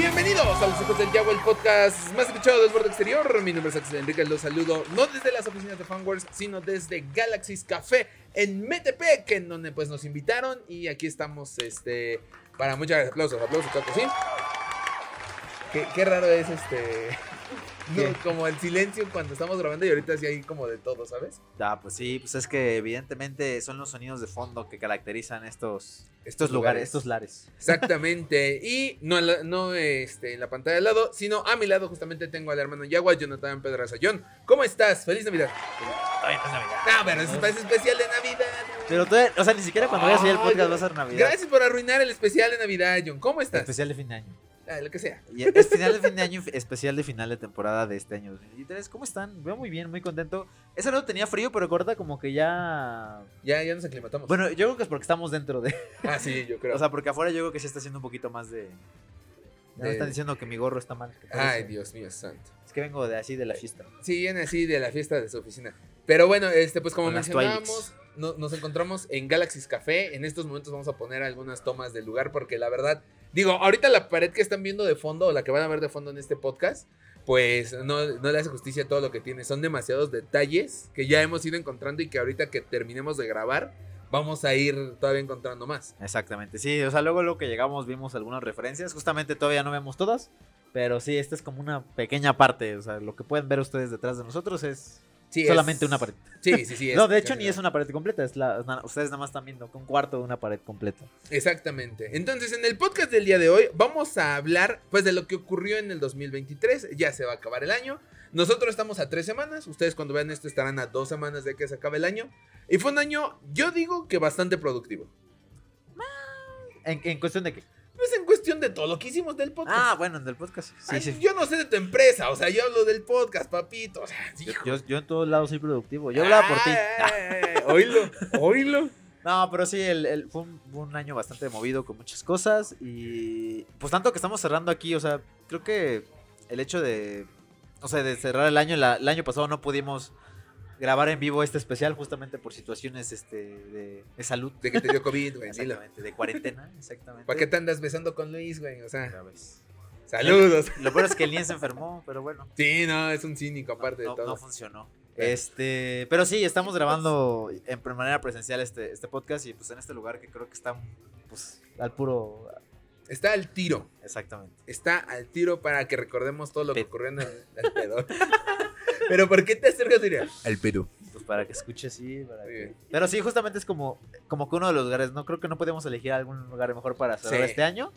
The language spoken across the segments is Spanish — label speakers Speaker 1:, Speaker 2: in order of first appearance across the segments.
Speaker 1: a los hijos del Yahoo, el podcast más escuchado del borde exterior. Mi nombre es Axel Enrique, los saludo no desde las oficinas de Fanworks, sino desde Galaxy's Café en Metepec, en donde pues nos invitaron y aquí estamos este, para muchas aplausos, aplausos, Chaco, ¿sí? Qué, qué raro es este... no,
Speaker 2: ¿Qué?
Speaker 1: como el silencio cuando estamos grabando y ahorita sí hay como de todo, ¿sabes?
Speaker 2: Ah, pues sí, pues es que evidentemente son los sonidos de fondo que caracterizan estos, estos lugares, estos lares.
Speaker 1: Exactamente. Y no, en la- no este, en la pantalla al lado, sino a mi lado justamente tengo al hermano Yagua, Jonathan Pedraza. John, ¿cómo estás? ¡Feliz Navidad!
Speaker 2: Todavía no es Navidad.
Speaker 1: No, pero es, es especial de Navidad.
Speaker 2: Pero todavía- o sea, ni siquiera cuando vayas a el
Speaker 1: Ay,
Speaker 2: podcast va a ser Navidad.
Speaker 1: Gracias por arruinar el especial de Navidad, John. ¿Cómo estás?
Speaker 2: Especial de fin de año.
Speaker 1: Ah, lo que sea.
Speaker 2: Y es final de fin de año, especial de final de temporada de este año 2023. ¿Cómo están? Veo muy bien, muy contento. Ese no tenía frío, pero corta como que ya.
Speaker 1: Ya, ya nos aclimatamos.
Speaker 2: Bueno, yo creo que es porque estamos dentro de.
Speaker 1: ah, sí, yo creo.
Speaker 2: O sea, porque afuera yo creo que sí está haciendo un poquito más de. Ya me
Speaker 1: De-
Speaker 2: están diciendo que mi gorro está mal. que por
Speaker 1: Ay,
Speaker 2: eso.
Speaker 1: Dios mío, santo.
Speaker 2: Es que vengo de así de la fiesta.
Speaker 1: Sí, viene así de la fiesta de su oficina. Pero bueno, este, pues como
Speaker 2: Con las
Speaker 1: mencionábamos, no- nos encontramos en Galaxy's Café. En estos momentos vamos a poner algunas tomas del lugar porque la verdad, digo, ahorita la pared que están viendo de fondo o la que van a ver de fondo en este podcast, pues no, no le hace justicia a todo lo que tiene. Son demasiados detalles que ya hemos ido encontrando y que ahorita que terminemos de grabar, vamos a ir todavía encontrando más.
Speaker 2: Exactamente, sí, o sea, luego lo que llegamos vimos algunas referencias, justamente todavía no vemos todas, pero sí, esta es como una pequeña parte, o sea, lo que pueden ver ustedes detrás de nosotros es
Speaker 1: Sí, es-
Speaker 2: solamente una pared.
Speaker 1: Sí, sí, sí. es
Speaker 2: no, de hecho
Speaker 1: casi
Speaker 2: ni
Speaker 1: nada.
Speaker 2: es una pared completa, es la, na- ustedes nada más están viendo un cuarto de una pared completa.
Speaker 1: Exactamente. Entonces, en el podcast del día de hoy vamos a hablar pues de lo que ocurrió en el 2023. Ya se va a acabar el año. Nosotros estamos a tres semanas. Ustedes cuando vean esto estarán a dos semanas de que se acabe el año. Y fue un año, yo digo que bastante productivo.
Speaker 2: ¿En, en cuestión de qué?
Speaker 1: Pues en cuestión de todo lo que hicimos del podcast.
Speaker 2: Ah, bueno, del podcast. Sí,
Speaker 1: Ay,
Speaker 2: sí.
Speaker 1: Yo no sé de tu empresa, o sea, yo hablo del podcast, papito. O sea,
Speaker 2: Yo,
Speaker 1: hijo. Ah.
Speaker 2: yo- yo en todos lados soy productivo, yo hablaba por ti.
Speaker 1: Ay, ay, ay, Oílo, oílo.
Speaker 2: No, pero sí, el, el- fue, un, fue un año bastante movido con muchas cosas y pues tanto que estamos cerrando aquí, o sea, creo que el hecho de, o sea, de cerrar el año, la- el año pasado no pudimos grabar en vivo este especial justamente por situaciones este, de, de salud.
Speaker 1: De que te dio COVID, güey. Pues dilo.
Speaker 2: Exactamente, de cuarentena, exactamente.
Speaker 1: ¿Para qué te andas besando con Luis, güey? O sea,
Speaker 2: Otra vez.
Speaker 1: saludos.
Speaker 2: Lo peor es que el Lien se enfermó, pero bueno.
Speaker 1: Sí, no, es un cínico aparte
Speaker 2: no,
Speaker 1: de todo.
Speaker 2: no funcionó. Este, pero sí, estamos grabando en pre- manera presencial este, este podcast y pues en este lugar que creo que está pues al puro
Speaker 1: Está al tiro.
Speaker 2: Exactamente.
Speaker 1: Está al tiro para que recordemos todo lo que
Speaker 2: Pe-
Speaker 1: ocurrió en el, el pedo. Pero ¿por qué te acercas diría? Al Perú.
Speaker 2: Pues para que escuche, sí. para
Speaker 1: Muy
Speaker 2: que-
Speaker 1: bien.
Speaker 2: Pero sí, justamente es como, como que uno de los lugares, ¿no? Creo que no podíamos elegir algún lugar mejor para cerrar
Speaker 1: Sí.
Speaker 2: este año.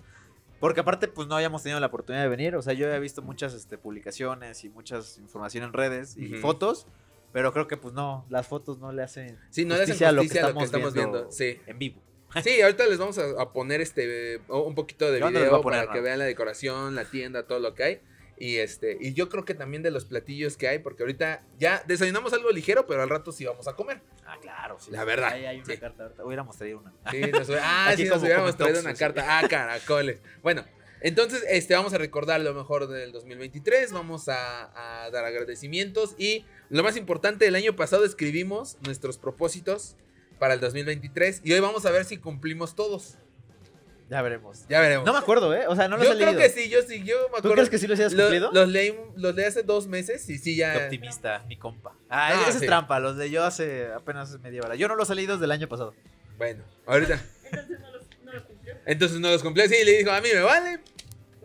Speaker 2: Porque aparte, pues no habíamos tenido la oportunidad de venir. O sea, yo había visto muchas este, publicaciones y muchas información en redes y
Speaker 1: Ujú.
Speaker 2: fotos. Pero creo que, pues no, las fotos no le hacen
Speaker 1: Sí, no le hacen
Speaker 2: justicia a lo que
Speaker 1: justicia a lo que
Speaker 2: estamos
Speaker 1: estamos viendo.
Speaker 2: viendo.
Speaker 1: Sí.
Speaker 2: en vivo.
Speaker 1: Sí, ahorita les vamos a, a poner este eh, un poquito de
Speaker 2: Yo no les
Speaker 1: video
Speaker 2: voy a poner
Speaker 1: para que
Speaker 2: nada.
Speaker 1: vean la decoración, la tienda, todo lo que hay. Y este, y yo creo que también de los platillos que hay, porque ahorita ya desayunamos algo ligero, pero al rato sí vamos a comer.
Speaker 2: Ah, claro. sí.
Speaker 1: La verdad,
Speaker 2: Ahí hay una
Speaker 1: sí.
Speaker 2: carta. ahorita Hubiéramos traído una.
Speaker 1: Sí, nos hubiera- ah,
Speaker 2: Aquí
Speaker 1: sí, nos
Speaker 2: como
Speaker 1: hubiéramos
Speaker 2: comentamos,
Speaker 1: traído una
Speaker 2: sí.
Speaker 1: carta. Ah, caracoles. Bueno, entonces este, vamos a recordar lo mejor del 2023, vamos a, a dar agradecimientos y lo más importante, el año pasado escribimos nuestros propósitos para el 2023 y hoy vamos a ver si cumplimos todos.
Speaker 2: Ya veremos.
Speaker 1: Ya veremos.
Speaker 2: No me acuerdo, ¿eh? O sea, no los
Speaker 1: yo
Speaker 2: he
Speaker 1: creo
Speaker 2: leído.
Speaker 1: que sí, yo sí, yo me
Speaker 2: ¿Tú
Speaker 1: acuerdo.
Speaker 2: crees que sí los hayas
Speaker 1: Lo-
Speaker 2: cumplido?
Speaker 1: los, leí, los leí hace dos meses y sí,
Speaker 2: Qué
Speaker 1: ya.
Speaker 2: optimista, mi compa. Ah,
Speaker 1: Ah,
Speaker 2: esa
Speaker 1: sí.
Speaker 2: es trampa, los leyó hace apenas media hora. Yo no los he leído desde el año pasado.
Speaker 1: Bueno, ahorita.
Speaker 3: Entonces no lo, no lo cumplió.
Speaker 1: Entonces no los cumplió. Sí, le dijo, a mí me vale.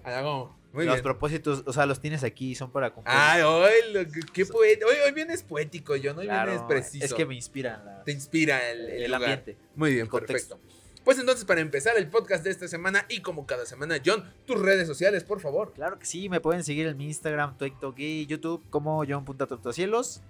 Speaker 1: A la goma. Muy
Speaker 2: los
Speaker 1: bien. Ah,
Speaker 2: propósitos, o sea, los tienes aquí y son para cumplir.
Speaker 1: Ay, hoy, lo que- qué poeta. Hoy, hoy vienes poético, yo no hoy
Speaker 2: Claro,
Speaker 1: vienes preciso.
Speaker 2: Es que me inspiran la-
Speaker 1: te inspira el,
Speaker 2: el,
Speaker 1: el lugar.
Speaker 2: ambiente.
Speaker 1: Muy bien,
Speaker 2: el contexto.
Speaker 1: perfecto. Pues entonces, para empezar el podcast de esta semana y como cada semana, John, tus redes sociales, por favor.
Speaker 2: Claro que sí, me pueden seguir en mi Instagram, TikTok y YouTube como John.tortacielos.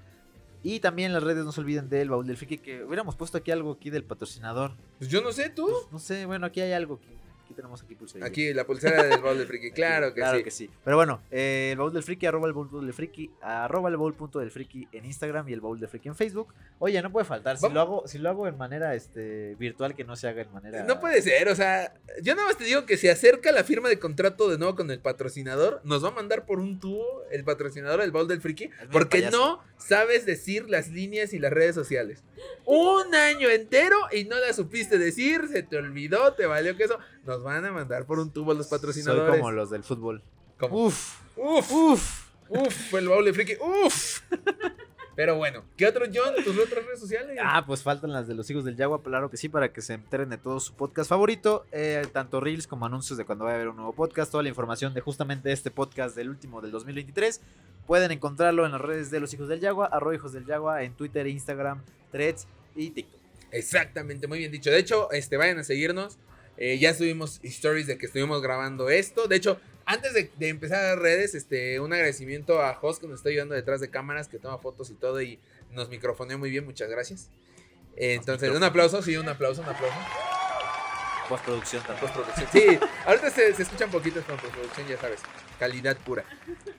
Speaker 2: Y también las redes, no se olviden del baúl del friki, que hubiéramos puesto aquí algo aquí del patrocinador.
Speaker 1: Pues yo no sé, tú.
Speaker 2: No sé, bueno, aquí hay algo. que- Aquí tenemos aquí pulsarilla.
Speaker 1: Aquí la pulsera del Bowl de Friki, claro que sí.
Speaker 2: Pero bueno, eh, el baúl del friki, arroba el baúl del friki, arroba el baúl punto del friki en Instagram y el baúl del friki en Facebook. Oye, no puede faltar. Si
Speaker 1: Vamos.
Speaker 2: lo hago, si lo hago en manera este, virtual, que no se haga en manera.
Speaker 1: No puede ser, o sea, yo nada más te digo que si acerca la firma de contrato de nuevo con el patrocinador, nos va a mandar por un tubo el patrocinador del Bowl del Friki,
Speaker 2: medio
Speaker 1: porque
Speaker 2: payaso.
Speaker 1: no sabes decir las líneas y las redes sociales. Un año entero y no las supiste decir, se te olvidó, te valió que eso. Nos van a mandar por un tubo los
Speaker 2: Soy
Speaker 1: patrocinadores.
Speaker 2: como los del fútbol.
Speaker 1: ¿Cómo?
Speaker 2: Uf,
Speaker 1: Uf,
Speaker 2: uf.
Speaker 1: uf, fue el baúl de friki, uf. Pero bueno, ¿qué otro John? ¿Tus otras redes sociales?
Speaker 2: Ah, pues faltan las de los hijos del Yagua, claro que sí, para que se enteren de todo su podcast favorito, eh, tanto reels como anuncios de cuando vaya a haber un nuevo podcast, toda la información de justamente este podcast del último del 2023. Pueden encontrarlo en las redes de los hijos del Yagua, arroba hijos del Yagua, en Twitter, Instagram, Threads y TikTok.
Speaker 1: Exactamente, muy bien dicho. De hecho, este, vayan a seguirnos. Eh, ya subimos stories de que estuvimos grabando esto. De hecho, antes de, de empezar las redes, este, un agradecimiento a Jos que nos está ayudando detrás de cámaras, que toma fotos y todo y nos microfoneó muy bien. Muchas gracias. Eh, entonces, un aplauso, sí, un aplauso, un aplauso.
Speaker 2: Postproducción también.
Speaker 1: Postproducción. Sí, ahorita se, se escuchan poquitos con postproducción, ya sabes. Calidad pura.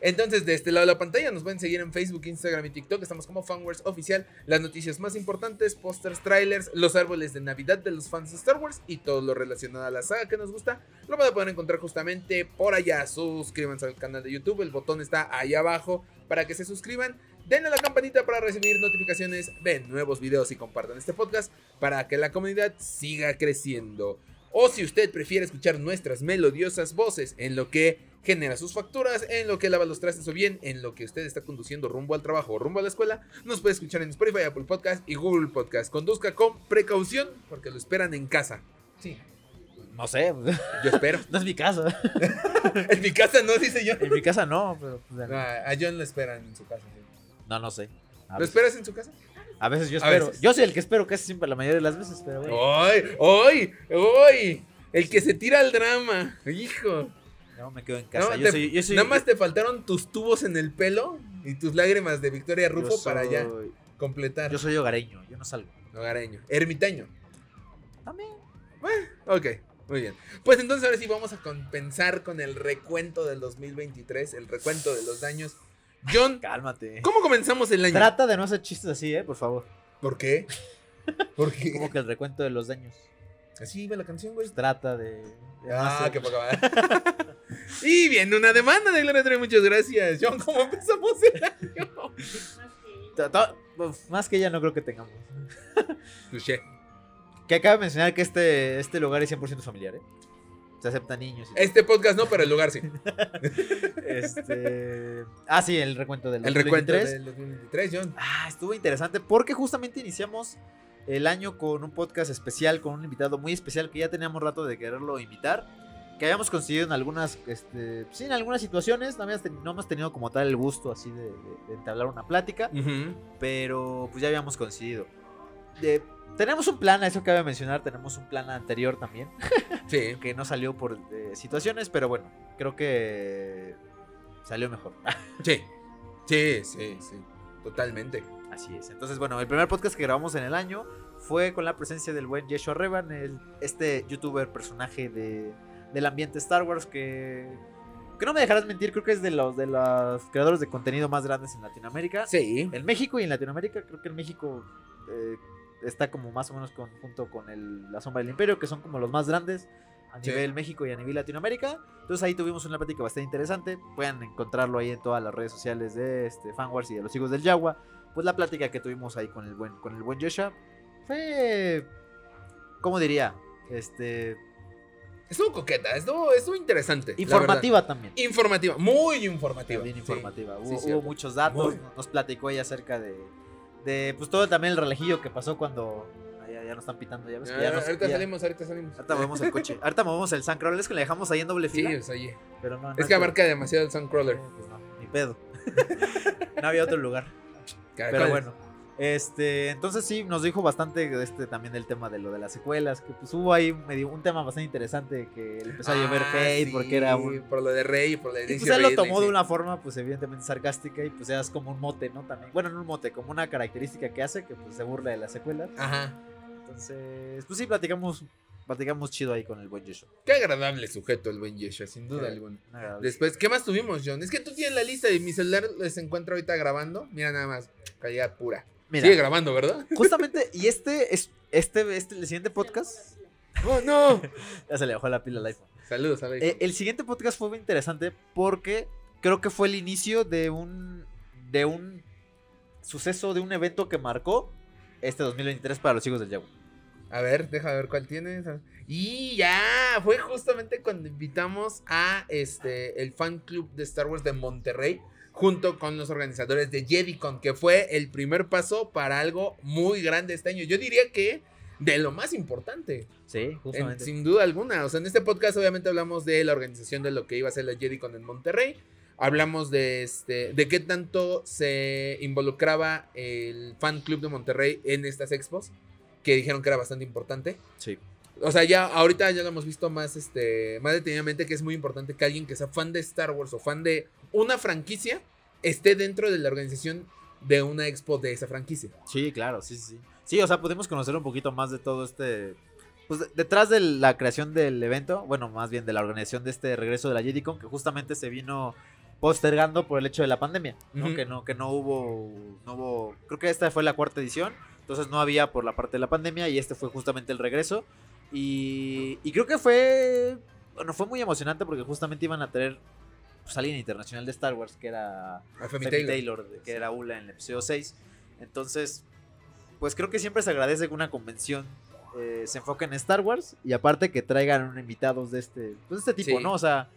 Speaker 1: Entonces, de este lado de la pantalla nos pueden seguir en Facebook, Instagram y TikTok. Estamos como Fanwares Oficial. Las noticias más importantes, pósters, trailers, los árboles de Navidad de los fans de Star Wars y todo lo relacionado a la saga que nos gusta. Lo van a poder encontrar justamente por allá. Suscríbanse al canal de YouTube. El botón está ahí abajo para que se suscriban. Denle a la campanita para recibir notificaciones de nuevos videos y compartan este podcast para que la comunidad siga creciendo. O si usted prefiere escuchar nuestras melodiosas voces en lo que genera sus facturas, en lo que lava los trastes o bien en lo que usted está conduciendo rumbo al trabajo o rumbo a la escuela, nos puede escuchar en Spotify, Apple Podcast y Google Podcast. Conduzca con precaución porque lo esperan en casa. Sí,
Speaker 2: No sé, no
Speaker 1: yo espero.
Speaker 2: es mi casa.
Speaker 1: en mi casa no, dice yo.
Speaker 2: En mi casa no, pero. pues, ya no.
Speaker 1: A a John lo esperan en su casa. sí.
Speaker 2: No, no sé. A
Speaker 1: ¿Lo
Speaker 2: veces,
Speaker 1: esperas en su casa?
Speaker 2: a veces yo
Speaker 1: a
Speaker 2: espero.
Speaker 1: veces.
Speaker 2: Yo soy el que espero casi siempre, la mayoría de las veces, pero bueno.
Speaker 1: ¡Ay! ¡Ay! ¡Ay! El que se tira al drama. Hijo.
Speaker 2: No, me quedo en casa.
Speaker 1: No,
Speaker 2: yo
Speaker 1: te-
Speaker 2: soy, yo soy-
Speaker 1: Nada más te faltaron tus tubos en el pelo y tus lágrimas de Victoria
Speaker 2: yo
Speaker 1: Rufo para allá
Speaker 2: soy-
Speaker 1: completar.
Speaker 2: Yo soy hogareño, yo no salgo.
Speaker 1: Hogareño. Ermitaño.
Speaker 2: También.
Speaker 1: Ok, muy bien. Pues entonces ahora sí vamos a compensar con el recuento del 2023, el recuento de los daños. John,
Speaker 2: Cálmate.
Speaker 1: ¿cómo comenzamos el año?
Speaker 2: Trata de no hacer chistes así, eh, por favor.
Speaker 1: ¿Por qué? ¿Por qué?
Speaker 2: Como que el recuento de los daños.
Speaker 1: Así iba la canción, güey.
Speaker 2: Trata de. de no
Speaker 1: Ah,
Speaker 2: hacer-
Speaker 1: qué poca madre. Y viene una demanda de Gloria Trevi, muchas gracias. John, ¿cómo empezamos el año?
Speaker 3: Más que
Speaker 2: Ta- ta- uf, Más que ya no creo que tengamos.
Speaker 1: Touché.
Speaker 2: Que acaba de mencionar que este, este lugar es 100% familiar, ¿eh? Se aceptan niños. y
Speaker 1: Este podcast no, pero el lugar sí.
Speaker 2: todo. Este... Ah, sí, el recuento del
Speaker 1: El recuento
Speaker 2: 2023.
Speaker 1: del 2023, John.
Speaker 2: Ah, estuvo interesante porque justamente iniciamos el año con un podcast especial, con un invitado muy especial que ya teníamos rato de quererlo invitar, que habíamos conseguido en algunas, este, sí, en algunas situaciones, no, habíamos ten- no hemos tenido como tal el gusto así de, de- de entablar una plática,
Speaker 1: Mm.
Speaker 2: pero pues ya habíamos coincidido. De- tenemos un plan, a eso cabe mencionar, tenemos un plan anterior también,
Speaker 1: Sí.
Speaker 2: que no salió por eh, situaciones, pero bueno, creo que salió mejor.
Speaker 1: Sí, sí, sí, sí. Totalmente.
Speaker 2: Así es. Entonces, bueno, el primer podcast que grabamos en el año fue con la presencia del buen Yeshua Revan, el, este youtuber personaje de, del ambiente Star Wars que, que no me dejarás mentir, creo que es de los, de los creadores de contenido más grandes en Latinoamérica.
Speaker 1: Sí.
Speaker 2: En México y en Latinoamérica, creo que en México eh, está como más o menos con- junto con el, La Sombra del Imperio, que son como los más grandes a
Speaker 1: Sí.
Speaker 2: nivel México y a nivel Latinoamérica. Entonces ahí tuvimos una plática bastante interesante. Pueden encontrarlo ahí en todas las redes sociales de este, Fanwars y de los hijos del Yagua. Pues la plática que tuvimos ahí con el buen, con el buen Joshua fue, ¿cómo diría? Este,
Speaker 1: Estuvo coqueta, estuvo, estuvo interesante. la
Speaker 2: informativa también.
Speaker 1: verdad. Informativa, muy informativa.
Speaker 2: Bien
Speaker 1: sí.
Speaker 2: informativa.
Speaker 1: sí,
Speaker 2: hubo,
Speaker 1: cierto.
Speaker 2: hubo muchos datos.
Speaker 1: Muy.
Speaker 2: Nos platicó ella acerca de, de, Pues todo también el relajillo que pasó cuando. ah, Ya, ya nos están pitando, ya ves que ya
Speaker 1: Ah,
Speaker 2: nos-
Speaker 1: ahorita
Speaker 2: ya-
Speaker 1: salimos, ahorita salimos.
Speaker 2: Ahorita movemos el coche. Ahorita movemos el Suncrawler. Es que le dejamos ahí en doble
Speaker 1: Sí,
Speaker 2: fila.
Speaker 1: o sea, ya.
Speaker 2: pero no, no
Speaker 1: es que abarca demasiado el Suncrawler.
Speaker 2: Pues no, ni pedo. no había otro lugar.
Speaker 1: Caracoles.
Speaker 2: Pero bueno. Este, entonces sí, nos dijo bastante de este, también del tema de lo de las secuelas, que pues hubo ahí medio un tema bastante interesante que le empezó a llover
Speaker 1: Ah,
Speaker 2: hate
Speaker 1: sí,
Speaker 2: porque era un,
Speaker 1: Por lo de Rey y por la
Speaker 2: Y pues
Speaker 1: herencia
Speaker 2: él lo
Speaker 1: Rey,
Speaker 2: tomó
Speaker 1: sí.
Speaker 2: de una forma, pues evidentemente sarcástica y pues ya es como un mote, ¿no? También, bueno, no un mote, como una característica que hace que pues se burla de las secuelas.
Speaker 1: Ajá.
Speaker 2: Entonces, pues sí, platicamos, platicamos chido ahí con el buen Joshua.
Speaker 1: Qué agradable sujeto el buen Yeshua, sin duda
Speaker 2: Qué-
Speaker 1: alguna.
Speaker 2: Una agradable-
Speaker 1: Después, ¿qué más tuvimos, John? Es que tú tienes la lista y mi celular les encuentro ahorita grabando. Mira nada más, calidad pura.
Speaker 2: Mira,
Speaker 1: Sigue grabando, ¿verdad?
Speaker 2: justamente, y este es, este, este, el siguiente podcast,
Speaker 1: ¡Oh, no!
Speaker 2: ya se le bajó la pila al iPhone.
Speaker 1: Saludos, saludos.
Speaker 2: Eh, el siguiente podcast fue muy interesante porque creo que fue el inicio de un, de un suceso, de un evento que marcó este 2023 para los hijos del Yahoo.
Speaker 1: A ver, deja ver cuál tienes. Y ya, fue justamente cuando invitamos a este el fan club de Star Wars de Monterrey junto con los organizadores de JediCon, que fue el primer paso para algo muy grande este año. Yo diría que de lo más importante,
Speaker 2: Sí,
Speaker 1: en-
Speaker 2: justamente.
Speaker 1: sin duda alguna. O sea, en este podcast obviamente hablamos de la organización de lo que iba a ser la JediCon en Monterrey. Hablamos de este de qué tanto se involucraba el fan club de Monterrey en estas expos, que dijeron que era bastante importante.
Speaker 2: Sí.
Speaker 1: O sea, ya ahorita ya lo hemos visto más, este, más detenidamente que es muy importante que alguien que sea fan de Star Wars o fan de una franquicia esté dentro de la organización de una expo de esa franquicia.
Speaker 2: Sí, claro, sí, sí. sí. Sí, o sea, pudimos conocer un poquito más de todo este. Pues de- detrás de la creación del evento, bueno, más bien de la organización de este regreso de la JediCon, que justamente se vino postergando por el hecho de la pandemia, ¿no?
Speaker 1: Ujú.
Speaker 2: Que no, que no hubo, no hubo, creo que esta fue la cuarta edición, entonces no había por la parte de la pandemia y este fue justamente el regreso y, y creo que fue, bueno, fue muy emocionante porque justamente iban a traer pues, a alguien internacional de Star Wars que era
Speaker 1: A Femi
Speaker 2: Femi
Speaker 1: Taylor.
Speaker 2: Taylor, de- que era Ula en el episodio 6. Entonces, pues creo que siempre se agradece que una convención eh, se enfoque en Star Wars y aparte que traigan invitados de este, pues de este tipo,
Speaker 1: Sí.
Speaker 2: ¿no? O sea,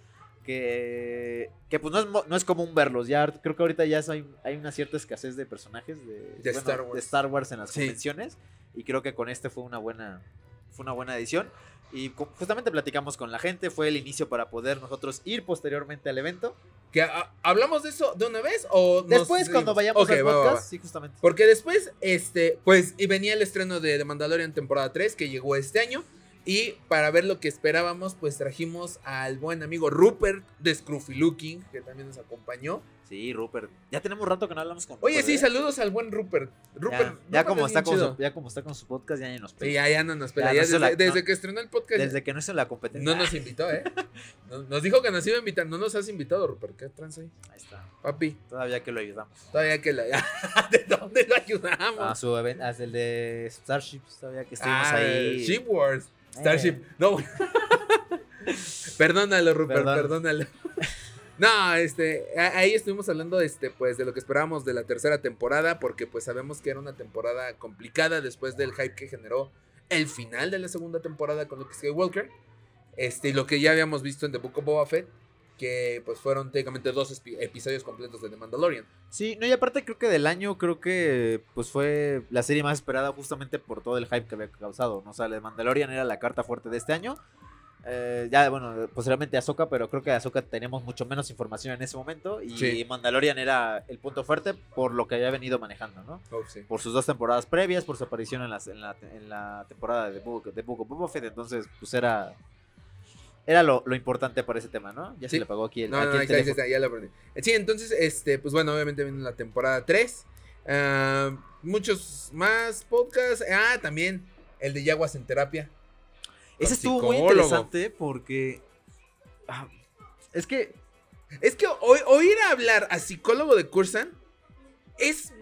Speaker 2: que, que pues no es, mo- no es común verlos. Ya creo que ahorita ya es- hay, hay una cierta escasez de personajes de, bueno,
Speaker 1: Star Wars.
Speaker 2: de Star Wars en las
Speaker 1: Sí.
Speaker 2: convenciones y creo que con este fue una buena, fue una buena edición. Y co- justamente platicamos con la gente, fue el inicio para poder nosotros ir posteriormente al evento.
Speaker 1: Que, ah, ¿Hablamos de eso de una vez o nos
Speaker 2: Después,
Speaker 1: seguimos?
Speaker 2: cuando vayamos
Speaker 1: Ok,
Speaker 2: al
Speaker 1: va, va,
Speaker 2: podcast,
Speaker 1: va.
Speaker 2: sí, justamente.
Speaker 1: Porque después, este, pues, y venía el estreno de The Mandalorian temporada 3, que llegó este año. Y para ver lo que esperábamos, pues trajimos al buen amigo Rupert de Scruffy Looking, que también nos acompañó.
Speaker 2: Sí, Rupert. Ya tenemos rato que no hablamos con
Speaker 1: Oye,
Speaker 2: Rupert,
Speaker 1: sí,
Speaker 2: ¿eh?
Speaker 1: saludos al buen Rupert. Rupert
Speaker 2: Ya, ya
Speaker 1: Rupert
Speaker 2: como
Speaker 1: es
Speaker 2: está
Speaker 1: bien
Speaker 2: con su,
Speaker 1: chido.
Speaker 2: ya como está con su podcast, ya ni nos
Speaker 1: Sí,
Speaker 2: pega.
Speaker 1: ya, ya no nos pela.
Speaker 2: Ya
Speaker 1: Ya
Speaker 2: no se
Speaker 1: desde,
Speaker 2: la-
Speaker 1: desde
Speaker 2: no.
Speaker 1: que estrenó el podcast,
Speaker 2: Desde que no hizo la competencia.
Speaker 1: no nos invitó, ¿eh? No- Nos dijo que nos iba a invitar. No nos has invitado, Rupert. ¿Qué trans ahí?
Speaker 2: Ah, Ahí está.
Speaker 1: Papi,
Speaker 2: Todavía que lo ayudamos.
Speaker 1: todavía que la. ¿De dónde lo ayudamos?
Speaker 2: A su evento, hasta el de Starship, todavía que Ah, estuvimos
Speaker 1: Ah,
Speaker 2: ahí.
Speaker 1: Ship Wars.
Speaker 2: Eh,
Speaker 1: Starship. No. güey. perdónalo, Rupert,
Speaker 2: Perdón.
Speaker 1: perdónalo. No, este, a- ahí estuvimos hablando este, pues, de lo que esperábamos de la tercera temporada, porque pues sabemos que era una temporada complicada después del hype que generó el final de la segunda temporada con Luke Skywalker. Este, y lo que ya habíamos visto en The Book of Boba Fett, que pues fueron técnicamente dos espi- episodios completos de The Mandalorian.
Speaker 2: Sí, no, y aparte creo que del año, creo que pues fue la serie más esperada justamente por todo el hype que había causado. ¿no? O sea, The Mandalorian era la carta fuerte de este año. Eh, ya, bueno, posteriormente Ahsoka, pero creo que de Ahsoka tenemos mucho menos información en ese momento. Y
Speaker 1: Sí.
Speaker 2: Mandalorian era el punto fuerte por lo que había venido manejando, ¿no?
Speaker 1: Oh, sí.
Speaker 2: Por sus dos temporadas previas, por su aparición en, las- en la, en la temporada de Book, de Book of Boba Fett. Entonces, pues era. Era lo, lo importante para ese tema, ¿no? Ya
Speaker 1: Sí.
Speaker 2: se le pagó aquí el,
Speaker 1: No,
Speaker 2: aquí
Speaker 1: no,
Speaker 2: el
Speaker 1: ahí está, ahí
Speaker 2: teléfono.
Speaker 1: está, ya lo aprendí. Sí, entonces, este, pues bueno, obviamente viene la temporada 3. muchos más podcasts. Ah, también el de Yaguas en terapia.
Speaker 2: Ese estuvo muy
Speaker 1: Psicólogo.
Speaker 2: interesante porque. ah, es que.
Speaker 1: Es que hoy, oír hablar a psicólogo de Cursan es.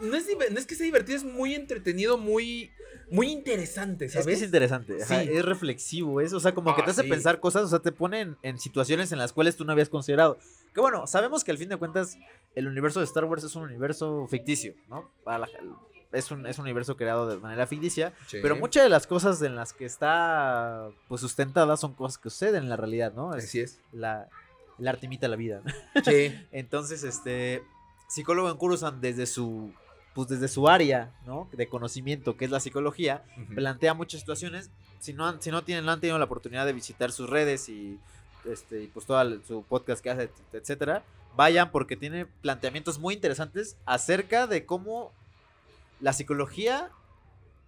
Speaker 1: No es, diver- no es que sea divertido, es muy entretenido, muy, muy interesante,
Speaker 2: Es, que
Speaker 1: ¿sabes?
Speaker 2: es interesante. ajá,
Speaker 1: Sí.
Speaker 2: Es reflexivo, es. O sea, como que
Speaker 1: Ah,
Speaker 2: te hace
Speaker 1: sí.
Speaker 2: pensar cosas, o sea, te pone en, en situaciones en las cuales tú no habías considerado. Que bueno, sabemos que al fin de cuentas, el universo de Star Wars es un universo ficticio, ¿no? Para la- es, un, es un universo creado de manera ficticia.
Speaker 1: Sí.
Speaker 2: Pero muchas de las cosas en las que está pues sustentada son cosas que suceden en la realidad, ¿no? Es
Speaker 1: Así es.
Speaker 2: la, el arte imita la vida.
Speaker 1: Sí,
Speaker 2: Entonces, este psicólogo en Kurusan desde su pues desde su área, ¿no? de conocimiento, que es la psicología,
Speaker 1: ujú.
Speaker 2: plantea muchas situaciones. Si no han, si no tienen no han tenido la oportunidad de visitar sus redes y este y pues todo su podcast que hace, et- etcétera, vayan porque tiene planteamientos muy interesantes acerca de cómo la psicología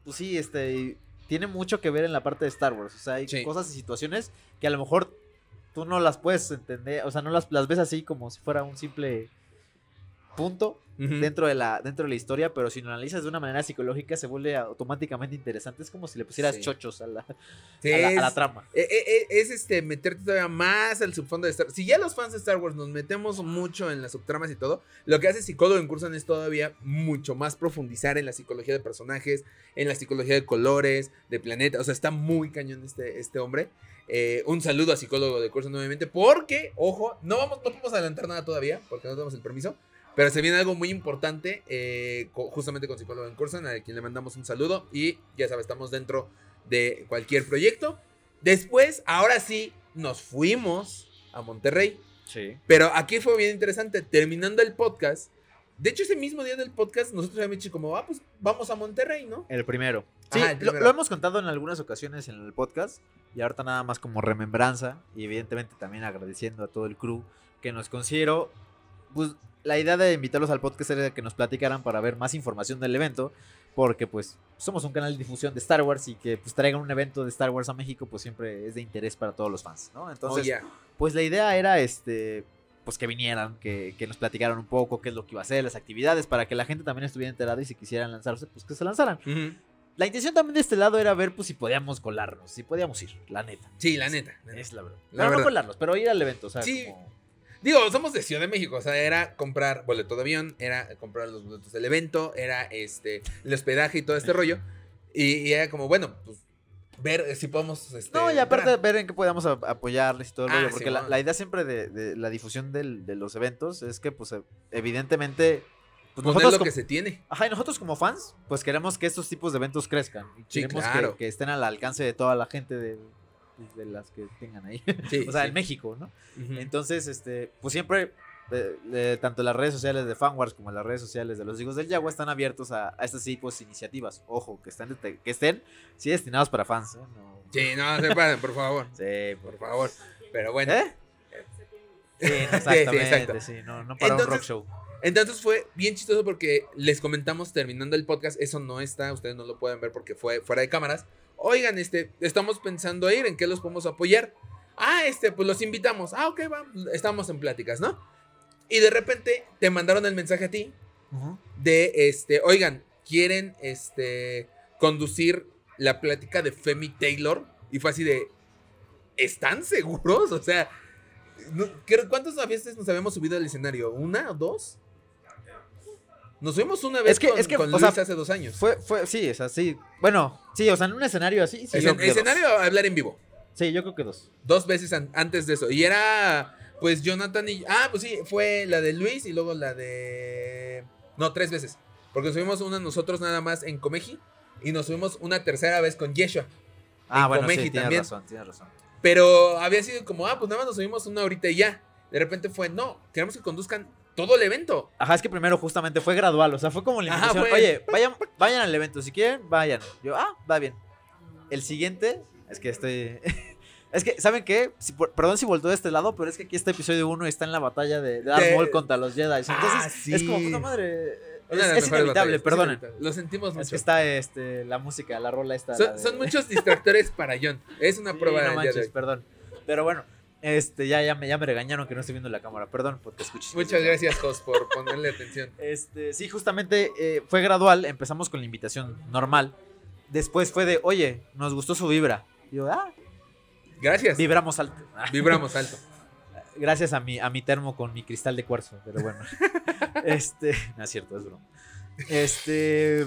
Speaker 2: pues sí, este tiene mucho que ver en la parte de Star Wars, o sea, hay
Speaker 1: Sí.
Speaker 2: cosas y situaciones que a lo mejor tú no las puedes entender, o sea, no las, las ves así como si fuera un simple punto
Speaker 1: Ujú.
Speaker 2: dentro de la dentro de la historia, pero si lo analizas de una manera psicológica se vuelve automáticamente interesante. Es como si le pusieras
Speaker 1: Sí.
Speaker 2: chochos a la, a
Speaker 1: Sí,
Speaker 2: la- a la
Speaker 1: es-
Speaker 2: trama.
Speaker 1: E- e- e- Es, este meterte todavía más al subfondo de Star Si ya los fans de Star Wars nos metemos mucho en las subtramas y todo, lo que hace Psicólogo en Cursan es todavía mucho más profundizar en la psicología de personajes, en la psicología de colores, de planeta. O sea, está muy cañón este, este hombre. Eh, un saludo a Psicólogo de Cursan nuevamente, porque, ojo, no, vamos, no podemos adelantar nada todavía, porque no tenemos el permiso. Pero se viene algo muy importante, eh, co- justamente con Psicólogo en Curso, a quien le mandamos un saludo. Y ya sabes, estamos dentro de cualquier proyecto. Después, ahora sí, nos fuimos a Monterrey.
Speaker 2: Sí.
Speaker 1: Pero aquí fue bien interesante. Terminando el podcast, de hecho, ese mismo día del podcast, nosotros habíamos dicho, como, ah, pues vamos a Monterrey, ¿no?
Speaker 2: El primero. Sí,
Speaker 1: Ajá, el
Speaker 2: lo-
Speaker 1: primero.
Speaker 2: Lo, hemos contado en algunas ocasiones en el podcast y ahorita nada más como remembranza y evidentemente también agradeciendo a todo el crew que nos considero, pues la idea de invitarlos al podcast era que nos platicaran para ver más información del evento porque pues somos un canal de difusión de Star Wars y que pues traigan un evento de Star Wars a México pues siempre es de interés para todos los fans, ¿no? Entonces,
Speaker 1: Oye,
Speaker 2: pues la idea era este pues que vinieran, que, que nos platicaran un poco qué es lo que iba a hacer, las actividades, para que la gente también estuviera enterada y si quisieran lanzarse, pues que se lanzaran.
Speaker 1: ujú.
Speaker 2: La intención también de este lado era ver pues si podíamos colarnos, si podíamos ir, la neta.
Speaker 1: Sí, la neta. la neta.
Speaker 2: Es la verdad.
Speaker 1: La
Speaker 2: pero
Speaker 1: verdad.
Speaker 2: no colarnos, pero ir al evento, o sea,
Speaker 1: Sí.
Speaker 2: como-
Speaker 1: Digo, somos de Ciudad de México, o sea, era comprar boleto de avión, era comprar los boletos del evento, era este el hospedaje y todo este rollo. Y, y era como, bueno, pues ver si podemos. Este,
Speaker 2: No, y aparte
Speaker 1: entrar.
Speaker 2: ver en qué podíamos a- apoyarles y todo el
Speaker 1: Ah,
Speaker 2: rollo, porque la,
Speaker 1: Simón.
Speaker 2: la idea siempre de, de la difusión del- de los eventos es que pues e- evidentemente pues,
Speaker 1: poner
Speaker 2: nosotros
Speaker 1: lo
Speaker 2: como-
Speaker 1: que se tiene.
Speaker 2: Ajá, y nosotros como fans, pues queremos que estos tipos de eventos crezcan. Y
Speaker 1: Sí,
Speaker 2: queremos que-
Speaker 1: claro.
Speaker 2: que, estén al alcance de toda la gente de, de las que tengan ahí.
Speaker 1: Sí,
Speaker 2: o sea,
Speaker 1: sí.
Speaker 2: en México, ¿no?
Speaker 1: Ujú.
Speaker 2: Entonces, este, pues siempre, eh, eh, tanto las redes sociales de Fanwars como las redes sociales de los hijos del Yagua están abiertos a, a estas tipos de iniciativas. Ojo, que estén, dete- que estén sí destinados para fans, ¿eh? No-
Speaker 1: Sí, no, se paren, por favor.
Speaker 2: Sí,
Speaker 1: Por
Speaker 2: por-
Speaker 1: favor. Pero bueno.
Speaker 2: ¿Eh? Sí,
Speaker 1: Sí,
Speaker 2: no,
Speaker 1: sí, exacto.
Speaker 2: exactamente, sí, no, no para un rock
Speaker 1: Entonces-
Speaker 2: show.
Speaker 1: Entonces fue bien chistoso porque les comentamos terminando el podcast, eso no está, ustedes no lo pueden ver porque fue fuera de cámaras. Oigan, este, estamos pensando ir, ¿en qué los podemos apoyar? Ah, este, pues los invitamos. Ah, ok, va, estamos en pláticas, ¿no? Y de repente te mandaron el mensaje a ti
Speaker 2: Ujú.
Speaker 1: de, este, oigan, quieren, este, conducir la plática de Femi Taylor. Y fue así de, ¿están seguros? O sea, no- ¿qué- ¿cuántas veces nos habíamos subido al escenario? ¿Una o dos? Nos subimos una vez
Speaker 2: Es que-
Speaker 1: con,
Speaker 2: es que,
Speaker 1: con
Speaker 2: o
Speaker 1: Luis
Speaker 2: sea,
Speaker 1: hace dos años.
Speaker 2: Fue, fue, sí, es así. Bueno, sí, o sea, en un escenario así. Sí,
Speaker 1: En
Speaker 2: yo
Speaker 1: el
Speaker 2: creo que dos.
Speaker 1: escenario hablar en vivo.
Speaker 2: Sí, yo creo que dos.
Speaker 1: Dos veces an- antes de eso. Y era, pues, Jonathan y... Ah, pues sí, fue la de Luis y luego la de... No, tres veces. Porque nos subimos una nosotros nada más en Comeji. Y nos subimos una tercera vez con Yeshua.
Speaker 2: Ah,
Speaker 1: En
Speaker 2: bueno,
Speaker 1: Comeji
Speaker 2: sí, tienes
Speaker 1: también.
Speaker 2: razón, tienes razón.
Speaker 1: Pero había sido como, ah, pues nada más nos subimos una ahorita y ya. De repente fue, no, queremos que conduzcan todo el evento.
Speaker 2: Ajá, es que primero justamente fue gradual, o sea, fue como la
Speaker 1: Ajá,
Speaker 2: invitación.
Speaker 1: fue-
Speaker 2: Oye, vayan, vayan al evento, si quieren, vayan. Yo, ah, va bien. El siguiente, es que estoy... es que, ¿saben qué? Si por- perdón si voltó de este lado, pero es que aquí este episodio 1 está en la batalla de Darth
Speaker 1: De-
Speaker 2: Maul contra los Jedi. Entonces,
Speaker 1: Ah, sí.
Speaker 2: es como, puta madre, eh,
Speaker 1: Una de
Speaker 2: es,
Speaker 1: las
Speaker 2: es
Speaker 1: mejores
Speaker 2: inevitable,
Speaker 1: batallas,
Speaker 2: perdonen.
Speaker 1: es inevitable. Lo sentimos mucho.
Speaker 2: Es que está este, la música, la rola esta. la
Speaker 1: son,
Speaker 2: de-
Speaker 1: son muchos distractores para John. Es una
Speaker 2: Sí,
Speaker 1: prueba
Speaker 2: no
Speaker 1: del día de
Speaker 2: manches,
Speaker 1: hoy.
Speaker 2: perdón. Pero bueno, este, ya, ya, me, ya me regañaron que no estoy viendo la cámara, perdón, porque escuché.
Speaker 1: Muchas gracias, Jos, por ponerle atención.
Speaker 2: Este, sí, justamente eh, fue gradual. Empezamos con la invitación normal. Después fue de, oye, nos gustó su vibra. Y yo, ah,
Speaker 1: Gracias.
Speaker 2: vibramos alto.
Speaker 1: Vibramos alto.
Speaker 2: Gracias a mi, a mi termo con mi cristal de cuarzo, pero bueno. este, no es cierto, es broma. Este,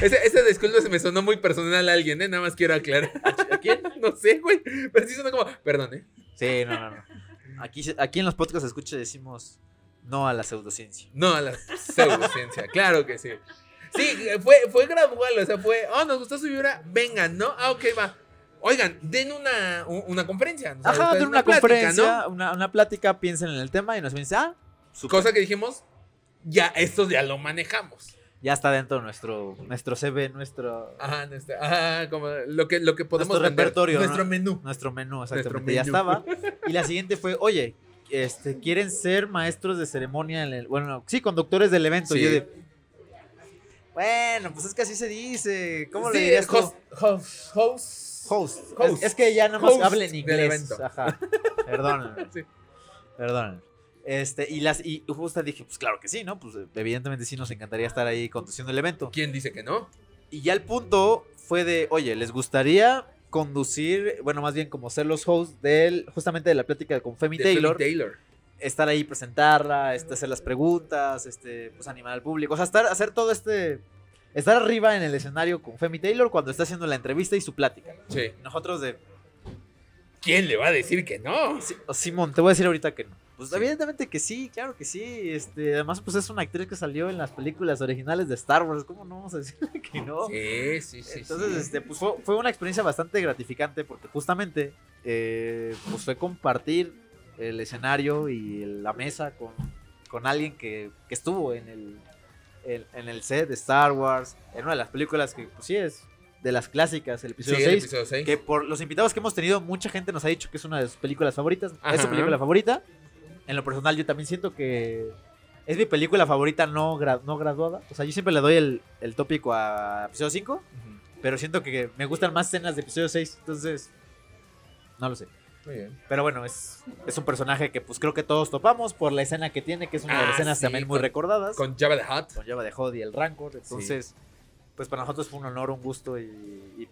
Speaker 1: Ese, ese disculpa se me sonó muy personal a alguien, ¿eh? Nada más quiero aclarar. ¿A quién? No sé, güey. Pero sí suena como, perdón, ¿eh?
Speaker 2: sí, no, no, no. Aquí, se- aquí en los podcasts escucha decimos no a la pseudociencia.
Speaker 1: No, a la pseudociencia, claro que sí. Sí, fue, fue gradual, o sea, fue, oh, nos gustó su vibra, vengan, ¿no? Ah, ok, va. Oigan, den una, u- una conferencia. o sea,
Speaker 2: Ajá,
Speaker 1: ustedes
Speaker 2: tener una,
Speaker 1: plática,
Speaker 2: conferencia, una, una plática, piensen en el tema y nos ven, ah,
Speaker 1: ¿no? Cosa que dijimos, ya, esto ya lo manejamos.
Speaker 2: ya está dentro nuestro, nuestro CV, nuestro,
Speaker 1: Ajá, nuestra- ajá, como lo que, lo que podemos
Speaker 2: Nuestro
Speaker 1: vender,
Speaker 2: repertorio,
Speaker 1: Nuestro
Speaker 2: ¿no?
Speaker 1: menú.
Speaker 2: Nuestro menú, exactamente.
Speaker 1: Nuestro
Speaker 2: Ya
Speaker 1: menú.
Speaker 2: estaba. Y la siguiente fue, oye, este, ¿quieren ser maestros de ceremonia? En el, bueno, no, sí, conductores del evento.
Speaker 1: Sí.
Speaker 2: Y yo de, bueno, pues es que así se dice. ¿Cómo le
Speaker 1: Sí,
Speaker 2: dirías tú?
Speaker 1: host, host, host.
Speaker 2: Host. Es-
Speaker 1: Host.
Speaker 2: Es, que ya nada más
Speaker 1: Host
Speaker 2: hablen
Speaker 1: del
Speaker 2: inglés.
Speaker 1: evento.
Speaker 2: Ajá. Perdónenme.
Speaker 1: Sí.
Speaker 2: Perdónenme. Este, y las, y justo dije, pues claro que sí, ¿no? Pues evidentemente sí nos encantaría estar ahí conduciendo el evento.
Speaker 1: ¿Quién dice que no?
Speaker 2: Y ya el punto fue de, oye, ¿les gustaría conducir, bueno, más bien como ser los hosts del, justamente de la plática con Femi
Speaker 1: De
Speaker 2: Taylor,
Speaker 1: Philip Taylor.
Speaker 2: estar ahí, presentarla, este, hacer las preguntas, este, pues animar al público, o sea, estar, hacer todo este, estar arriba en el escenario con Femi Taylor cuando está haciendo la entrevista y su plática.
Speaker 1: Sí.
Speaker 2: Nosotros de,
Speaker 1: ¿Quién le va a decir que no?
Speaker 2: "Sí, Simón, te voy a decir ahorita que no. Pues
Speaker 1: Sí.
Speaker 2: evidentemente que sí, claro que sí. Este, además, pues es una actriz que salió en las películas originales de Star Wars. ¿Cómo no vamos a decirle que no?
Speaker 1: Sí, sí, sí.
Speaker 2: Entonces,
Speaker 1: sí.
Speaker 2: este, pues fue, fue una experiencia bastante gratificante porque justamente eh, pues fue compartir el escenario y el- la mesa con, con alguien que, que estuvo en el, en, en el set de Star Wars, en una de las películas que, pues sí, es de las clásicas, el
Speaker 1: Sí,
Speaker 2: este, episodio
Speaker 1: el
Speaker 2: 6.
Speaker 1: episodio seis.
Speaker 2: Que por los invitados que hemos tenido, mucha gente nos ha dicho que es una de sus películas favoritas. Es su
Speaker 1: Ajá.
Speaker 2: película favorita. En lo personal, yo también siento que es mi película favorita no, gra- no graduada. O sea, yo siempre le doy el, el tópico a episodio 5,
Speaker 1: Ujú.
Speaker 2: pero siento que me gustan más escenas de episodio 6. Entonces, no lo sé.
Speaker 1: Muy bien.
Speaker 2: Pero bueno, es, es un personaje que pues creo que todos topamos por la escena que tiene, que es una de las
Speaker 1: Ah,
Speaker 2: escenas
Speaker 1: sí,
Speaker 2: también muy
Speaker 1: con-
Speaker 2: recordadas. Con,
Speaker 1: Con Java the Hutt.
Speaker 2: Java de Hod y el Rancor. Entonces, pues para nosotros fue un honor, un gusto y... y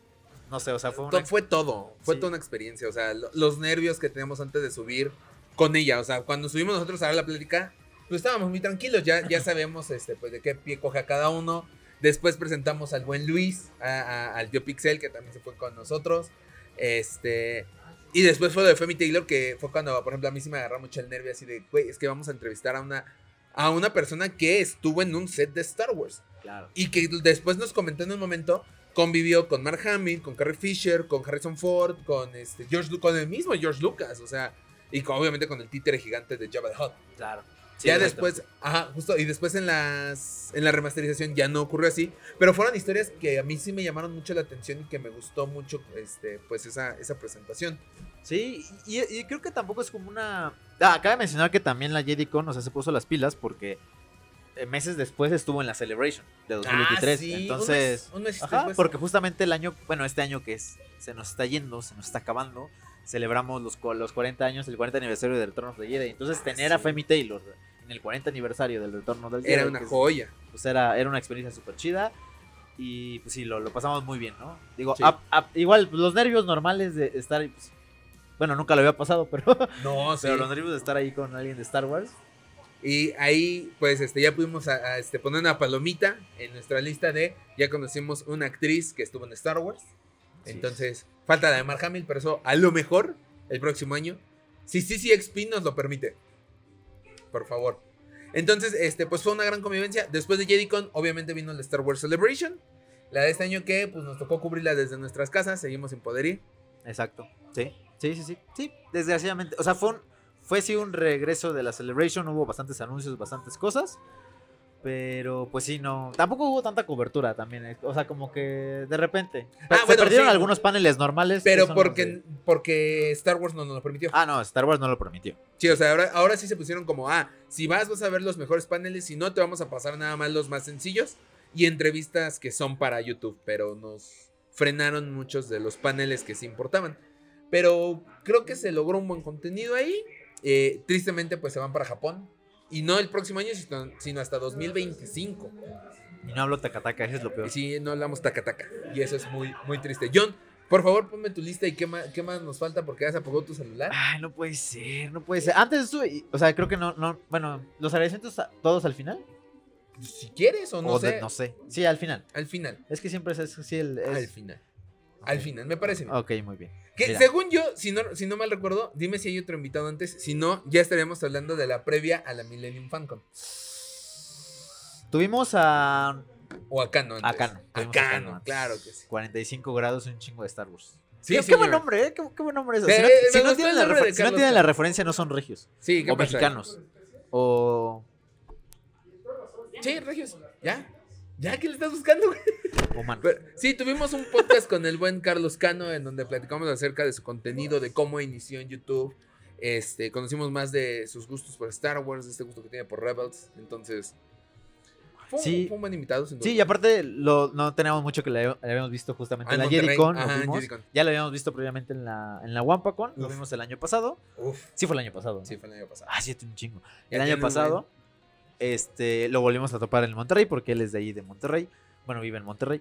Speaker 2: no sé, o sea, fue una
Speaker 1: To- fue todo, fue
Speaker 2: Sí.
Speaker 1: toda una experiencia, o sea, lo- los nervios que teníamos antes de subir con ella, o sea, cuando subimos nosotros a la plática, pues estábamos muy tranquilos, ya, ya sabemos este, pues, de qué pie coge a cada uno. Después presentamos al buen Luis, a- a- al tío Pixel, que también se fue con nosotros. Este, y después fue lo de Femi Taylor, que fue cuando, por ejemplo, a mí sí me agarró mucho el nervio así de, güey, es que vamos a entrevistar a una, a una persona que estuvo en un set de Star Wars.
Speaker 2: Claro.
Speaker 1: Y que después nos comentó en un momento, convivió con Mark Hamill, con Carrie Fisher, con Harrison Ford, con este George Lu- con el mismo George Lucas, o sea, y con- obviamente con el títere gigante de Jabba the Hutt.
Speaker 2: Claro.
Speaker 1: ya después, ajá, justo, y después en las en la remasterización ya no ocurrió así, pero fueron historias que a mí sí me llamaron mucho la atención y que me gustó mucho este pues esa esa presentación.
Speaker 2: Sí, y, y creo que tampoco es como una. Ah, acaba de mencionar que también la JediCon, o sea, se puso las pilas porque eh, meses después estuvo en la Celebration de 2023. Entonces.
Speaker 1: Ah, un mes, un mes
Speaker 2: Ajá,
Speaker 1: después.
Speaker 2: porque justamente el año, bueno, este año que es, se nos está yendo, se nos está acabando, celebramos los, cu- los 40 años, el 40 aniversario del Retorno de Jedi. Entonces, tener a
Speaker 1: sí.
Speaker 2: Femi Taylor en el 40 aniversario del Retorno del Jedi.
Speaker 1: era una
Speaker 2: que es-
Speaker 1: joya.
Speaker 2: pues era, era una experiencia súper chida. Y pues sí, lo, lo pasamos muy bien, ¿no? Digo,
Speaker 1: Sí.
Speaker 2: ap- ap- igual pues, los nervios normales de estar. ahí, pues, bueno, nunca lo había pasado, pero,
Speaker 1: No,
Speaker 2: pero los nervios de estar ahí con alguien de Star Wars.
Speaker 1: Y ahí, pues, este, ya pudimos a- a, este, poner una palomita en nuestra lista de ya conocimos una actriz que estuvo en Star Wars.
Speaker 2: Sí.
Speaker 1: Entonces, falta la de Mark Hamill, pero eso a lo mejor el próximo año. Si sí, sí, XP nos lo permite. Por favor. Entonces, este, pues fue una gran convivencia. Después de JediCon, obviamente vino la Star Wars Celebration. La de este año que pues nos tocó cubrirla desde nuestras casas, seguimos sin poder ir.
Speaker 2: Exacto. Sí, sí, sí, sí. Sí, desgraciadamente. O sea, fue, un- fue sí un regreso de la Celebration. Hubo bastantes anuncios, bastantes cosas. Pero pues sí, no. Tampoco hubo tanta cobertura también. eh, O sea, como que de repente.
Speaker 1: Ah,
Speaker 2: se
Speaker 1: bueno,
Speaker 2: perdieron
Speaker 1: sí.
Speaker 2: algunos paneles normales. que
Speaker 1: Pero
Speaker 2: son los de-
Speaker 1: porque, porque Star Wars no nos lo permitió.
Speaker 2: Ah, no, Star Wars no lo permitió.
Speaker 1: Sí, o sea, ahora, ahora sí se pusieron como, ah, si vas vas a ver los mejores paneles, si no te vamos a pasar nada más los más sencillos y entrevistas que son para YouTube, pero nos frenaron muchos de los paneles que sí importaban. Pero creo que se logró un buen contenido ahí. Eh, tristemente, pues se van para Japón. Y no el próximo año, sino- sino hasta 2025.
Speaker 2: Y no hablo tacataca, eso es lo peor.
Speaker 1: Y sí, no hablamos tacataca. Y eso es muy, muy triste. John, por favor, ponme tu lista y qué más, qué más nos falta porque ya se apagó tu celular.
Speaker 2: Ay, no puede ser, no puede ser. Antes estuve, y- o sea, creo que no, no, bueno, los agradecimientos a- todos al final.
Speaker 1: Si quieres o no
Speaker 2: O de-
Speaker 1: sé.
Speaker 2: no sé. Sí, al final.
Speaker 1: Al final.
Speaker 2: Es que siempre es así el... es-
Speaker 1: Al final. Al
Speaker 2: Ok.
Speaker 1: final, me parece. bien.
Speaker 2: Ok, muy bien.
Speaker 1: Que
Speaker 2: mira.
Speaker 1: según yo, si no, si no mal recuerdo, dime si hay otro invitado antes. Si no, ya estaríamos hablando de la previa a la Millennium Fancon.
Speaker 2: Tuvimos a...
Speaker 1: O acá no. Antes.
Speaker 2: A Cano.
Speaker 1: A
Speaker 2: Tuvimos a Cano
Speaker 1: Cano,
Speaker 2: antes.
Speaker 1: claro que sí.
Speaker 2: 45 grados y un chingo de Star Wars.
Speaker 1: Sí,
Speaker 2: qué, qué
Speaker 1: señor.
Speaker 2: buen nombre, ¿eh? Qué, qué buen nombre es.
Speaker 1: Eh,
Speaker 2: Si no,
Speaker 1: eh,
Speaker 2: si
Speaker 1: me
Speaker 2: no
Speaker 1: gustó
Speaker 2: tienen,
Speaker 1: el
Speaker 2: la,
Speaker 1: nombre
Speaker 2: refer-
Speaker 1: de
Speaker 2: si no
Speaker 1: Carlos
Speaker 2: tienen la
Speaker 1: Cano.
Speaker 2: referencia, no son regios.
Speaker 1: Sí, ¿qué
Speaker 2: O
Speaker 1: pasa?
Speaker 2: mexicanos. O,
Speaker 1: Sí, Regios. ¿Ya? ¿Ya que le estás buscando?
Speaker 2: o man-
Speaker 1: Pero- sí, tuvimos un podcast con el buen Carlos Cano en donde platicamos acerca de su contenido, de cómo inició en YouTube. Este, conocimos más de sus gustos por Star Wars, de este gusto que tiene por Rebels. Entonces, fue, un-
Speaker 2: Sí.
Speaker 1: fue un buen invitado, sin duda.
Speaker 2: Sí, y aparte lo, no teníamos mucho que le, le habíamos visto justamente
Speaker 1: Ah,
Speaker 2: en la
Speaker 1: Monterrey.
Speaker 2: JediCon. lo
Speaker 1: Ajá, en
Speaker 2: vimos.
Speaker 1: Jedicon.
Speaker 2: Ya lo habíamos visto previamente en la, en la WampaCon. Lo
Speaker 1: Uf.
Speaker 2: vimos el año pasado.
Speaker 1: Uf,
Speaker 2: Sí, fue el año pasado. ¿no?
Speaker 1: sí, fue el año pasado.
Speaker 2: Ah, sí, un chingo.
Speaker 1: Ya
Speaker 2: el
Speaker 1: tiene
Speaker 2: año
Speaker 1: un
Speaker 2: pasado, este, lo volvimos a topar en Monterrey porque él es de ahí, de Monterrey. Bueno, vive en Monterrey.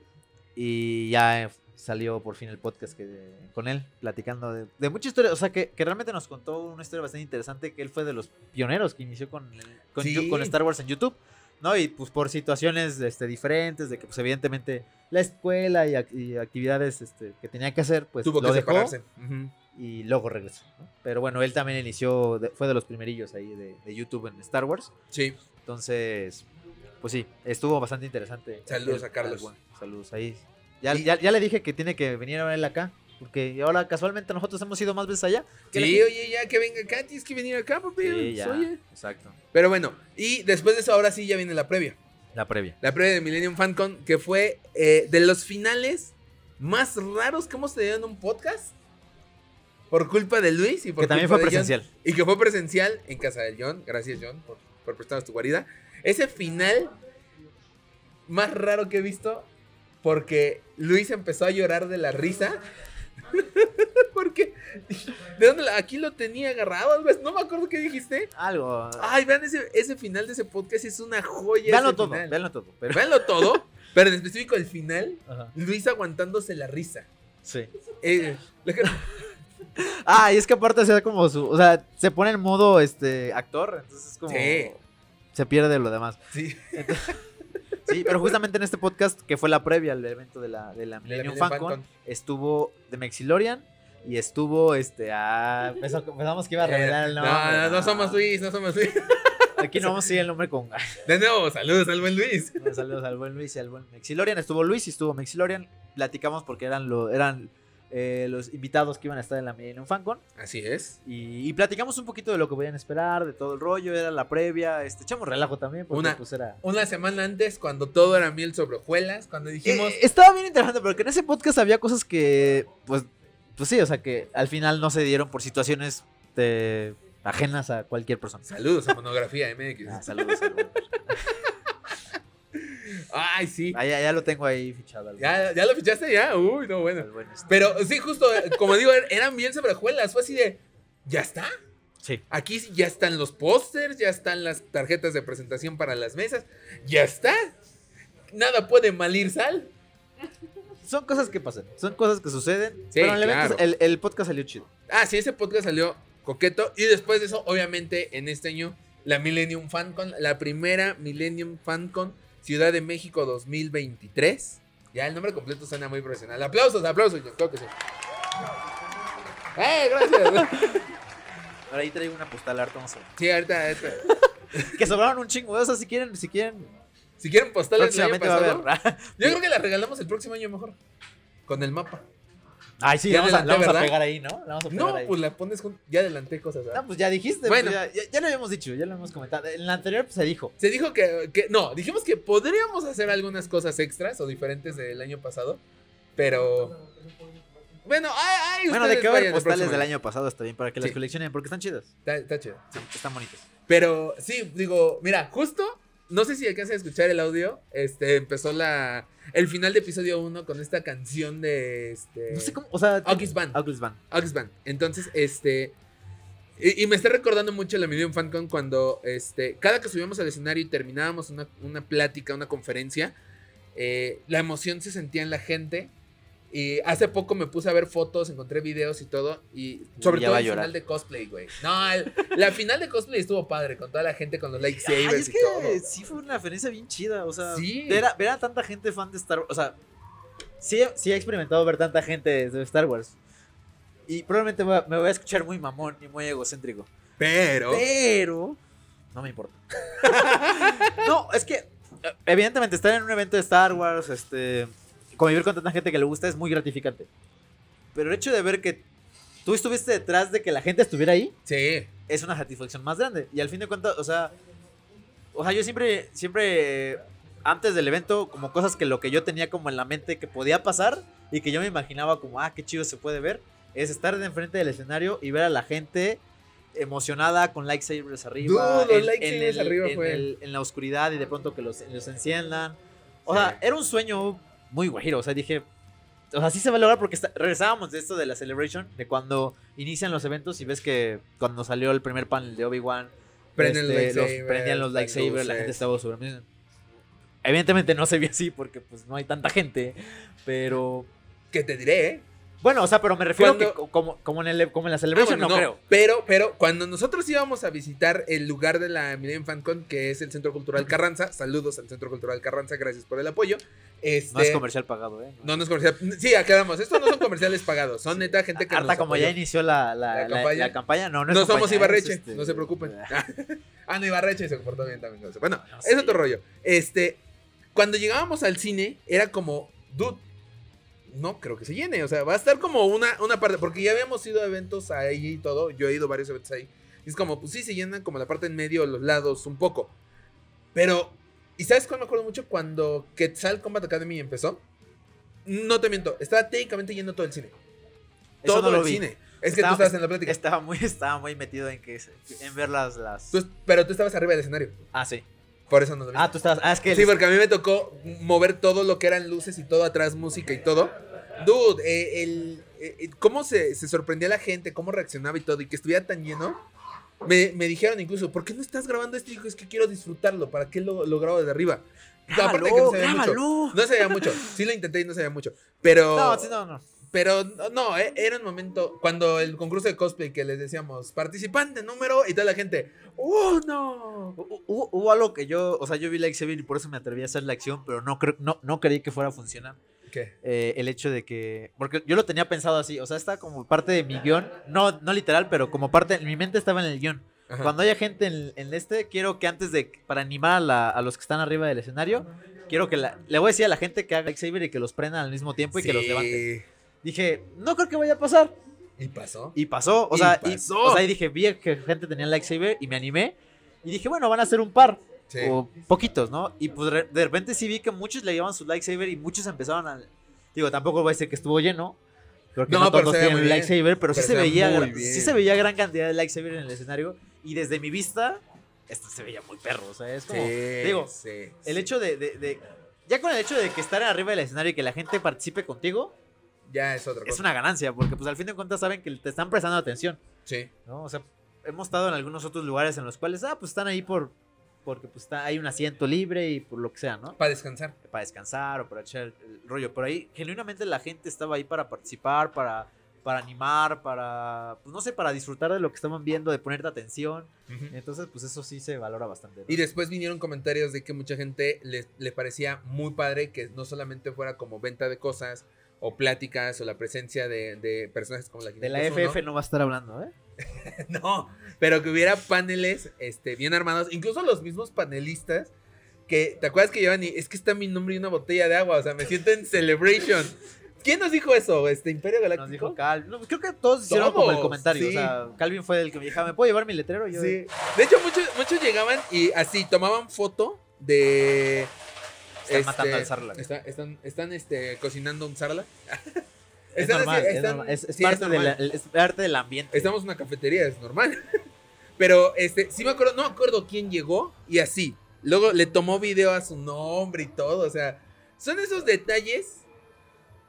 Speaker 2: Y ya eh, salió por fin el podcast que, con él, platicando de, de mucha historia. O sea, que, que realmente nos contó una historia bastante interesante, que él fue de los pioneros que inició con, el- con,
Speaker 1: Sí.
Speaker 2: Yu- con Star Wars en YouTube. ¿no? Y pues por situaciones este, diferentes, de que pues evidentemente la escuela y, ac- y actividades este, que tenía que hacer, pues
Speaker 1: Tuvo
Speaker 2: lo
Speaker 1: que
Speaker 2: dejó
Speaker 1: separarse. Ujú.
Speaker 2: y luego regresó. ¿no? Pero bueno, él también inició, de- fue de los primerillos ahí de, de YouTube en Star Wars.
Speaker 1: Sí,
Speaker 2: Entonces, pues sí, estuvo bastante interesante.
Speaker 1: Saludos
Speaker 2: El-
Speaker 1: a Carlos.
Speaker 2: el buen- saludos ahí. Ya,
Speaker 1: Y-
Speaker 2: ya, ya le dije que tiene que venir a él acá. Porque ahora casualmente nosotros hemos ido más veces allá. que la
Speaker 1: sí,
Speaker 2: gente-
Speaker 1: oye, ya que venga acá, tienes que venir acá, papi. pues,
Speaker 2: Sí, ya,
Speaker 1: Oye.
Speaker 2: Exacto.
Speaker 1: Pero bueno, y después de eso, ahora sí ya viene la previa.
Speaker 2: La previa.
Speaker 1: La previa de Millennium FanCon, que fue eh, de los finales más raros que hemos tenido en un podcast. Por culpa de Luis y por
Speaker 2: Que también
Speaker 1: culpa
Speaker 2: fue
Speaker 1: de John.
Speaker 2: presencial.
Speaker 1: Y que fue presencial en casa del John. Gracias, John, por, por prestarnos tu guarida. Ese final más raro que he visto porque Luis empezó a llorar de la risa. porque ¿de dónde la- aquí lo tenía agarrado, algo así? no me acuerdo qué dijiste.
Speaker 2: Algo.
Speaker 1: Ay, vean ese, ese final de ese podcast, es una joya.
Speaker 2: véanlo
Speaker 1: ese
Speaker 2: todo,
Speaker 1: final.
Speaker 2: véanlo todo. Pero,
Speaker 1: Véanlo todo, pero en específico el final,
Speaker 2: Ajá,
Speaker 1: Luis aguantándose la risa.
Speaker 2: sí.
Speaker 1: Eh, la cara-
Speaker 2: Ah, y es que aparte hacía como su. O sea, se pone en modo este actor. Entonces es como.
Speaker 1: Sí.
Speaker 2: Se pierde lo demás.
Speaker 1: sí.
Speaker 2: Sí, pero justamente en este podcast, que fue la previa al evento de la, de la Millennium
Speaker 1: Millennium
Speaker 2: FanCon,
Speaker 1: FanCon.
Speaker 2: estuvo de Mexilorian y estuvo este. Ah, pensó- pensamos que iba a revelar el nombre.
Speaker 1: Eh, no, no, no somos Luis, no somos Luis.
Speaker 2: Aquí no vamos a decir el nombre con.
Speaker 1: De nuevo, saludos al buen Luis.
Speaker 2: Bueno, Saludos al buen Luis y al buen Mexilorian. Estuvo Luis y estuvo Mexilorian. Platicamos porque eran, lo, eran eh, los invitados que iban a estar en la Millennium FanCon.
Speaker 1: Así es.
Speaker 2: Y, y platicamos un poquito de lo que podían esperar, de todo el rollo, era la previa, este, echamos relajo también, porque
Speaker 1: Una-
Speaker 2: pues era...
Speaker 1: Una semana antes, cuando todo era miel sobre hojuelas, cuando dijimos,
Speaker 2: Eh, estaba bien interesante, porque en ese podcast había cosas que, pues, pues sí, o sea, que al final no se dieron por situaciones este, ajenas a cualquier persona.
Speaker 1: saludos a Monografía MX.
Speaker 2: Ah, saludos. saludos.
Speaker 1: Ay, sí.
Speaker 2: Ah, ya, ya lo tengo ahí fichado. al-
Speaker 1: ¿Ya, ya lo fichaste ya. Uy, no, bueno.
Speaker 2: al buen este.
Speaker 1: Pero sí, justo, eh, como digo, er- eran miel sobre hojuelas. Fue así de, ya está.
Speaker 2: Sí.
Speaker 1: Aquí sí ya están los pósters, ya están las tarjetas de presentación para las mesas. Ya está. Nada puede malir sal.
Speaker 2: Son cosas que pasan, son cosas que suceden.
Speaker 1: Sí,
Speaker 2: pero el, evento-
Speaker 1: claro.
Speaker 2: el- el podcast salió chido.
Speaker 1: Ah, sí, ese podcast salió coqueto. Y después de eso, obviamente, en este año, la Millennium FanCon, la primera Millennium FanCon Ciudad de México 2023. Ya el nombre completo suena muy profesional. Aplausos, aplausos, yo creo que sí. ¡Eh, gracias!
Speaker 2: Ahora ahí traigo una postal, harto vamos a ver.
Speaker 1: Sí, ahorita, ahorita.
Speaker 2: Que sobraron un chingo, o sea, si quieren, si quieren,
Speaker 1: Si quieren postales del año
Speaker 2: próximamente va a
Speaker 1: pasado,
Speaker 2: haber.
Speaker 1: yo creo que la regalamos el próximo año mejor. Con el mapa.
Speaker 2: Ay, sí,
Speaker 1: Ya
Speaker 2: la vamos, a,
Speaker 1: adelanté,
Speaker 2: la vamos a
Speaker 1: ¿verdad?
Speaker 2: pegar ahí, ¿no? La vamos a pegar
Speaker 1: No,
Speaker 2: ahí.
Speaker 1: pues la pones con... Ya adelanté cosas. ¿verdad?
Speaker 2: No, pues ya dijiste,
Speaker 1: Bueno.
Speaker 2: pues, ya, ya- ya lo habíamos dicho, ya lo hemos comentado. En la anterior pues, se dijo.
Speaker 1: Se dijo que, que- No, dijimos que podríamos hacer algunas cosas extras o diferentes del año pasado, pero. Bueno, ay, ay,
Speaker 2: Bueno, de que
Speaker 1: qué
Speaker 2: va a haber postales del año pasado está bien para que las
Speaker 1: Sí.
Speaker 2: coleccionen, porque están chidas,
Speaker 1: Está, está chido.
Speaker 2: están bonitas.
Speaker 1: Pero sí, digo, mira, justo, no sé si alcanzas a escuchar el audio. Este empezó la. El final de episodio 1 con esta canción de. Este,
Speaker 2: No sé cómo, o sea,
Speaker 1: August Band.
Speaker 2: August Band.
Speaker 1: Oxban. Entonces, este. Y, y me está recordando mucho la Millennium FanCon cuando, este, cada que subíamos al escenario y terminábamos una, una plática, una conferencia, eh, la emoción se sentía en la gente. Y hace poco me puse a ver fotos, encontré videos y todo. Y sobre
Speaker 2: ya
Speaker 1: todo
Speaker 2: va a
Speaker 1: el
Speaker 2: llorar.
Speaker 1: final de cosplay, güey. No, el- la final de cosplay estuvo padre, con toda la gente, con los
Speaker 2: Ay,
Speaker 1: lightsabers
Speaker 2: es
Speaker 1: y todo.
Speaker 2: que sí fue una referencia bien chida, o sea,
Speaker 1: Sí.
Speaker 2: ver, a, ver a tanta gente fan de Star Wars, o sea, sí, he- sí he experimentado ver tanta gente de Star Wars. Y probablemente voy a- me voy a escuchar muy mamón y muy egocéntrico.
Speaker 1: Pero,
Speaker 2: Pero no me importa. no, es que eh, evidentemente estar en un evento de Star Wars, este convivir con tanta gente que le gusta es muy gratificante. Pero el hecho de ver que tú estuviste detrás de que la gente estuviera ahí
Speaker 1: sí,
Speaker 2: es una satisfacción más grande. Y al fin de cuentas, o sea, o sea, yo siempre siempre eh, antes del evento como cosas que lo que yo tenía como en la mente que podía pasar y que yo me imaginaba como, ah, qué chido se puede ver, es estar de enfrente del escenario y ver a la gente emocionada con lightsabers arriba,
Speaker 1: Dude, los lightsabers arriba
Speaker 2: en
Speaker 1: fue-
Speaker 2: el- en la oscuridad y de pronto que los, los enciendan. O sea, era un sueño muy guajiro, o sea, dije, o sea, sí se va a lograr porque está- regresábamos de esto de la Celebration, de cuando inician los eventos y ves que cuando salió el primer panel de Obi-Wan,
Speaker 1: Prenden los
Speaker 2: Este, los-
Speaker 1: lightsabers,
Speaker 2: prendían los
Speaker 1: las
Speaker 2: lightsabers, la
Speaker 1: luces.
Speaker 2: gente estaba sobre mí. Evidentemente no se vio así porque pues no hay tanta gente, pero
Speaker 1: que te diré, ¿eh?
Speaker 2: bueno, o sea, pero me refiero
Speaker 1: Cuando-
Speaker 2: que co- como, como en el como en la Celebration
Speaker 1: Ah,
Speaker 2: no,
Speaker 1: bueno,
Speaker 2: creo.
Speaker 1: Pero, pero cuando nosotros íbamos a visitar el lugar de la Millennium FanCon, que es el Centro Cultural Carranza, saludos al Centro Cultural Carranza, gracias por el apoyo. Este,
Speaker 2: No es comercial pagado, ¿eh?
Speaker 1: No, no es comercial. Sí, aclaramos. Estos no son comerciales pagados. Son neta gente que
Speaker 2: Harta
Speaker 1: nos
Speaker 2: como
Speaker 1: apoyó.
Speaker 2: ya inició la, la-
Speaker 1: La
Speaker 2: la- la
Speaker 1: campaña.
Speaker 2: campaña. no, no
Speaker 1: No,
Speaker 2: es
Speaker 1: somos
Speaker 2: campaña,
Speaker 1: Ibarreche,
Speaker 2: es, este, eh.
Speaker 1: no se preocupen. ah, no, Ibarreche se comportó bien también. entonces. Bueno,
Speaker 2: No
Speaker 1: es
Speaker 2: sé.
Speaker 1: otro rollo. Este, cuando llegábamos al cine, era como, dude, no creo que se llene. O sea, va a estar como una, una parte, porque ya habíamos ido a eventos ahí y todo. Yo he ido a varios eventos ahí. Y es como, pues sí, se llenan como la parte en medio, los lados, un poco. Pero, ¿y sabes cuál me acuerdo mucho? Cuando Quetzal Combat Academy empezó. No te miento, estaba técnicamente yendo todo el cine.
Speaker 2: Eso
Speaker 1: todo
Speaker 2: no lo
Speaker 1: el
Speaker 2: vi.
Speaker 1: cine. Es que tú
Speaker 2: Estaba-
Speaker 1: estabas en la plática.
Speaker 2: Estaba muy, estaba muy metido en que en ver las, las...
Speaker 1: Tú- pero tú estabas arriba del escenario.
Speaker 2: Ah, sí.
Speaker 1: Por eso no lo viste.
Speaker 2: Ah, tú estabas. Ah, es que
Speaker 1: sí, porque a mí me tocó mover todo lo que eran luces y todo atrás, música y todo. Dude, eh, el, eh, eh, cómo se, se sorprendía la gente, cómo reaccionaba y todo, y que estuviera tan lleno. Me, me dijeron incluso, ¿por qué no estás grabando esto? Y dije, es que quiero disfrutarlo, ¿para qué lo, lo grabo de arriba? Aparte de que no
Speaker 2: Grábalo,
Speaker 1: se veía mucho.
Speaker 2: grábalo.
Speaker 1: No se veía mucho, sí lo intenté y no se veía mucho. Pero,
Speaker 2: No, sí, no, no.
Speaker 1: pero no, no, eh, era un momento, cuando el concurso de cosplay que les decíamos, participante número, y toda la gente, "¡Oh, ¡uno!
Speaker 2: Hu- Hubo, hubo algo que yo, o sea, yo vi la exhibición y por eso me atreví a hacer la acción, pero no creo, no, no creí que fuera a funcionar.
Speaker 1: ¿Qué?
Speaker 2: Eh, el hecho de que, porque yo lo tenía pensado así, o sea, está como parte de mi guión, no, no literal, pero como parte, mi mente estaba en el guión.
Speaker 1: Ajá.
Speaker 2: Cuando haya gente en, en este, quiero que antes de, para animar a, la- a los que están arriba del escenario, quiero que la, le voy a decir a la gente que haga Xavier y que los prendan al mismo tiempo y que los
Speaker 1: Sí.
Speaker 2: levanten. Dije, no creo que vaya a pasar.
Speaker 1: Y pasó.
Speaker 2: Y pasó, o
Speaker 1: Y
Speaker 2: sea, y-
Speaker 1: pasó.
Speaker 2: o sea, y dije, vi que gente tenía el Xavier y me animé. Y dije, bueno, van a ser un par,
Speaker 1: Sí.
Speaker 2: o poquitos, ¿no? Y pues re- de repente sí vi que muchos le llevaban su lightsaber y muchos empezaban a... Digo, tampoco voy a decir que estuvo lleno. Porque
Speaker 1: No,
Speaker 2: no,
Speaker 1: pero
Speaker 2: todos
Speaker 1: se ve
Speaker 2: tienen
Speaker 1: muy
Speaker 2: un
Speaker 1: bien.
Speaker 2: lightsaber, pero, sí,
Speaker 1: Pero
Speaker 2: se
Speaker 1: se ve
Speaker 2: veía,
Speaker 1: muy
Speaker 2: gra-
Speaker 1: bien.
Speaker 2: sí se veía gran cantidad de lightsaber en el escenario. Y desde mi vista, esto se veía muy perro. O sea, es como... digo,
Speaker 1: sí,
Speaker 2: El
Speaker 1: sí.
Speaker 2: hecho de, de- de- Ya con el hecho de que estar arriba del escenario y que la gente participe contigo,
Speaker 1: Ya es otra cosa.
Speaker 2: es una ganancia. Porque pues al fin de cuentas saben que te están prestando atención.
Speaker 1: Sí.
Speaker 2: ¿no? O sea, hemos estado en algunos otros lugares en los cuales, ah, pues están ahí por, porque pues está, hay un asiento libre y por lo que sea, ¿no?
Speaker 1: Para descansar.
Speaker 2: Para descansar o para echar el, el rollo. Pero ahí, genuinamente la gente estaba ahí para participar, para, para animar, para, pues no sé, para disfrutar de lo que estaban viendo, de ponerte atención.
Speaker 1: Ujú.
Speaker 2: Entonces, pues eso sí se valora bastante. ¿no?
Speaker 1: Y después vinieron comentarios de que mucha gente le, le parecía muy padre que no solamente fuera como venta de cosas o pláticas o la presencia de, de personajes como la
Speaker 2: De la
Speaker 1: 501,
Speaker 2: FF no va a estar hablando, ¿eh?
Speaker 1: No, pero que hubiera paneles este, bien armados, incluso los mismos panelistas. Que, ¿Te acuerdas que llevan y es que está mi nombre y una botella de agua? O sea, me siento en Celebration. ¿Quién nos dijo eso? ¿Este Imperio Galáctico?
Speaker 2: Nos dijo Calvin. No, pues, creo que todos hicieron como el
Speaker 1: Todos,
Speaker 2: comentario.
Speaker 1: sí.
Speaker 2: O sea, Calvin fue el que me dijo, ¿me puedo llevar mi letrero? Y Yo,
Speaker 1: Sí. De hecho, muchos, muchos llegaban y así tomaban foto de. este,
Speaker 2: Están matando al Sarlacc.
Speaker 1: está- están están este, cocinando un Sarlacc.
Speaker 2: Es
Speaker 1: Están así,
Speaker 2: normal, es
Speaker 1: están-
Speaker 2: normal. Es, es
Speaker 1: sí, es
Speaker 2: parte de la-
Speaker 1: normal.
Speaker 2: es parte del ambiente.
Speaker 1: Estamos en una cafetería, es normal. Pero este, sí me acuerdo, no me acuerdo quién llegó y así. Luego le tomó video a su nombre y todo. O sea, son esos detalles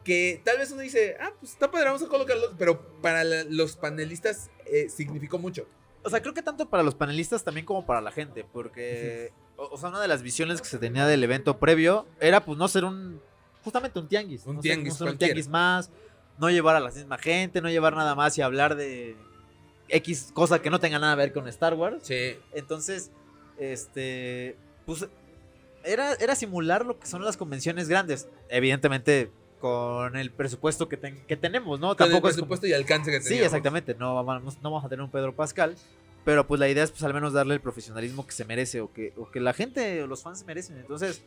Speaker 1: que tal vez uno dice, ah, pues está padre, vamos a colocarlo. Pero para la- los panelistas eh, significó mucho.
Speaker 2: O sea, creo que tanto para los panelistas también como para la gente, porque, o, o sea, una de las visiones que se tenía del evento previo era, pues, no ser un, justamente un tianguis.
Speaker 1: Un
Speaker 2: no ser-
Speaker 1: tianguis
Speaker 2: no ser un
Speaker 1: cualquiera.
Speaker 2: tianguis más, no llevar a la misma gente, no llevar nada más y hablar de X cosa que no tenga nada que ver con Star Wars.
Speaker 1: Sí,
Speaker 2: Entonces, este, pues, era, era simular lo que son las convenciones grandes, evidentemente con el presupuesto que, ten- que tenemos, ¿no?
Speaker 1: con el
Speaker 2: Tampoco es como-
Speaker 1: presupuesto y alcance que
Speaker 2: Sí,
Speaker 1: teníamos.
Speaker 2: exactamente. No vamos, no vamos a tener un Pedro Pascal. Pero pues la idea es pues al menos darle el profesionalismo que se merece o que, o que la gente o los fans merecen. Entonces,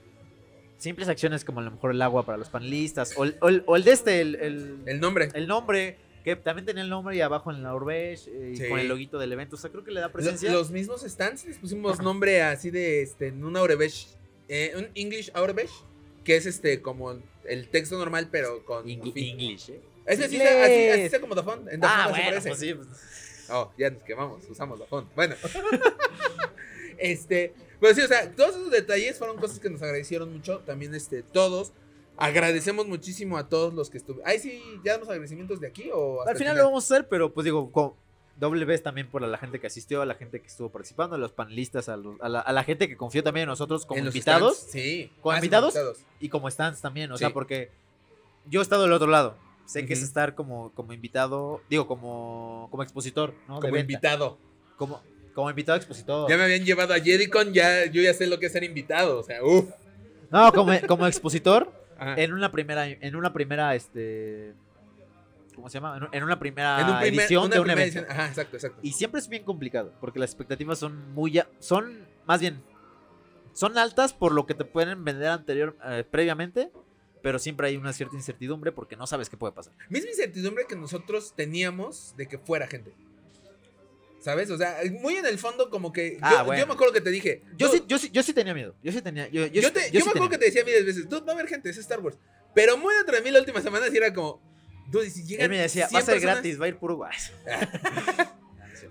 Speaker 2: simples acciones como a lo mejor el agua para los panelistas o el, o el- o el de este, el, el-
Speaker 1: El nombre.
Speaker 2: el nombre, que también tenía el nombre y abajo en la Orbech eh, y
Speaker 1: Sí.
Speaker 2: con el loguito del evento. O sea, creo que le da
Speaker 1: Lo-
Speaker 2: presencia.
Speaker 1: Los mismos stands les pusimos nombre así de este, en un Aurebesh, eh, un English Aurebesh, que es este como el texto normal, pero con.
Speaker 2: Ingl-
Speaker 1: fin.
Speaker 2: English, ¿eh?
Speaker 1: Es así,
Speaker 2: Inglés.
Speaker 1: está- así, así está como Dafón. En Dafón
Speaker 2: Ah,
Speaker 1: así
Speaker 2: bueno,
Speaker 1: aparece.
Speaker 2: pues sí. pues.
Speaker 1: Oh, ya nos quemamos, usamos Dafón. Bueno. este. Pues sí, o sea, todos esos detalles fueron cosas que nos agradecieron mucho. También este, todos. Agradecemos muchísimo a todos los que estuvieron. Ay, sí, ya damos agradecimientos de aquí o. hasta
Speaker 2: Al
Speaker 1: el
Speaker 2: final lo vamos a hacer, pero pues digo, con doble vez también por la gente que asistió, a la gente que estuvo participando, a los panelistas, a, los- a la, a la gente que confió también en nosotros como
Speaker 1: En los
Speaker 2: invitados
Speaker 1: stands, Sí.
Speaker 2: ¿Como
Speaker 1: Ah, sí,
Speaker 2: invitados? y como stands también. O
Speaker 1: Sí.
Speaker 2: sea, porque yo he estado del otro lado. Sé que es
Speaker 1: Ujú.
Speaker 2: estar como, como invitado, digo, como, como expositor, ¿no?
Speaker 1: Como
Speaker 2: De venta. Oh.
Speaker 1: invitado.
Speaker 2: Como, como invitado expositor.
Speaker 1: Ya me habían llevado a Jedicon, ya yo ya sé lo que es ser invitado, o sea, uff.
Speaker 2: No, como, como expositor.
Speaker 1: Ajá.
Speaker 2: en una primera, en una primera, este, ¿cómo se llama? En, un- en una primera
Speaker 1: En un primer-
Speaker 2: edición
Speaker 1: una
Speaker 2: de un
Speaker 1: primera
Speaker 2: evento.
Speaker 1: edición. Ajá, exacto, exacto.
Speaker 2: Y siempre es bien complicado, porque las expectativas son muy, a- son, más bien, son altas por lo que te pueden vender anterior, eh, previamente, pero siempre hay una cierta incertidumbre porque no sabes qué puede pasar.
Speaker 1: Misma incertidumbre que nosotros teníamos de que fuera gente. ¿Sabes? O sea, muy en el fondo como que...
Speaker 2: Ah,
Speaker 1: yo, yo
Speaker 2: bueno.
Speaker 1: me acuerdo que te dije...
Speaker 2: Yo,
Speaker 1: "Dude,
Speaker 2: sí, yo sí, yo sí tenía miedo. Yo sí tenía, yo, yo,
Speaker 1: Yo,
Speaker 2: sí-
Speaker 1: te- yo
Speaker 2: yo sí
Speaker 1: me acuerdo
Speaker 2: tenía
Speaker 1: que te decía miles de veces, dude, va a haber gente, es Star Wars. Pero muy dentro de mí la última semana sí era como, dude, y si
Speaker 2: miedo.
Speaker 1: llegan
Speaker 2: Él me decía,
Speaker 1: 100
Speaker 2: va a ser
Speaker 1: personas?"
Speaker 2: gratis, va a ir puro guay.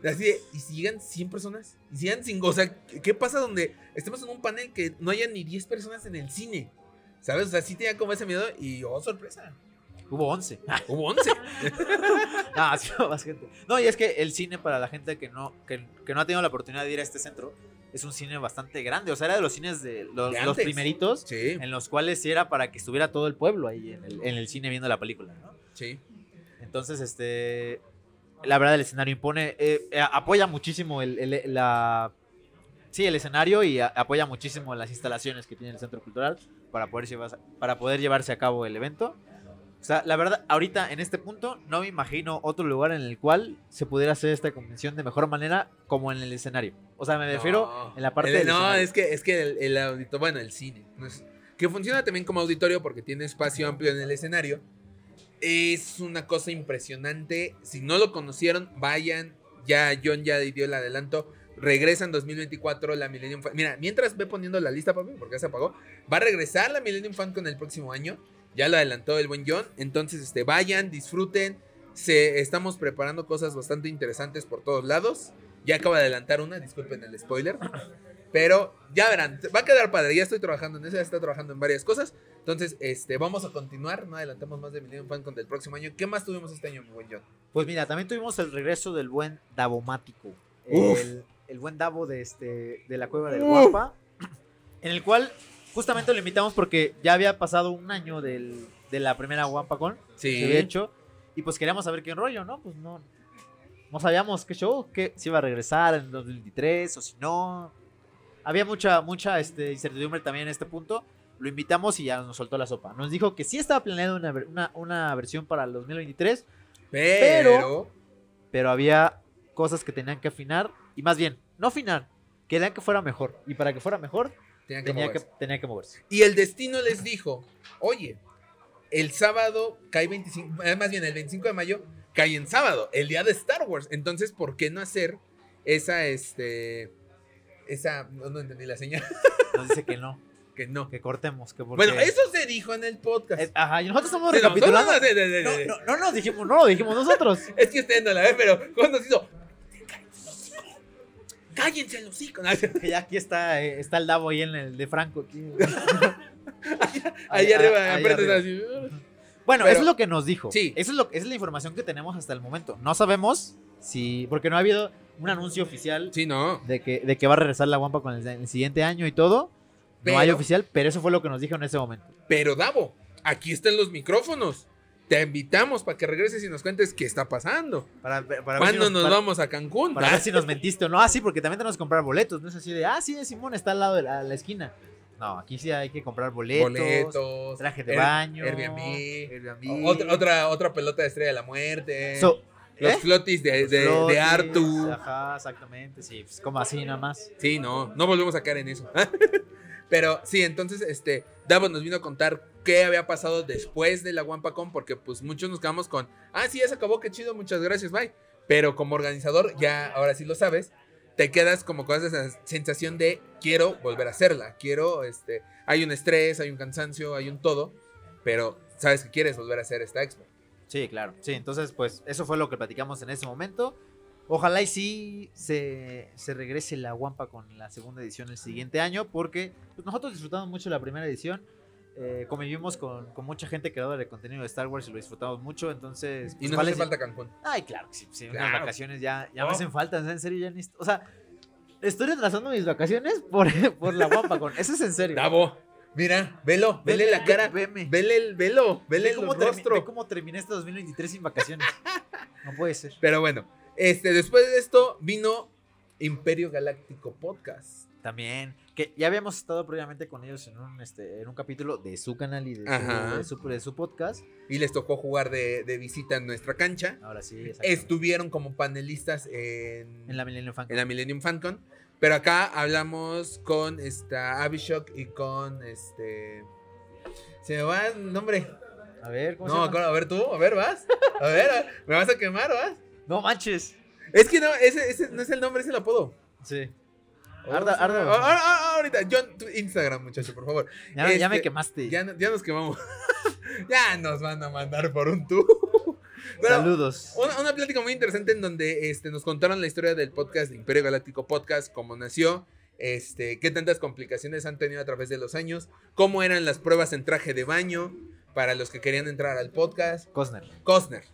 Speaker 1: Así de, y si llegan 100 personas, y si llegan 5, o sea, ¿qué- ¿qué pasa donde estemos en un panel que no haya ni 10 personas en el cine? ¿Sabes? O sea, sí tenía como ese miedo y, oh, sorpresa,
Speaker 2: Hubo 11.
Speaker 1: hubo 11.
Speaker 2: Ah, sí, más gente. No, y es que el cine para la gente que no, que, que no ha tenido la oportunidad de ir a este centro es un cine bastante grande. O sea, era de los cines de los,
Speaker 1: De
Speaker 2: los
Speaker 1: antes.
Speaker 2: primeritos,
Speaker 1: Sí,
Speaker 2: en los cuales sí era para que estuviera todo el pueblo ahí en el, en el cine viendo la película, ¿no?
Speaker 1: sí.
Speaker 2: Entonces, este. La verdad, el escenario impone. eh, eh, apoya muchísimo el, el- la. Sí, el escenario y a- apoya muchísimo las instalaciones que tiene el Centro Cultural para poder, llevarse, para poder llevarse a cabo el evento. O sea, la verdad, ahorita en este punto no me imagino otro lugar en el cual se pudiera hacer esta convención de mejor manera como en el escenario. O sea, me refiero
Speaker 1: No.
Speaker 2: en la parte
Speaker 1: El-
Speaker 2: del
Speaker 1: no,
Speaker 2: escenario.
Speaker 1: es que, es que el, auditorio, bueno, el cine, no es- que funciona también como auditorio porque tiene espacio amplio en el escenario. Es una cosa impresionante. Si no lo conocieron, vayan. Ya John ya dio el adelanto. Regresa en 2024 la Millennium Fan. Mira, mientras ve poniendo la lista, papi, porque ya se apagó. Va a regresar la Millennium Fan con el próximo año. Ya lo adelantó el buen John. Entonces, este, vayan, disfruten. Se, estamos preparando cosas bastante interesantes por todos lados. Ya acabo de adelantar una, disculpen el spoiler. Pero ya verán, va a quedar padre. Ya estoy trabajando en eso, ya estoy trabajando en varias cosas. Entonces, este, vamos a continuar. No adelantamos más de Millennium Fan con el próximo año. ¿Qué más tuvimos este año, mi buen John?
Speaker 2: Pues mira, también tuvimos el regreso del buen Davomático.
Speaker 1: Uf.
Speaker 2: El, el buen Davo de, este, de la cueva del
Speaker 1: Uf.
Speaker 2: Guapa. En el cual justamente lo invitamos porque ya había pasado un año del- de la primera Guapacón.
Speaker 1: Sí.
Speaker 2: que había hecho. Y pues queríamos saber qué rollo, ¿no? Pues no. No sabíamos qué show, que si iba a regresar en 2023 o si no. Había mucha, mucha este, incertidumbre también en este punto. Lo invitamos y ya nos soltó la sopa. Nos dijo que sí estaba planeada una, ver- una- una versión para el 2023,
Speaker 1: Pero.
Speaker 2: pero había cosas que tenían que afinar y más bien, no afinar, querían que fuera mejor y para que fuera mejor
Speaker 1: tenían que
Speaker 2: tenía que,
Speaker 1: moverse.
Speaker 2: tenía que moverse.
Speaker 1: Y el destino les dijo: Oye, el sábado cae 25. eh, Más bien, el 25 de mayo cae en sábado, el día de Star Wars. Entonces, ¿por qué no hacer esa, este. Esa. No, no entendí la señal.
Speaker 2: Nos dice que no,
Speaker 1: Que no.
Speaker 2: que cortemos, que porque-
Speaker 1: Bueno, eso se dijo en el podcast.
Speaker 2: es- ajá, y nosotros estamos
Speaker 1: Sí, no,
Speaker 2: recapitulando. eh,
Speaker 1: no, no, no, no, no,
Speaker 2: No,
Speaker 1: no.
Speaker 2: no, no nos dijimos, no lo dijimos nosotros.
Speaker 1: Es que ustedes no la ven, pero cuando se hizo. Cállense los hocico. Cállense el hocico.
Speaker 2: Que ya aquí está, eh, está el Davo ahí en el de Franco. aquí.
Speaker 1: Ahí,
Speaker 2: Ahí-
Speaker 1: arriba,
Speaker 2: ahí
Speaker 1: enfrente está así.
Speaker 2: Bueno,
Speaker 1: Pero-
Speaker 2: eso es lo que nos dijo.
Speaker 1: Sí.
Speaker 2: Eso es, lo, esa es la información que tenemos hasta el momento. No sabemos si. Porque no ha habido un anuncio oficial
Speaker 1: Sí, no.
Speaker 2: de, que, de que va a regresar la Wampa con el, el siguiente año y todo.
Speaker 1: Pero-
Speaker 2: no hay oficial, pero eso fue lo que nos dijo en ese momento.
Speaker 1: Pero Davo, aquí están los micrófonos. Te invitamos para que regreses y nos cuentes qué está pasando.
Speaker 2: Para, para ver si
Speaker 1: ¿Cuándo nos
Speaker 2: para-
Speaker 1: vamos a Cancún?
Speaker 2: Para
Speaker 1: Ah,
Speaker 2: ver si nos mentiste o no. Ah, sí, porque también tenemos que comprar boletos. No es así de, ah, sí, Simón está al lado de la, la esquina. No, aquí sí hay que comprar boletos.
Speaker 1: Ah, Boletos,
Speaker 2: traje de
Speaker 1: Air-
Speaker 2: baño,
Speaker 1: Airbnb,
Speaker 2: Airbnb.
Speaker 1: Otra, otra, otra pelota de estrella de la muerte.
Speaker 2: So,
Speaker 1: los
Speaker 2: ¿eh?
Speaker 1: flotis de, de,
Speaker 2: Flotis,
Speaker 1: de Artu.
Speaker 2: Ajá, exactamente, sí, pues como así nada más.
Speaker 1: Sí, no, no volvemos a caer en eso. Pero sí, entonces, este, Davos nos vino a contar qué había pasado después de la WampaCon, porque pues muchos nos quedamos con, ah, sí, ya se acabó, qué chido, muchas gracias, bye. Pero como organizador, ya ahora sí lo sabes, te quedas como con esa sensación de quiero volver a hacerla, quiero, este, hay un estrés, hay un cansancio, hay un todo, pero sabes que quieres volver a hacer esta expo.
Speaker 2: Sí, claro. Sí, entonces pues eso fue lo que platicamos en ese momento. Ojalá y sí se, se regrese la Wampa con la segunda edición el siguiente año, porque pues, nosotros disfrutamos mucho la primera edición. eh, convivimos con, con mucha gente creadora de contenido de Star Wars y lo disfrutamos mucho, entonces...
Speaker 1: Y
Speaker 2: pues,
Speaker 1: no
Speaker 2: ¿cuál
Speaker 1: hace
Speaker 2: es-
Speaker 1: falta Cancún.
Speaker 2: Ay, claro que sí, sí, unas
Speaker 1: Claro.
Speaker 2: vacaciones ya, ya
Speaker 1: Oh.
Speaker 2: me hacen falta, o sea, en serio ya ni... O sea, estoy retrasando mis vacaciones por, por la Wampa con... Eso es en serio.
Speaker 1: Davo, mira, velo, vele la cara,
Speaker 2: Ve- veme.
Speaker 1: vele el velo, vele
Speaker 2: Ve
Speaker 1: el
Speaker 2: cómo, termi-
Speaker 1: rostro.
Speaker 2: ve cómo terminé este 2023 sin vacaciones. No puede ser.
Speaker 1: Pero bueno, este, después de esto vino Imperio Galáctico Podcast.
Speaker 2: También. Que ya habíamos estado previamente con ellos en un, este, en un capítulo de su canal y de
Speaker 1: Ajá.
Speaker 2: su, de su- de su podcast.
Speaker 1: Y les tocó jugar de, de visita en nuestra cancha.
Speaker 2: Ahora sí, exactamente.
Speaker 1: Estuvieron como panelistas en,
Speaker 2: En la Millennium Fan
Speaker 1: en la Millennium FanCon. Pero acá hablamos con esta Abishok y con este. Se me va el nombre.
Speaker 2: A ver, ¿cómo
Speaker 1: No,
Speaker 2: se llama?
Speaker 1: a ver tú, a ver, vas. A ver, a- me vas a quemar, vas.
Speaker 2: No manches.
Speaker 1: Es que no, ese, ese no es el nombre, es el apodo.
Speaker 2: Sí. Arda, Arda.
Speaker 1: Ah, ah, ah, ahorita, John, tu Instagram, muchacho, por favor.
Speaker 2: Ya, ya
Speaker 1: Este,
Speaker 2: me quemaste.
Speaker 1: Ya, no- ya nos quemamos. ya nos van a mandar por un tú. Pero oh.
Speaker 2: Saludos.
Speaker 1: una, una plática muy interesante en donde este, nos contaron la historia del podcast, de Imperio Galáctico Podcast, cómo nació, este, qué tantas complicaciones han tenido a través de los años, cómo eran las pruebas en traje de baño para los que querían entrar al podcast.
Speaker 2: Cosner.
Speaker 1: Cosner.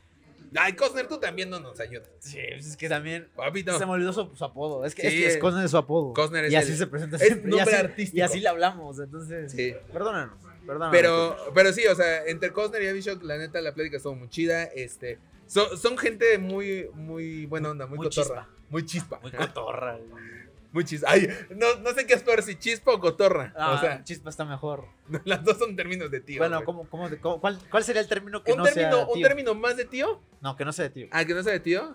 Speaker 1: Ay, Cosner, tú también no nos ayudas.
Speaker 2: Sí, pues es que también
Speaker 1: Papito.
Speaker 2: se me olvidó su, su apodo. Es que,
Speaker 1: Sí.
Speaker 2: es que es Cosner su apodo.
Speaker 1: Cosner es
Speaker 2: y así
Speaker 1: el-
Speaker 2: se presenta
Speaker 1: es
Speaker 2: siempre. y,
Speaker 1: nombre
Speaker 2: así,
Speaker 1: artístico.
Speaker 2: y así le hablamos. Entonces,
Speaker 1: Sí.
Speaker 2: perdónanos. perdónanos.
Speaker 1: Pero, pero sí, o sea, entre Cosner y Abishok, la neta, la plática estuvo muy chida. Este, so- son gente muy, muy buena onda, muy,
Speaker 2: Muy
Speaker 1: cotorra. Muy chispa.
Speaker 2: Muy cotorra. güey.
Speaker 1: Muy chispa. Ay, no, no sé qué es peor, si chispa o cotorra.
Speaker 2: Ah,
Speaker 1: o sea,
Speaker 2: chispa está mejor.
Speaker 1: las dos son términos de tío.
Speaker 2: bueno,
Speaker 1: güey.
Speaker 2: ¿cómo, cómo, te- cómo- cuál, cuál sería el término que
Speaker 1: un,
Speaker 2: no
Speaker 1: término,
Speaker 2: sea
Speaker 1: un
Speaker 2: tío?
Speaker 1: término más de tío,
Speaker 2: No, que no sea de tío.
Speaker 1: al que no sea de tío,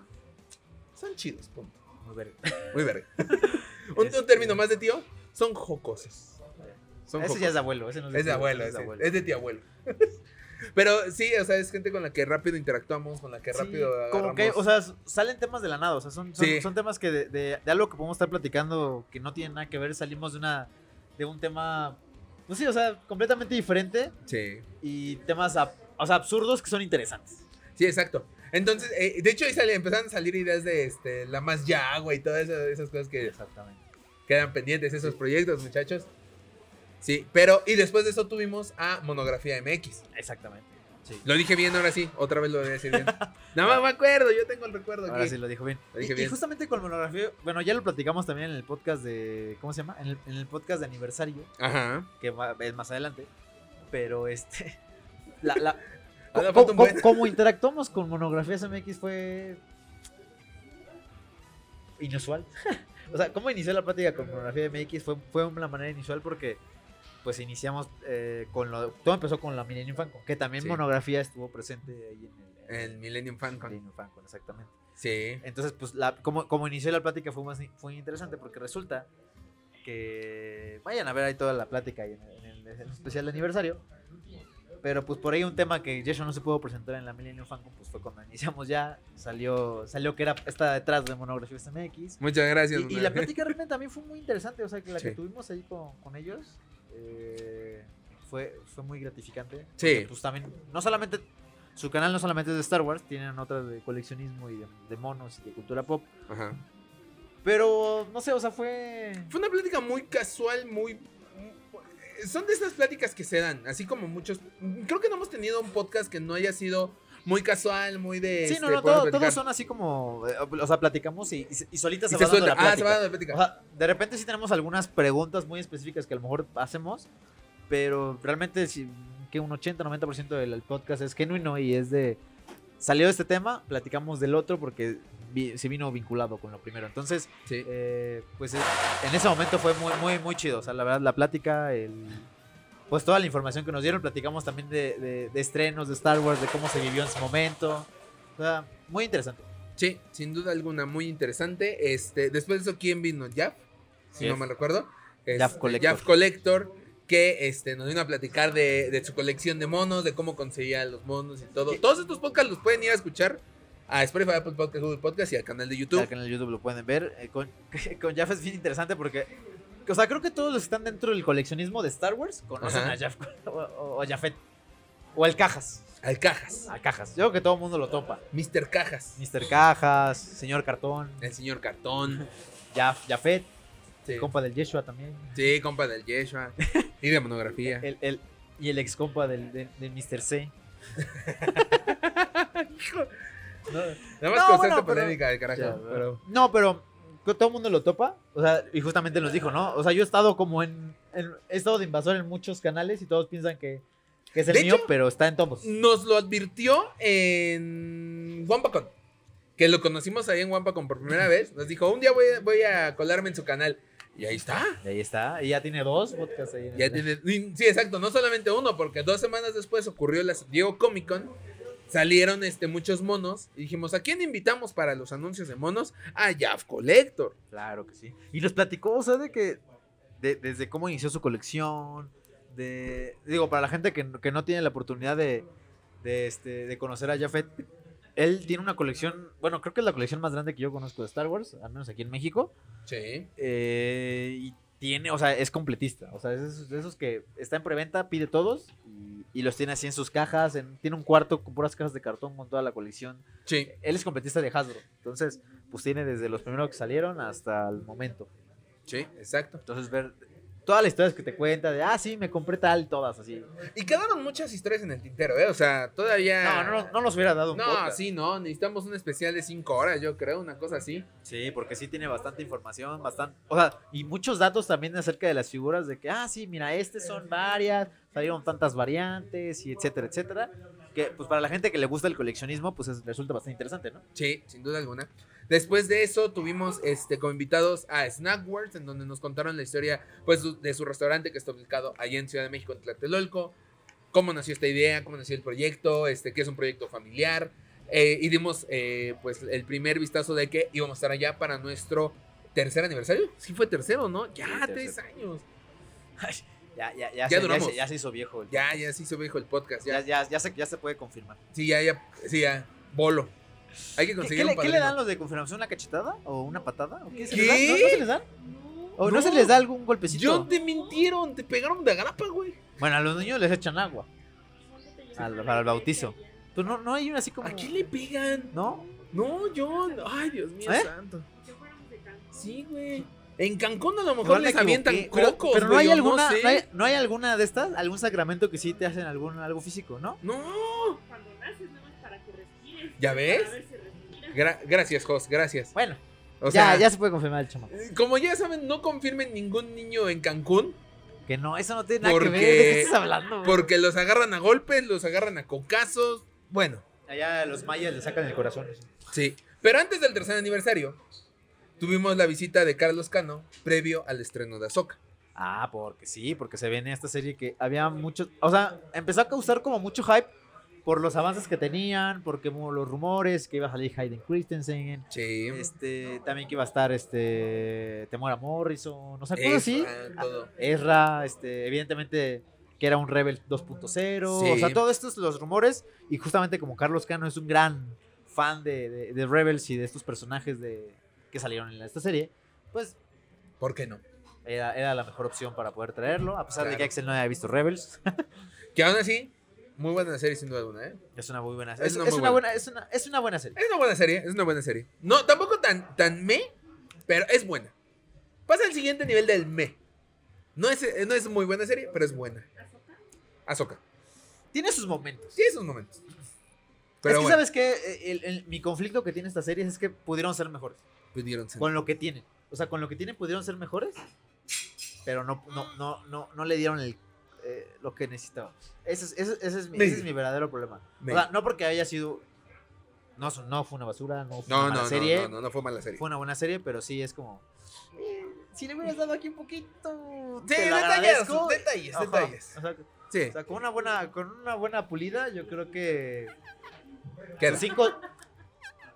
Speaker 1: son chidos, punto.
Speaker 2: Muy verga.
Speaker 1: Muy verga. un, un término más de tío, son jocosos. Son
Speaker 2: Ese ya es de abuelo. Ese no es de
Speaker 1: Es de
Speaker 2: tío,
Speaker 1: abuelo,
Speaker 2: ese
Speaker 1: es, de- es de tío abuelo. Pero sí, o sea, es gente con la que rápido interactuamos, con la que
Speaker 2: Sí,
Speaker 1: rápido.
Speaker 2: como
Speaker 1: agarramos-
Speaker 2: que, o sea, s- salen temas de la nada, o sea, son, son,
Speaker 1: Sí.
Speaker 2: son temas que de, de- de algo que podemos estar platicando que no tiene nada que ver, salimos de una de un tema, pues sí, o sea, completamente diferente
Speaker 1: Sí.
Speaker 2: y temas, ab- o sea, absurdos que son interesantes.
Speaker 1: Sí, exacto. Entonces, eh, de hecho, ahí sale- empezaron a salir ideas de este, la más ya, güey, y todas esas, esas cosas que
Speaker 2: Exactamente.
Speaker 1: quedan pendientes, esos proyectos, muchachos. Sí, pero, y después de eso tuvimos a Monografía MX.
Speaker 2: Exactamente. Sí.
Speaker 1: Lo dije bien ahora sí, otra vez lo voy a decir bien. no me acuerdo, yo tengo el recuerdo.
Speaker 2: Ahora
Speaker 1: aquí.
Speaker 2: sí lo dijo bien.
Speaker 1: Lo dije
Speaker 2: Y- y,
Speaker 1: bien.
Speaker 2: justamente con monografía, bueno, ya lo platicamos también en el podcast de, ¿cómo se llama? En el, en el podcast de aniversario,
Speaker 1: Ajá.
Speaker 2: que va- es más adelante, pero este, la, la-
Speaker 1: Ahora
Speaker 2: Co-
Speaker 1: Ah, falta un
Speaker 2: co-
Speaker 1: buen.
Speaker 2: como interactuamos con monografías MX fue inusual. o sea, cómo inició la plática con monografía MX fue, fue una manera inusual porque pues iniciamos eh, con lo... Todo empezó con la Millennium Fancon, que también
Speaker 1: Sí.
Speaker 2: monografía estuvo presente ahí en el...
Speaker 1: El Millennium Fancon.
Speaker 2: Millennium Fancon, exactamente.
Speaker 1: Sí.
Speaker 2: Entonces, pues, la, como, como inició la plática fue, más, fue interesante porque resulta que vayan a ver ahí toda la plática ahí en, el- en el, en el especial de aniversario. Pero pues por ahí un tema que Jason no se pudo presentar en la Millennium Fancon, pues fue cuando iniciamos ya, salió, salió que era está detrás de Monografías MX.
Speaker 1: Muchas gracias.
Speaker 2: Y, y la plática realmente también fue muy interesante, o sea que la que
Speaker 1: Sí.
Speaker 2: tuvimos ahí con, con ellos eh, fue, fue muy gratificante.
Speaker 1: Sí.
Speaker 2: porque, Pues también, no solamente, su canal no solamente es de Star Wars, tienen otras de coleccionismo y de, de monos y de cultura pop.
Speaker 1: Ajá.
Speaker 2: Pero, no sé, o sea, fue...
Speaker 1: Fue una plática muy casual, muy... Son de esas pláticas que se dan, así como muchos... Creo que no hemos tenido un podcast que no haya sido muy casual, muy de...
Speaker 2: Sí,
Speaker 1: este,
Speaker 2: no,
Speaker 1: poder
Speaker 2: no, todo-
Speaker 1: platicar.
Speaker 2: todos son así como, eh, o sea, platicamos y, y se- y solita
Speaker 1: Y
Speaker 2: se,
Speaker 1: se
Speaker 2: va dando
Speaker 1: suelta.
Speaker 2: la
Speaker 1: Ah, se
Speaker 2: plática.
Speaker 1: va dando la plática.
Speaker 2: O sea, de repente sí tenemos algunas preguntas muy específicas que a lo mejor hacemos, pero realmente sí, que un 80-90% del podcast es genuino y es de... Salió este tema, platicamos del otro porque vi- se vino vinculado con lo primero. Entonces,
Speaker 1: Sí.
Speaker 2: eh, pues eh, en ese momento fue muy, muy, muy chido. O sea, la verdad, la plática, el, pues toda la información que nos dieron, platicamos también de, de- de estrenos de Star Wars, de cómo se vivió en su momento. O sea, muy interesante.
Speaker 1: Sí, sin duda alguna, muy interesante. Este, después de eso, ¿quién vino? Jaf, si
Speaker 2: Sí.
Speaker 1: no me recuerdo. Este,
Speaker 2: Jaf Collector.
Speaker 1: Jaf Collector, que este, nos vino a platicar de, de su colección de monos, de cómo conseguía los monos y todo.
Speaker 2: Sí.
Speaker 1: Todos estos podcasts los pueden ir a escuchar a Spotify, Apple Podcast, Google Podcast y al canal de YouTube.
Speaker 2: Al canal de YouTube lo pueden ver. eh, con, con Jaff es bien interesante porque, o sea, creo que todos los que están dentro del coleccionismo de Star Wars conocen
Speaker 1: Ajá.
Speaker 2: a Jaff o, o a Jaffet. O al Cajas.
Speaker 1: Al Cajas,
Speaker 2: A Cajas. Yo creo que todo el mundo lo topa.
Speaker 1: Mr. Cajas,
Speaker 2: Mr. Cajas, Señor Cartón,
Speaker 1: el señor Cartón,
Speaker 2: Jaff, Jaffet,
Speaker 1: sí, compa,
Speaker 2: compa del Yeshua también.
Speaker 1: sí, compa del Yeshua y de monografía.
Speaker 2: El, el- y el ex compa del, del, del Mr. C.
Speaker 1: Nada más
Speaker 2: No,
Speaker 1: con
Speaker 2: bueno,
Speaker 1: tanta
Speaker 2: pero-
Speaker 1: polémica del carajo.
Speaker 2: Ya,
Speaker 1: pero,
Speaker 2: No, pero que todo el mundo lo topa. O sea, y justamente nos dijo, ¿no? O sea, yo he estado como en, en- He estado de invasor en muchos canales y todos piensan que, que es el
Speaker 1: De
Speaker 2: mío,
Speaker 1: hecho,
Speaker 2: pero está en todos.
Speaker 1: nos lo advirtió en Wampacon. Que lo conocimos ahí en Wampacon por primera vez. Nos dijo, un día voy, voy a colarme en su canal. Y ahí está.
Speaker 2: Y ahí está. Y ya tiene dos podcasts ahí. en
Speaker 1: Ya
Speaker 2: el-
Speaker 1: tiene- sí, exacto, no solamente uno, porque dos semanas después ocurrió la San Diego Comic Con, salieron este, muchos monos y dijimos, ¿a quién invitamos para los anuncios de monos? A Jav Collector.
Speaker 2: Claro que sí. Y nos platicó, o sea, de que. de- desde cómo inició su colección. De. Digo, para la gente que, no- que no tiene la oportunidad de. De, este, de conocer a Jafet. Él tiene una colección. Bueno, creo que es la colección más grande que yo conozco de Star Wars, al menos aquí en México.
Speaker 1: Sí.
Speaker 2: Eh, y tiene, o sea, es completista. O sea, es de esos, de esos que está en preventa, pide todos. Y, y los tiene así en sus cajas. en- tiene un cuarto con puras cajas de cartón con toda la colección.
Speaker 1: Sí.
Speaker 2: Él es completista de Hasbro. Entonces, pues tiene desde los primeros que salieron hasta el momento.
Speaker 1: Sí, exacto.
Speaker 2: Entonces, ver todas las historias que te cuenta de, ah, sí, me compré tal, todas así.
Speaker 1: Y quedaron muchas historias en el tintero, ¿eh? O sea, todavía...
Speaker 2: No, no, no nos hubiera dado un
Speaker 1: No,
Speaker 2: podcast.
Speaker 1: sí, no. Necesitamos un especial de cinco horas, yo creo, una cosa así.
Speaker 2: Sí, porque sí tiene bastante información, bastante, o sea, y muchos datos también acerca de las figuras de que, ah, sí, mira, este
Speaker 1: Eh.
Speaker 2: son varias, salieron tantas variantes y etcétera, etcétera, que pues para la gente que le gusta el coleccionismo, pues es- resulta bastante interesante, ¿no?
Speaker 1: Sí, sin duda alguna. Después de eso tuvimos este, como invitados a Snackwords, en donde nos contaron la historia pues, su- de su restaurante que está ubicado allá en Ciudad de México, en Tlatelolco. Cómo nació esta idea, cómo nació el proyecto, este, que es un proyecto familiar. eh, y dimos eh, pues, el primer vistazo de que íbamos a estar allá para nuestro tercer aniversario. Sí fue tercero, ¿no? Ya,
Speaker 2: Sí,
Speaker 1: tres
Speaker 2: tercero.
Speaker 1: años.
Speaker 2: Ya, ya, ya,
Speaker 1: Ya
Speaker 2: se, se-
Speaker 1: duramos.
Speaker 2: ya se hizo viejo. el-
Speaker 1: Ya, ya sí se dijo el podcast.
Speaker 2: ya,
Speaker 1: Ya,
Speaker 2: ya, ya se, ya se puede confirmar.
Speaker 1: Sí, ya, ya, sí, ya. Bolo. Hay que
Speaker 2: ¿Qué,
Speaker 1: conseguir
Speaker 2: qué le,
Speaker 1: un
Speaker 2: qué le
Speaker 1: padrino.
Speaker 2: dan los de confirmación? ¿Una cachetada? ¿O una patada? ¿O qué, se
Speaker 1: ¿Qué?
Speaker 2: les da? ¿No, no se les dan? ¿O no,
Speaker 1: No.
Speaker 2: se les da algún golpecito?
Speaker 1: Yo te mintieron, te pegaron de agrapa, güey.
Speaker 2: Bueno, a los niños les echan agua.
Speaker 3: Al-
Speaker 2: para el bautizo. Pues no, no hay una así como.
Speaker 1: ¿A quién le pegan?
Speaker 2: ¿No?
Speaker 1: No, John. Ay, Dios mío,
Speaker 2: ¿Eh?
Speaker 1: santo. Sí, güey. En Cancún a lo mejor
Speaker 2: Igual me
Speaker 1: les avientan
Speaker 2: equivoqué, pero-
Speaker 1: cocos,
Speaker 2: Pero, no
Speaker 1: güey,
Speaker 2: hay
Speaker 1: o
Speaker 2: alguna,
Speaker 1: No, sé.
Speaker 2: no, hay, no hay alguna de estas, algún sacramento que sí te hacen algún, algo físico, ¿no?
Speaker 1: No.
Speaker 3: Cuando naces, nada más para que respires.
Speaker 1: ¿Ya ves?
Speaker 3: Para ver si respiras.
Speaker 1: Gra- gracias, Jos, gracias.
Speaker 2: Bueno,
Speaker 1: O
Speaker 2: ya,
Speaker 1: sea,
Speaker 2: ya se puede confirmar el chamaco.
Speaker 1: como ya saben, no confirmen ningún niño en Cancún
Speaker 2: Que no, eso no tiene nada que ver.
Speaker 1: Porque-
Speaker 2: ¿De qué estás hablando? güey?
Speaker 1: porque los agarran a golpes, los agarran a cocazos. Bueno,
Speaker 2: Allá los mayas le sacan el corazón.
Speaker 1: sí. Pero antes del tercer aniversario, tuvimos la visita de Carlos Cano previo al estreno de Azoka.
Speaker 2: Ah, porque sí, porque se viene esta serie que había mucho. O sea, empezó a causar como mucho hype por los avances que tenían, porque hubo los rumores que iba a salir Hayden Christensen.
Speaker 1: Sí.
Speaker 2: Este, también que iba a estar este Temora Morrison, o sea,
Speaker 1: Ezra,
Speaker 2: cosas así.
Speaker 1: ah, todo.
Speaker 2: Ezra, este, evidentemente que era un Rebel 2.0, o
Speaker 1: Sí.
Speaker 2: sea, todos estos los rumores y justamente como Carlos Cano es un gran fan de, de- de Rebels y de estos personajes de que salieron en esta serie, pues
Speaker 1: ¿Por qué no?
Speaker 2: era, era la mejor opción para poder traerlo, a pesar de que
Speaker 1: Claro.
Speaker 2: Axel no haya visto Rebels.
Speaker 1: Que aún así, muy buena serie sin duda alguna, ¿eh?
Speaker 2: es una muy buena,
Speaker 1: Es
Speaker 2: es, es
Speaker 1: una
Speaker 2: una,
Speaker 1: muy buena.
Speaker 2: buena. es una es una buena serie.
Speaker 1: Es una buena serie, es una buena serie. No, tampoco tan, tan me, pero es buena. Pasa al siguiente nivel del me. No es, eh, no es muy buena serie, pero es buena. Azoka.
Speaker 2: Tiene sus momentos.
Speaker 1: Sí, esos momentos.
Speaker 2: es
Speaker 1: Pero
Speaker 2: que
Speaker 1: bueno,
Speaker 2: sabes que mi conflicto que tiene esta serie es que pudieron ser mejores.
Speaker 1: pudieron ser.
Speaker 2: con lo que tienen. O sea, con lo que tienen pudieron ser mejores, pero no, no, no, no, no le dieron el, eh, lo que necesitaban. Ese es, ese, es- ese es mi, ese es mi verdadero problema.
Speaker 1: Me-
Speaker 2: O sea, no porque haya sido... No, es- no fue una basura, no fue
Speaker 1: no,
Speaker 2: una
Speaker 1: no,
Speaker 2: mala
Speaker 1: no,
Speaker 2: serie.
Speaker 1: no, no, no fue mala serie.
Speaker 2: Fue una buena serie, pero sí es como... eh, si le hubieras dado aquí un poquito...
Speaker 1: Sí,
Speaker 2: te lo
Speaker 1: detalles,
Speaker 2: agradezco.
Speaker 1: detalles,
Speaker 2: Ajá.
Speaker 1: detalles.
Speaker 2: O sea,
Speaker 1: Sí,
Speaker 2: o sea, con una buena, con una buena pulida, yo creo que
Speaker 1: ¿qué era?
Speaker 2: sus cinco.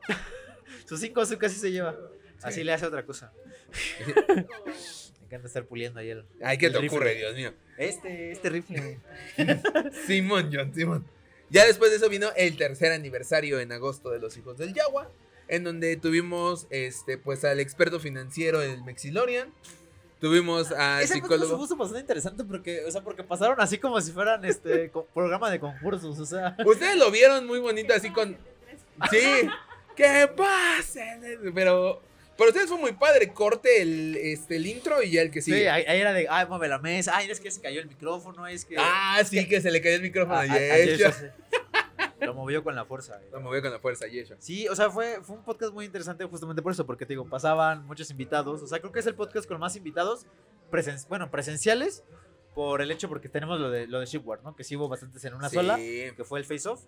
Speaker 2: sus cinco azúcar sí se lleva. Así
Speaker 1: Sí.
Speaker 2: le hace otra cosa. Me encanta estar puliendo ahí el.
Speaker 1: Ay, ¿qué
Speaker 2: el
Speaker 1: te
Speaker 2: rifle.
Speaker 1: ocurre, Dios mío?
Speaker 2: Este, este rifle.
Speaker 1: Simón, John, Simón. Ya después de eso vino el tercer aniversario en agosto de los hijos del Yagua, en donde tuvimos este, pues al experto financiero del Mexilorian, tuvimos al
Speaker 2: Ah, Ese podcast se
Speaker 1: psicólogo.
Speaker 2: puso bastante interesante porque, o sea, porque pasaron así como si fueran este co- programa de concursos. O sea.
Speaker 1: Ustedes lo vieron muy bonito así con. Sí, que pasen. Pero para ustedes fue muy padre. Corte el, este, el intro y ya el que
Speaker 2: Sí,
Speaker 1: sigue.
Speaker 2: ahí, ahí era de, ay, mueve la mesa, ay, es que se cayó el micrófono, es que.
Speaker 1: ah, sí, que se le cayó el micrófono
Speaker 2: a-
Speaker 1: a,
Speaker 2: Ah, a- a
Speaker 1: Yesha.
Speaker 2: Yesha, sí. Lo movió con la fuerza. eh.
Speaker 1: Lo movió con la fuerza, Yesha.
Speaker 2: Sí, o sea, fue, fue un podcast muy interesante justamente por eso, porque te digo, pasaban muchos invitados. O sea, creo que es el podcast con más invitados, presen bueno, presenciales, por el hecho porque tenemos lo de, lo de Shipward, ¿no? Que sí hubo bastantes en una sola,
Speaker 1: Sí.
Speaker 2: que fue el Face Off.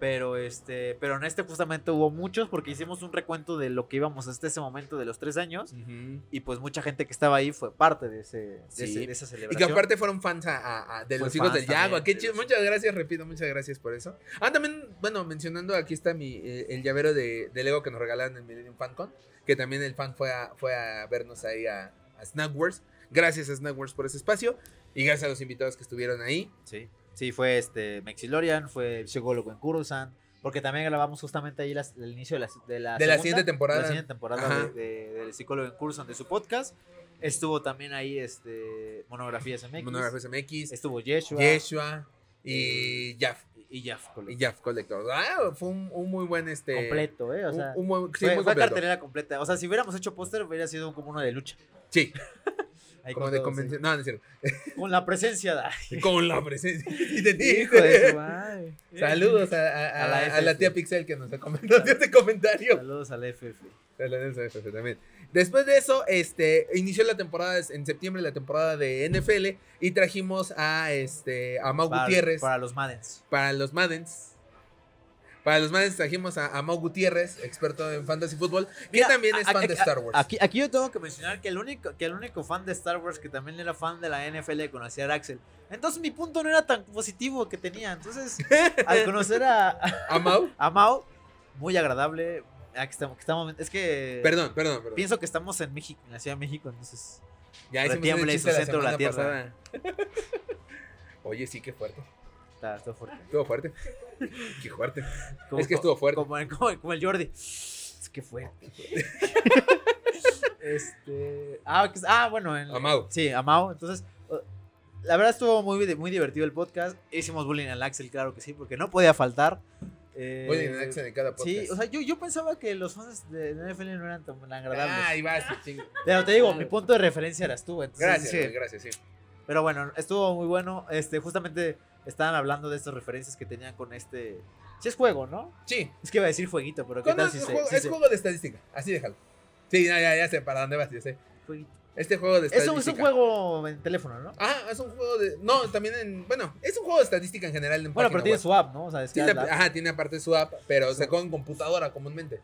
Speaker 2: Pero este, pero en este justamente hubo muchos porque hicimos un recuento de lo que íbamos hasta ese momento de los tres años.
Speaker 1: Ujú.
Speaker 2: Y pues mucha gente que estaba ahí fue parte de, ese, de,
Speaker 1: Sí.
Speaker 2: ese- de esa
Speaker 1: Y que
Speaker 2: celebración.
Speaker 1: aparte fueron fans a- a- a- de
Speaker 2: Fue
Speaker 1: los hijos
Speaker 2: fans
Speaker 1: del Yagua.
Speaker 2: también,
Speaker 1: Qué
Speaker 2: de
Speaker 1: chido.
Speaker 2: los-
Speaker 1: Muchas gracias, repito, muchas gracias por eso. Ah, también, bueno, mencionando, aquí está mi, eh, el llavero de, de Lego que nos regalaron en Millennium FanCon. Que también el fan fue a, fue a vernos ahí a, a Snack Wars. Gracias a Snack Wars por ese espacio. Y gracias a los invitados que estuvieron ahí.
Speaker 2: Sí. Sí, fue este Mexilorian, fue Psicólogo en Kurusan. Porque también grabamos justamente ahí las- el inicio de la,
Speaker 1: De
Speaker 2: de la,
Speaker 1: la
Speaker 2: segunda-
Speaker 1: siguiente temporada.
Speaker 2: de La siguiente temporada
Speaker 1: Ajá.
Speaker 2: de, de- del Psicólogo en Kurusan de su podcast. Estuvo también ahí este Monografías MX.
Speaker 1: Monografías MX,
Speaker 2: Estuvo Yeshua Eh.
Speaker 1: Yeshua y Jaf.
Speaker 2: y Jaf.
Speaker 1: Y Jaf Collector. Ah, fue un, un muy buen este.
Speaker 2: completo, ¿eh? O
Speaker 1: un-
Speaker 2: sea,
Speaker 1: un buen- sí,
Speaker 2: fue,
Speaker 1: muy
Speaker 2: fue
Speaker 1: completo.
Speaker 2: cartelera completa. O sea, si hubiéramos hecho póster, hubiera sido un- como uno de lucha.
Speaker 1: Sí,
Speaker 2: Ahí
Speaker 1: como
Speaker 2: con
Speaker 1: de
Speaker 2: todo, sí.
Speaker 1: convención. No, no es cierto.
Speaker 2: Con la presencia de.
Speaker 1: Con la presencia. Y de ti.
Speaker 2: Hijo de su madre.
Speaker 1: Saludos a, a-
Speaker 2: A la
Speaker 1: a-
Speaker 2: FF.
Speaker 1: a la tía Pixel que nos comentó este comentario.
Speaker 2: Saludos al FF.
Speaker 1: A la Nelsa FF también. Después de eso, este, inició la temporada en septiembre, la temporada de NFL, y trajimos a este a Mau
Speaker 2: Para-
Speaker 1: Gutiérrez para,
Speaker 2: Para los Maddens.
Speaker 1: los Maddens. Para los Maddens trajimos a, a Mau Gutiérrez, experto en fantasy fútbol, que
Speaker 2: Mira,
Speaker 1: también es
Speaker 2: a- a-
Speaker 1: fan de
Speaker 2: a-
Speaker 1: Star Wars.
Speaker 2: Aquí, aquí yo tengo que mencionar que el único que el único fan de Star Wars que también era fan de la NFL que conocía era Axel. Entonces mi punto no era tan positivo que tenía. Entonces, al conocer a,
Speaker 1: a Mau,
Speaker 2: a Mao, muy agradable. ah, que estamos, que estamos- es que
Speaker 1: perdón, perdón, perdón.
Speaker 2: pienso que estamos en México, en la Ciudad de México, entonces.
Speaker 1: Ya hicimos ese
Speaker 2: Retiemble,
Speaker 1: chiste
Speaker 2: su
Speaker 1: la
Speaker 2: centro, la
Speaker 1: semana
Speaker 2: tierra.
Speaker 1: pasada. Oye, sí, qué fuerte.
Speaker 2: Está, está fuerte.
Speaker 1: Estuvo fuerte. Qué fuerte.
Speaker 2: Como-
Speaker 1: es que estuvo fuerte.
Speaker 2: Como, el- como el- como el Jordi. Es que fuerte. este. Ah, que- ah, bueno. en-
Speaker 1: Amado.
Speaker 2: Sí, Amado. Entonces, o- la verdad estuvo muy, di- muy divertido el podcast. Hicimos bullying al Axel, claro que sí, porque no podía faltar. Eh,
Speaker 1: Voy en acción en cada podcast.
Speaker 2: Sí, o sea, yo, yo pensaba que los fans de de NFL no eran tan tan agradables.
Speaker 1: Ah, ahí vas, chingo.
Speaker 2: pero te digo, mi punto de referencia eras tú. Entonces,
Speaker 1: Gracias,
Speaker 2: sí.
Speaker 1: güey, gracias, sí.
Speaker 2: Pero bueno, estuvo muy bueno. Este, justamente estaban hablando de estas referencias que tenían con este. Sí, es juego, ¿no?
Speaker 1: Sí.
Speaker 2: Es que iba a decir jueguito, pero ¿qué
Speaker 1: Con-
Speaker 2: tal
Speaker 1: es
Speaker 2: si se,
Speaker 1: juego,
Speaker 2: si
Speaker 1: es
Speaker 2: se-
Speaker 1: juego de estadística, así déjalo. Sí, ya, ya, ya sé para dónde vas, ya sé.
Speaker 2: jueguito?
Speaker 1: Este juego de
Speaker 2: Es
Speaker 1: estadística.
Speaker 2: un, es un juego en teléfono, ¿no?
Speaker 1: Ah, es un juego de. No, también en. Bueno, es un juego de estadística en general. En
Speaker 2: Bueno,
Speaker 1: página
Speaker 2: pero tiene
Speaker 1: web.
Speaker 2: su app, ¿no? O sea, es que
Speaker 1: Tiene- ajá, tiene aparte su app, pero
Speaker 2: Su-
Speaker 1: se juega en computadora comúnmente.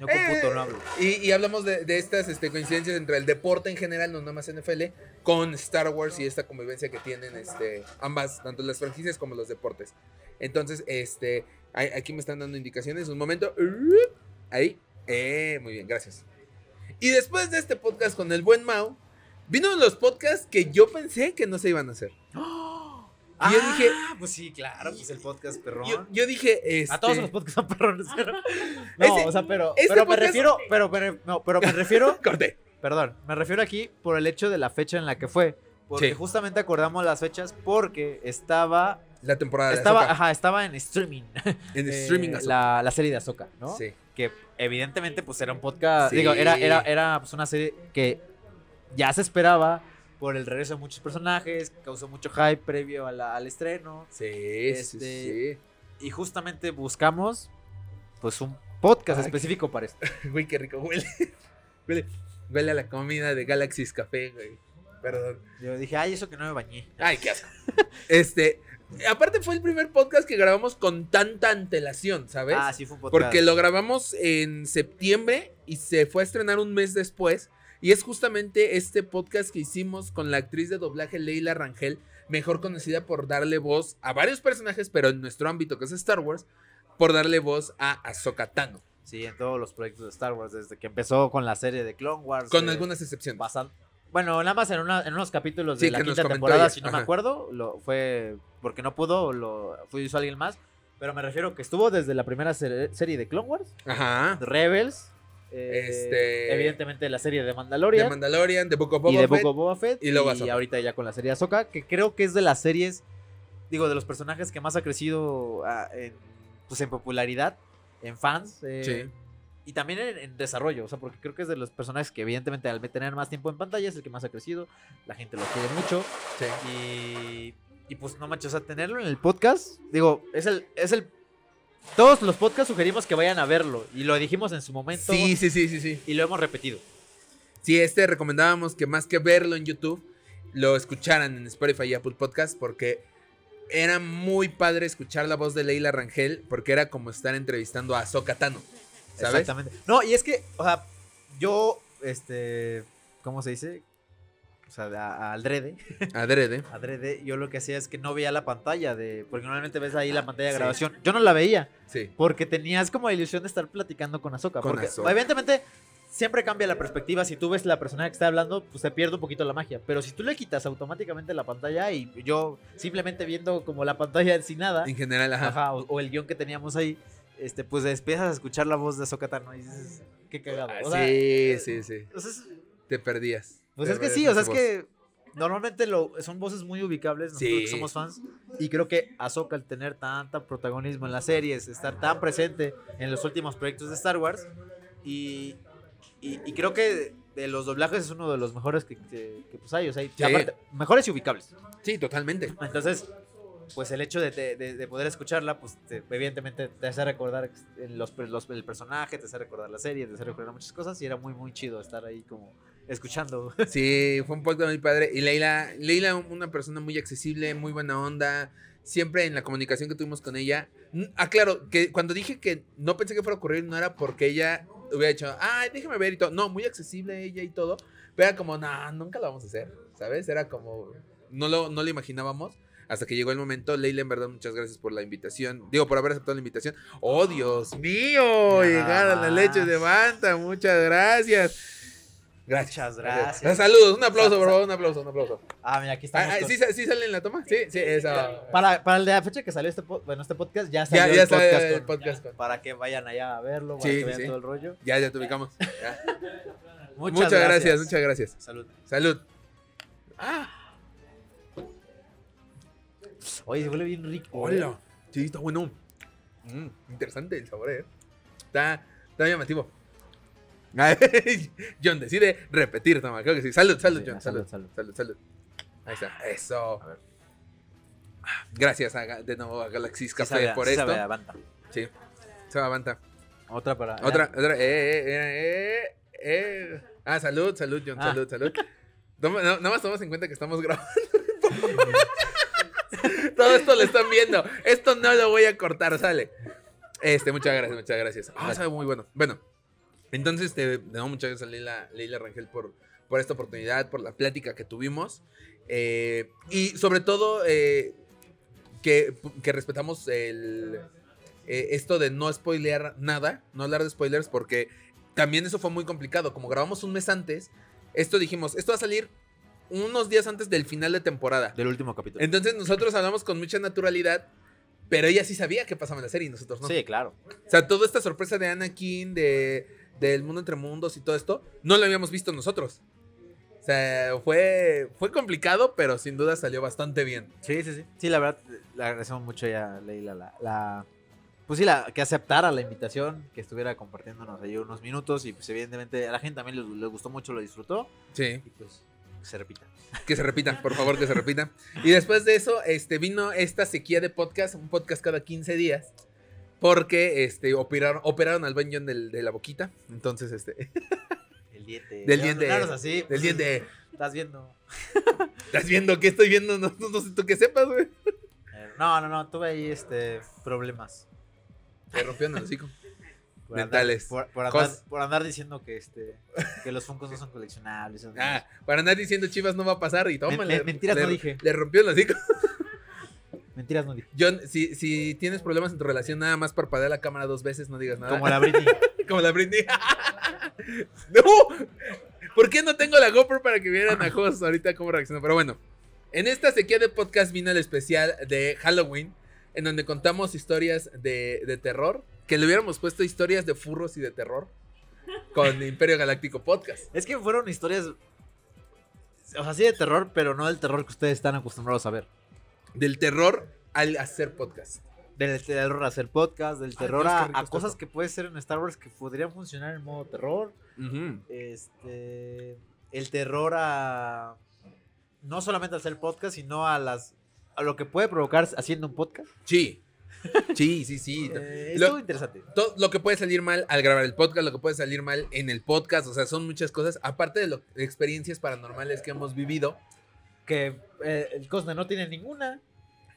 Speaker 2: yo
Speaker 1: eh,
Speaker 2: computo, no hablo.
Speaker 1: Y, y hablamos de, de estas este, coincidencias entre el deporte en general, no nada más NFL, con Star Wars y esta convivencia que tienen este, ambas, tanto las franquicias como los deportes. Entonces, este, ahí- aquí me están dando indicaciones. Un momento. Ahí. Eh, muy bien, gracias. Y después de este podcast con el buen Mau, vino los podcasts que yo pensé que no se iban a hacer.
Speaker 2: Ah,
Speaker 1: yo dije-
Speaker 2: pues sí, claro, pues el podcast perrón.
Speaker 1: Yo, yo dije, este,
Speaker 2: A todos los podcasts son perrones. pero- No,
Speaker 1: Ese-
Speaker 2: o sea, pero,
Speaker 1: este
Speaker 2: pero me
Speaker 1: podcast-
Speaker 2: refiero, pero, pero- no, pero me refiero,
Speaker 1: corte.
Speaker 2: perdón, me refiero aquí por el hecho de la fecha en la que fue. Porque
Speaker 1: Sí.
Speaker 2: justamente acordamos las fechas porque estaba,
Speaker 1: La temporada de
Speaker 2: estaba,
Speaker 1: Ahsoka,
Speaker 2: ajá, estaba en streaming.
Speaker 1: en
Speaker 2: eh,
Speaker 1: streaming. Ahsoka.
Speaker 2: la, la serie de Azoka, ¿no?
Speaker 1: Sí.
Speaker 2: que evidentemente pues era un podcast,
Speaker 1: Sí.
Speaker 2: digo, era, era, era pues, una serie que ya se esperaba por el regreso de muchos personajes, causó mucho hype previo a la- al estreno
Speaker 1: Sí, sí,
Speaker 2: Este,
Speaker 1: sí.
Speaker 2: y justamente buscamos pues un podcast
Speaker 1: Ay.
Speaker 2: específico para esto.
Speaker 1: Güey, qué rico huele. huele. Huele a la comida de Galaxy's Café, güey. Perdón.
Speaker 2: Yo dije, ay, eso que no me bañé.
Speaker 1: Ay, qué asco. Este, aparte fue el primer podcast que grabamos con tanta antelación, ¿sabes?
Speaker 2: Ah, sí fue un podcast.
Speaker 1: Porque lo grabamos en septiembre y se fue a estrenar un mes después. Y es justamente este podcast que hicimos con la actriz de doblaje Leila Rangel, mejor conocida por darle voz a varios personajes, pero en nuestro ámbito que es Star Wars, por darle voz a Ahsoka Tano.
Speaker 2: Sí, en todos los proyectos de Star Wars, desde que empezó con la serie de Clone Wars.
Speaker 1: Con
Speaker 2: eh,
Speaker 1: algunas excepciones.
Speaker 2: pasan- Bueno, nada más en, una- en unos capítulos de
Speaker 1: Sí,
Speaker 2: la
Speaker 1: que nos
Speaker 2: quinta
Speaker 1: comentó
Speaker 2: temporada,
Speaker 1: ella.
Speaker 2: si no me
Speaker 1: Ajá.
Speaker 2: acuerdo, lo fue porque no pudo, lo fue hizo alguien más. Pero me refiero que estuvo desde la primera ser- serie de Clone Wars,
Speaker 1: Ajá.
Speaker 2: Rebels, eh,
Speaker 1: Ah. Este-
Speaker 2: evidentemente la serie de
Speaker 1: De
Speaker 2: Mandalorian
Speaker 1: Mandalorian, de Book of Boba
Speaker 2: y de
Speaker 1: Fett.
Speaker 2: Book of Boba Fett.
Speaker 1: y luego Ahsoka.
Speaker 2: ahorita ya con la serie Ahsoka, que creo que es de las series, digo, de los personajes que más ha crecido ah, en, pues, en popularidad, en fans. eh,
Speaker 1: Sí.
Speaker 2: y también en, en desarrollo, o sea, porque creo que es de los personajes que evidentemente al tener más tiempo en pantalla es el que más ha crecido, la gente lo quiere mucho
Speaker 1: Sí.
Speaker 2: y, y pues no manches, o sea, tenerlo en el podcast, digo, es el, es el, todos los podcasts sugerimos que vayan a verlo y lo dijimos en su momento
Speaker 1: Sí, sí, sí, sí, sí.
Speaker 2: y lo hemos repetido.
Speaker 1: Sí, este recomendábamos que más que verlo en YouTube, lo escucharan en Spotify y Apple Podcast porque era muy padre escuchar la voz de Leila Rangel porque era como estar entrevistando a Ahsoka Tano, ¿sabes?
Speaker 2: Exactamente. No, y es que, o sea, yo, este, ¿cómo se dice? O sea, a- a- al drede,
Speaker 1: Adrede.
Speaker 2: adrede, yo lo que hacía es que no veía la pantalla de, porque normalmente ves ahí la pantalla de
Speaker 1: sí.
Speaker 2: grabación. Yo no la veía,
Speaker 1: Sí.
Speaker 2: porque tenías como la ilusión de estar platicando con Azoka.
Speaker 1: Con
Speaker 2: porque
Speaker 1: Ahsoka.
Speaker 2: evidentemente siempre cambia la perspectiva. Si tú ves la persona que está hablando, pues se pierde un poquito la magia. Pero si tú le quitas automáticamente la pantalla y yo simplemente viendo como la pantalla sin nada,
Speaker 1: En general, ajá.
Speaker 2: Ajá, o, o el guión que teníamos ahí, este, pues empiezas a escuchar la voz de Ahsoka Tano y dices, qué cagado.
Speaker 1: Ah,
Speaker 2: O sea,
Speaker 1: sí, sí, sí.
Speaker 2: o sea, es-
Speaker 1: Te perdías.
Speaker 2: pues
Speaker 1: Te
Speaker 2: es que
Speaker 1: perdías
Speaker 2: sí, o
Speaker 1: esa
Speaker 2: sea, es
Speaker 1: voz.
Speaker 2: que normalmente lo, son voces muy ubicables, nosotros
Speaker 1: Sí.
Speaker 2: que somos fans, y creo que Ahsoka al tener tanta protagonismo en las series, estar tan presente en los últimos proyectos de Star Wars, y, y- y creo que de los doblajes es uno de los mejores que, que- que, pues hay, o sea, y
Speaker 1: Sí.
Speaker 2: aparte, mejores y ubicables.
Speaker 1: Sí, totalmente.
Speaker 2: Entonces, pues el hecho de, de- de- de poder escucharla, pues te- evidentemente te hace recordar los, per- los- el personaje, te hace recordar la serie, te hace recordar muchas cosas y era muy, muy chido estar ahí como escuchando.
Speaker 1: Sí, fue un podcast muy padre. Y Leila, Leila, una persona muy accesible, muy buena onda. Siempre en la comunicación que tuvimos con ella. N- Ah, claro, que cuando dije que no pensé que fuera a ocurrir, no era porque ella hubiera dicho, ay, déjame ver y todo. No, muy accesible ella y todo. Pero era como, no, nunca lo vamos a hacer, ¿sabes? Era como, no lo, no lo imaginábamos. Hasta que llegó el momento, Leila, en verdad, muchas gracias por la invitación. Digo, por haber aceptado la invitación. ¡Oh, Dios mío! Llegaron la leche de manta. Muchas gracias. Gracias.
Speaker 2: Muchas gracias.
Speaker 1: Saludos, un aplauso, por favor, un aplauso, un aplauso.
Speaker 2: Ah, mira, aquí
Speaker 1: Ah,
Speaker 2: estamos.
Speaker 1: ah,
Speaker 2: con-
Speaker 1: ¿sí, sa- sí sale en la toma? Sí, sí, esa.
Speaker 2: para, para la fecha que salió este, po- bueno, este podcast, ya salió
Speaker 1: Ya,
Speaker 2: el
Speaker 1: ya
Speaker 2: podcast.
Speaker 1: sale el
Speaker 2: con-
Speaker 1: podcast. con-
Speaker 2: Para que vayan allá a verlo, para
Speaker 1: Sí,
Speaker 2: que
Speaker 1: sí,
Speaker 2: vean
Speaker 1: sí.
Speaker 2: todo el rollo.
Speaker 1: Ya, ya te ubicamos. ya. Muchas, gracias. muchas gracias.
Speaker 2: Salud.
Speaker 1: Salud. Ah,
Speaker 2: Oye, se vuelve bien rico. eh.
Speaker 1: hola. Sí, está bueno. Mm, interesante el sabor, eh. Está, está llamativo. Ay, John decide repetir, toma, creo que sí. Salud, salud,
Speaker 2: Sí,
Speaker 1: John.
Speaker 2: ah, salud,
Speaker 1: Salud, salud, salud. Ahí está, eso. Ah, Gracias a Ga- de nuevo a Galaxy
Speaker 2: Sí
Speaker 1: Café
Speaker 2: sabe a-
Speaker 1: por
Speaker 2: sí
Speaker 1: esto.
Speaker 2: sabe a Banta.
Speaker 1: Sí, se va Banta.
Speaker 2: Otra para.
Speaker 1: Otra, otra. Eh, eh, eh, eh, eh. Ah, salud, salud, John,
Speaker 2: Ah.
Speaker 1: salud, salud. Toma- no- nada más tomas en cuenta que estamos grabando. Todo esto lo están viendo. Esto no lo voy a cortar, sale. Este, muchas gracias, muchas gracias. Ah, sabe muy bueno. Bueno, entonces, este, de nuevo, muchas gracias a Leila, Leila Rangel por, por esta oportunidad, por la plática que tuvimos. Eh, y sobre todo, eh, que, que respetamos el, eh, esto de no spoilear nada, no hablar de spoilers, porque también eso fue muy complicado. Como grabamos un mes antes, esto dijimos, esto va a salir unos días antes del final de temporada.
Speaker 2: Del último capítulo.
Speaker 1: Entonces nosotros hablamos con mucha naturalidad, pero ella sí sabía que pasaba en la serie y nosotros no.
Speaker 2: Sí, claro.
Speaker 1: O sea, toda esta sorpresa de Anakin, de, del mundo entre mundos y todo esto, no lo habíamos visto nosotros. O sea, fue, fue complicado, pero sin duda salió bastante bien.
Speaker 2: Sí, sí, sí. Sí, la verdad, le agradecemos mucho ya a Leila la, la- Pues sí, la, que aceptara la invitación, que estuviera compartiéndonos ahí unos minutos y pues evidentemente a la gente también le, le gustó mucho, lo disfrutó
Speaker 1: Sí.
Speaker 2: y pues que se repita.
Speaker 1: Que se repita, por favor, que se repita. Y después de eso, este, vino esta sequía de podcast, un podcast cada 15 días. Porque este, operaron, operaron al buen John del- de la boquita. Entonces, este,
Speaker 2: El diente.
Speaker 1: Del
Speaker 2: Ya,
Speaker 1: diente.
Speaker 2: no hagas así.
Speaker 1: del
Speaker 2: pues,
Speaker 1: diente,
Speaker 2: Estás viendo.
Speaker 1: ¿estás viendo qué estoy viendo? No, no, no sé tú que sepas, güey.
Speaker 2: Eh, no, no, no, tuve ahí este problemas.
Speaker 1: Se rompió en el hocico.
Speaker 2: por andar-
Speaker 1: Mentales.
Speaker 2: por, por andar,
Speaker 1: Cos-
Speaker 2: por andar diciendo que este que los Funkos no son coleccionables. son-
Speaker 1: Ah, para andar diciendo chivas no va a pasar y toma.
Speaker 2: Men- men- mentiras
Speaker 1: le-
Speaker 2: no dije.
Speaker 1: Le rompió el hocico.
Speaker 2: Mentiras no dije.
Speaker 1: John, si, si tienes problemas en tu relación, nada más parpadea la cámara dos veces, no digas nada.
Speaker 2: Como la Britney.
Speaker 1: Como la Britney. ¡No! ¿Por qué no tengo la GoPro para que vieran a Jos ahorita cómo reaccionó? Pero bueno, en esta sequía de podcast vino el especial de Halloween, en donde contamos historias de, de terror, que le hubiéramos puesto historias de furros y de terror con Imperio Galáctico Podcast.
Speaker 2: Es que fueron historias. O sea, sí de terror, pero no del terror que ustedes están acostumbrados a ver.
Speaker 1: Del terror al hacer podcast.
Speaker 2: Del terror a hacer podcast, del terror
Speaker 1: Dios,
Speaker 2: a-
Speaker 1: qué rico
Speaker 2: a,
Speaker 1: está
Speaker 2: cosas
Speaker 1: esto.
Speaker 2: que puede ser en Star Wars que podrían funcionar en modo terror. Este. El terror a. No solamente al hacer podcast, sino a las. A lo que puede provocar haciendo un podcast.
Speaker 1: Sí. Sí, sí, sí.
Speaker 2: Eh,
Speaker 1: Lo-
Speaker 2: estuvo interesante.
Speaker 1: todo lo que puede salir mal al grabar el podcast, lo que puede salir mal en el podcast, o sea, son muchas cosas, aparte de, lo- de experiencias paranormales que hemos vivido.
Speaker 2: Que eh, el Cosne no tiene ninguna.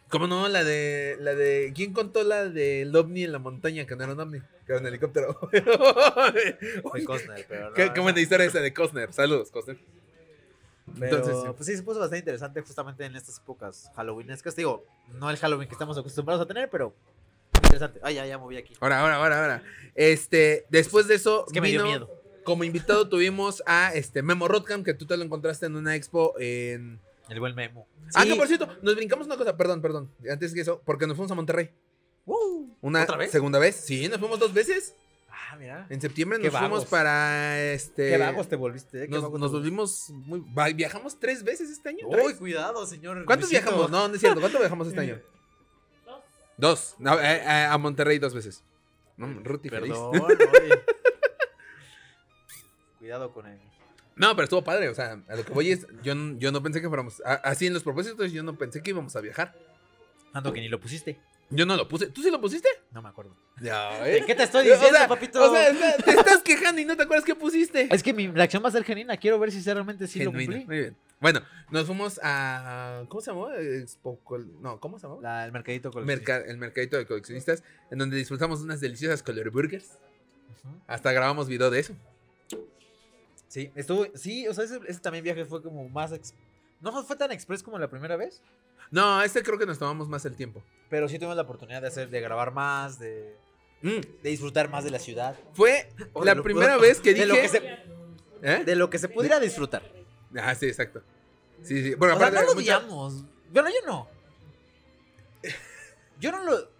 Speaker 1: ¿Cómo no? La de, la de. ¿Quién contó la del ovni en la montaña? Que no era un ovni, que era un helicóptero.
Speaker 2: Fue Costner, pero no.
Speaker 1: ¿Qué, qué buena historia esa de Costner. Saludos, Costner.
Speaker 2: Pero,
Speaker 1: Entonces, sí.
Speaker 2: pues sí, se puso bastante interesante justamente en estas épocas halloweenescas. Digo, no el Halloween que estamos acostumbrados a tener, pero interesante. Ay, ya, ya moví aquí.
Speaker 1: Ahora, ahora, ahora, ahora. Este, después de eso.
Speaker 2: Es que me dio
Speaker 1: vino-
Speaker 2: miedo.
Speaker 1: Como invitado tuvimos a este Memo Rotcam, que tú te lo encontraste en una expo en.
Speaker 2: El buen memo.
Speaker 1: Ah, que por cierto, nos brincamos una cosa, perdón, perdón. Antes que eso, porque nos fuimos a Monterrey.
Speaker 2: ¡Woo!
Speaker 1: Una
Speaker 2: ¿Otra vez?
Speaker 1: segunda vez. Sí, nos fuimos dos veces.
Speaker 2: Ah, mira.
Speaker 1: En septiembre
Speaker 2: Qué
Speaker 1: nos fuimos
Speaker 2: vagos.
Speaker 1: para este.
Speaker 2: Qué vagos te volviste, ¿eh? Qué
Speaker 1: Nos,
Speaker 2: vagos
Speaker 1: nos
Speaker 2: te volviste.
Speaker 1: volvimos muy. va- Viajamos tres veces este año.
Speaker 2: Uy,
Speaker 1: ¿Tres?
Speaker 2: cuidado, señor.
Speaker 1: ¿Cuántos
Speaker 2: Luisito.
Speaker 1: viajamos? No, no es cierto. ¿Cuánto viajamos este año?
Speaker 3: Dos.
Speaker 1: Dos. No, eh, eh, a Monterrey dos veces. No, Ruti, feliz.
Speaker 2: Perdón, oye. Cuidado con él.
Speaker 1: No, pero estuvo padre. O sea, a lo que voy es. Yo, n- yo no pensé que fuéramos. a- así en los propósitos, yo no pensé que íbamos a viajar.
Speaker 2: Ando que ni lo pusiste.
Speaker 1: Yo no lo puse. ¿Tú sí lo pusiste?
Speaker 2: No me acuerdo.
Speaker 1: Ya,
Speaker 2: ¿De qué te estoy diciendo,
Speaker 1: o sea,
Speaker 2: papito?
Speaker 1: O sea, está- te estás quejando y no te acuerdas qué pusiste.
Speaker 2: es que mi reacción va a ser genuina. Quiero ver si realmente sí
Speaker 1: Genuino,
Speaker 2: lo cumplí.
Speaker 1: Muy bien. Bueno, nos fuimos a. ¿Cómo se llamó? Expo Col- No, ¿cómo se llamó?
Speaker 2: La- el mercadito con
Speaker 1: Merca- el mercadito de coleccionistas, en donde disfrutamos de unas deliciosas color burgers.
Speaker 2: Ujú.
Speaker 1: Hasta grabamos video de eso.
Speaker 2: Sí, estuvo. Sí, o sea, ese, ese también viaje fue como más. ex- No fue tan express como la primera vez,
Speaker 1: No, este creo que nos tomamos más el tiempo.
Speaker 2: pero sí tuvimos la oportunidad de hacer, de grabar más, de,
Speaker 1: Mm,
Speaker 2: de disfrutar más de la ciudad.
Speaker 1: Fue
Speaker 2: O de
Speaker 1: la
Speaker 2: lo-
Speaker 1: primera vez que
Speaker 2: de
Speaker 1: dije.
Speaker 2: lo que se-
Speaker 1: ¿Eh?
Speaker 2: De lo que se pudiera disfrutar.
Speaker 1: Ah, sí, exacto. Sí, sí. Bueno,
Speaker 2: O sea,
Speaker 1: aparte,
Speaker 2: no lo
Speaker 1: mucha-
Speaker 2: odiamos. Bueno, yo no. Yo no lo.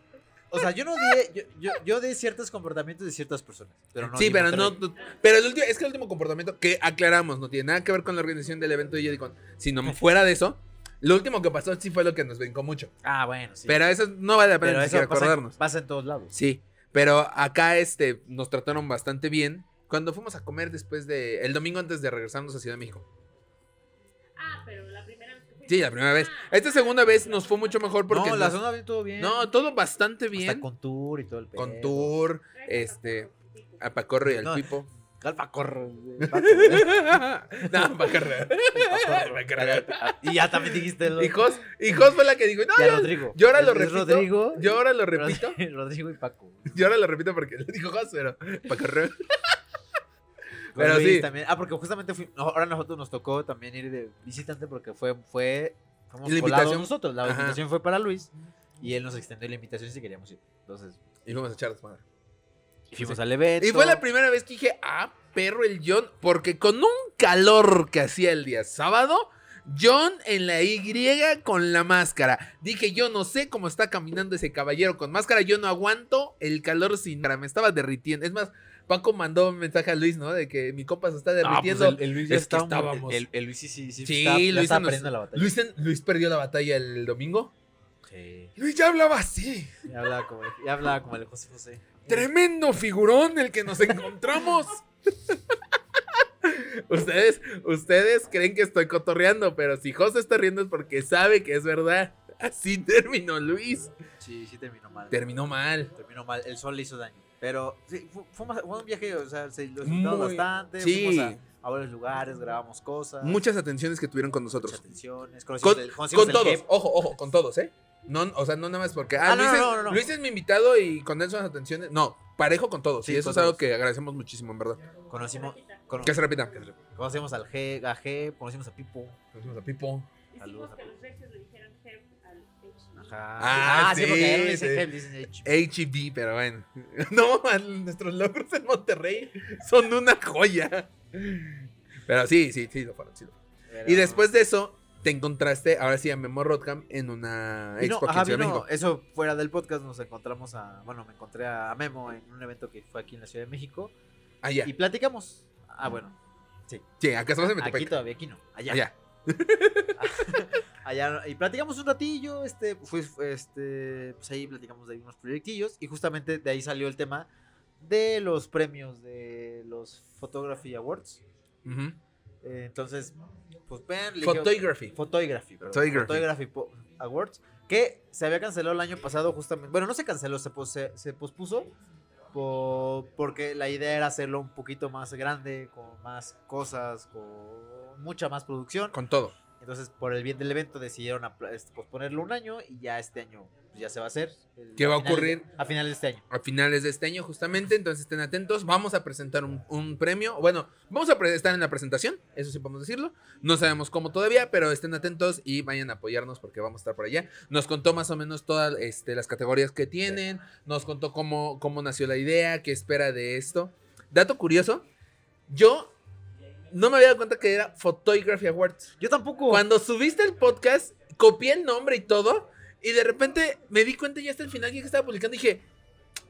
Speaker 2: O sea, yo no odié. Yo, yo, yo odié ciertos comportamientos de ciertas personas. Pero no
Speaker 1: sí,
Speaker 2: odié
Speaker 1: pero no,
Speaker 2: Monterrey.
Speaker 1: no- Pero el último, es que el último comportamiento que aclaramos no tiene nada que ver con la organización del evento de Jedicon, sino fuera de eso. Lo último que pasó sí fue lo que nos brincó mucho.
Speaker 2: Ah, bueno, sí.
Speaker 1: Pero eso no vale la pena
Speaker 2: Pero
Speaker 1: ni siquiera
Speaker 2: pasa, en-
Speaker 1: acordarnos.
Speaker 2: pasa en todos lados.
Speaker 1: Sí. Pero acá este, nos trataron bastante bien. Cuando fuimos a comer después de. El domingo antes de regresarnos a Ciudad de México.
Speaker 3: Ah, pero la primera vez que Ah. fui.
Speaker 1: Sí, la primera vez. Esta segunda vez nos fue mucho mejor porque.
Speaker 2: no, la
Speaker 1: nos-
Speaker 2: zona bien todo bien.
Speaker 1: No, todo bastante bien.
Speaker 2: Hasta con tour y todo el pedo.
Speaker 1: Con tour, este. A Pacorro y al
Speaker 2: No.
Speaker 1: Pipo.
Speaker 2: Calpa corre.
Speaker 1: no, Pacorro. Pacorro.
Speaker 2: y ya también dijiste lo.
Speaker 1: Hijos, hijos fue la que dijo. No,
Speaker 2: y a
Speaker 1: yo,
Speaker 2: Rodrigo.
Speaker 1: yo ahora lo
Speaker 2: Es
Speaker 1: repito.
Speaker 2: Rodrigo.
Speaker 1: yo ahora lo repito.
Speaker 2: Rodrigo y Paco.
Speaker 1: Yo ahora lo repito porque le dijo Jos, pero. Pacorro.
Speaker 2: Con
Speaker 1: Pero
Speaker 2: Luis
Speaker 1: sí.
Speaker 2: también. Ah, porque justamente fui- no, ahora nosotros nos tocó también ir de visitante porque fue, fue fuimos
Speaker 1: La
Speaker 2: colados
Speaker 1: invitación-
Speaker 2: nosotros. La
Speaker 1: Ajá.
Speaker 2: invitación fue para Luis y él nos extendió la invitación si queríamos ir. Entonces,
Speaker 1: Y fuimos a echar desmadre.
Speaker 2: fuimos
Speaker 1: Sí.
Speaker 2: al evento.
Speaker 1: Y fue la primera vez que dije, ah, perro el John, porque con un calor que hacía el día sábado, John en la Y con la máscara. Dije, yo no sé cómo está caminando ese caballero con máscara, yo no aguanto el calor sin cara, me estaba derritiendo. Es más, Paco mandó un mensaje a Luis, ¿no? De que mi copa se está
Speaker 2: Ah, pues
Speaker 1: derritiendo.
Speaker 2: el, el
Speaker 1: es
Speaker 2: Luis
Speaker 1: que
Speaker 2: estaba muy-
Speaker 1: estábamos.
Speaker 2: El, el Luis sí, sí, sí.
Speaker 1: Sí,
Speaker 2: estaba- ya
Speaker 1: Luis
Speaker 2: estaba
Speaker 1: nos-
Speaker 2: perdiendo la batalla.
Speaker 1: Luis, en- Luis perdió la batalla el domingo.
Speaker 2: Sí.
Speaker 1: Luis ya hablaba así.
Speaker 2: Ya hablaba como, ya hablaba como el José José.
Speaker 1: Tremendo figurón el que nos encontramos. ustedes, ustedes creen que estoy cotorreando, pero si José está riendo es porque sabe que es verdad. Así terminó Luis.
Speaker 2: Sí, sí terminó mal.
Speaker 1: Terminó mal.
Speaker 2: Terminó mal. El sol le hizo daño. Pero sí, fu- fue, más- fue un viaje, o sea, se lo
Speaker 1: Muy-
Speaker 2: disfrutó bastante.
Speaker 1: sí.
Speaker 2: Fuimos a, a varios lugares, grabamos cosas.
Speaker 1: Muchas atenciones que tuvieron con
Speaker 2: muchas
Speaker 1: nosotros.
Speaker 2: atenciones.
Speaker 1: Con,
Speaker 2: Conocimos el- conocimos
Speaker 1: con
Speaker 2: el
Speaker 1: todos.
Speaker 2: jefe.
Speaker 1: Ojo, ojo, con todos, ¿eh? No, o sea, no nada más porque. Ah,
Speaker 2: Ah, no,
Speaker 1: Luis, es,
Speaker 2: no, no, no.
Speaker 1: Luis es mi invitado y con él son las atenciones. No, parejo con todos.
Speaker 2: Sí,
Speaker 1: y eso
Speaker 2: con
Speaker 1: es algo
Speaker 2: todos.
Speaker 1: que agradecemos muchísimo, en verdad.
Speaker 2: Conocimos, cono-
Speaker 1: Que se repita.
Speaker 2: conocimos al G, a G, conocimos a Pipo.
Speaker 1: Conocimos a Pipo.
Speaker 3: Hicimos que los reyes le dijeran Hep al H.
Speaker 2: Ajá.
Speaker 1: Ah, sí,
Speaker 2: porque ahora le
Speaker 1: sí.
Speaker 2: dicen G, le dicen H.
Speaker 1: HB, E pero bueno. No, nuestros logros en Monterrey son una joya. Pero sí, sí, sí, lo fueron, sí lo fueron.
Speaker 2: Pero-
Speaker 1: Eh, Y después de eso, te encontraste, ahora sí, a Memo Rotham en una
Speaker 2: Vino-
Speaker 1: expo aquí
Speaker 2: ajá,
Speaker 1: en Ciudad de
Speaker 2: vino-
Speaker 1: México.
Speaker 2: eso fuera del podcast nos encontramos a, bueno, me encontré a Memo en un evento que fue aquí en la Ciudad de México
Speaker 1: Allá.
Speaker 2: y platicamos. Ah, bueno,
Speaker 1: Sí, acá estamos en
Speaker 2: aquí
Speaker 1: Metepec. Ah,
Speaker 2: todavía, aquí no, allá.
Speaker 1: Allá.
Speaker 2: Allá, y platicamos un ratillo, este, fui, este, pues ahí platicamos de unos proyectillos y justamente de ahí salió el tema de los premios de los Photography Awards.
Speaker 1: Ujú.
Speaker 2: Eh, entonces, pues vean, le dije-
Speaker 1: Photography.
Speaker 2: Photography, perdón.
Speaker 1: Photography.
Speaker 2: Photography Po- Awards, que se había cancelado el año pasado justamente. Bueno, no se canceló, se, pos- se- se pospuso po- porque la idea era hacerlo un poquito más grande, con más cosas, con mucha más producción.
Speaker 1: Con todo.
Speaker 2: Entonces, por el bien del evento, decidieron apl- es- posponerlo un año y ya este año pues, ya se va a hacer. El-
Speaker 1: ¿Qué va a
Speaker 2: final-
Speaker 1: ocurrir?
Speaker 2: A final de este año.
Speaker 1: a finales de este año justamente, entonces estén atentos, vamos a presentar un, un premio, bueno, vamos a pre- estar en la presentación, eso sí podemos decirlo, no sabemos cómo todavía, pero estén atentos y vayan a apoyarnos porque vamos a estar por allá. Nos contó más o menos todas este, las categorías que tienen, nos contó cómo, cómo nació la idea, qué espera de esto. Dato curioso, yo no me había dado cuenta que era Photography Awards.
Speaker 2: Yo tampoco.
Speaker 1: Cuando subiste el podcast, copié el nombre y todo. Y de repente me di cuenta ya hasta el final que estaba publicando. Dije,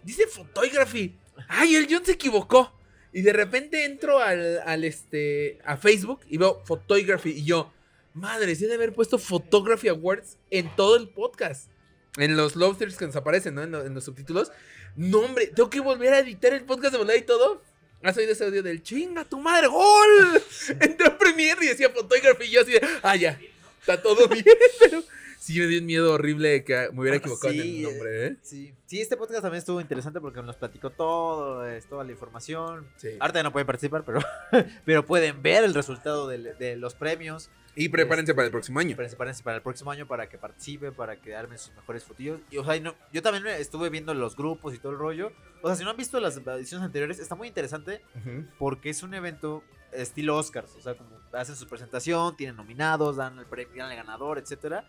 Speaker 1: dice Photography. Ay, el John se equivocó. Y de repente entro al, al, este, a Facebook y veo Photography. Y yo, madre, sí de haber puesto Photography Awards en todo el podcast. En los lobsters que nos aparecen, ¿no? En, lo- en los subtítulos. No, hombre, tengo que volver a editar el podcast de volada y todo. ¿Has oído ese audio del chinga tu madre? ¡Gol! Entró a Premiere y decía Photography y yo así de, ah, ya, está todo bien, pero sí me dio un miedo horrible que me hubiera equivocado en
Speaker 2: Sí,
Speaker 1: el nombre, ¿eh?
Speaker 2: Sí. sí, este podcast también estuvo interesante porque nos platicó todo, es toda la información.
Speaker 1: Sí.
Speaker 2: Ahorita ya no pueden participar, pero, pero pueden ver el resultado del- de los premios.
Speaker 1: Y prepárense para el próximo año.
Speaker 2: Prepárense para el próximo año para que participen, para que armen sus mejores fotillos. Y, o sea, y no- yo también estuve viendo los grupos y todo el rollo. O sea, si no han visto las ediciones anteriores, está muy interesante
Speaker 1: Ujú.
Speaker 2: porque es un evento estilo Oscars. O sea, como hacen su presentación, tienen nominados, dan el premio, dan el ganador, etcétera.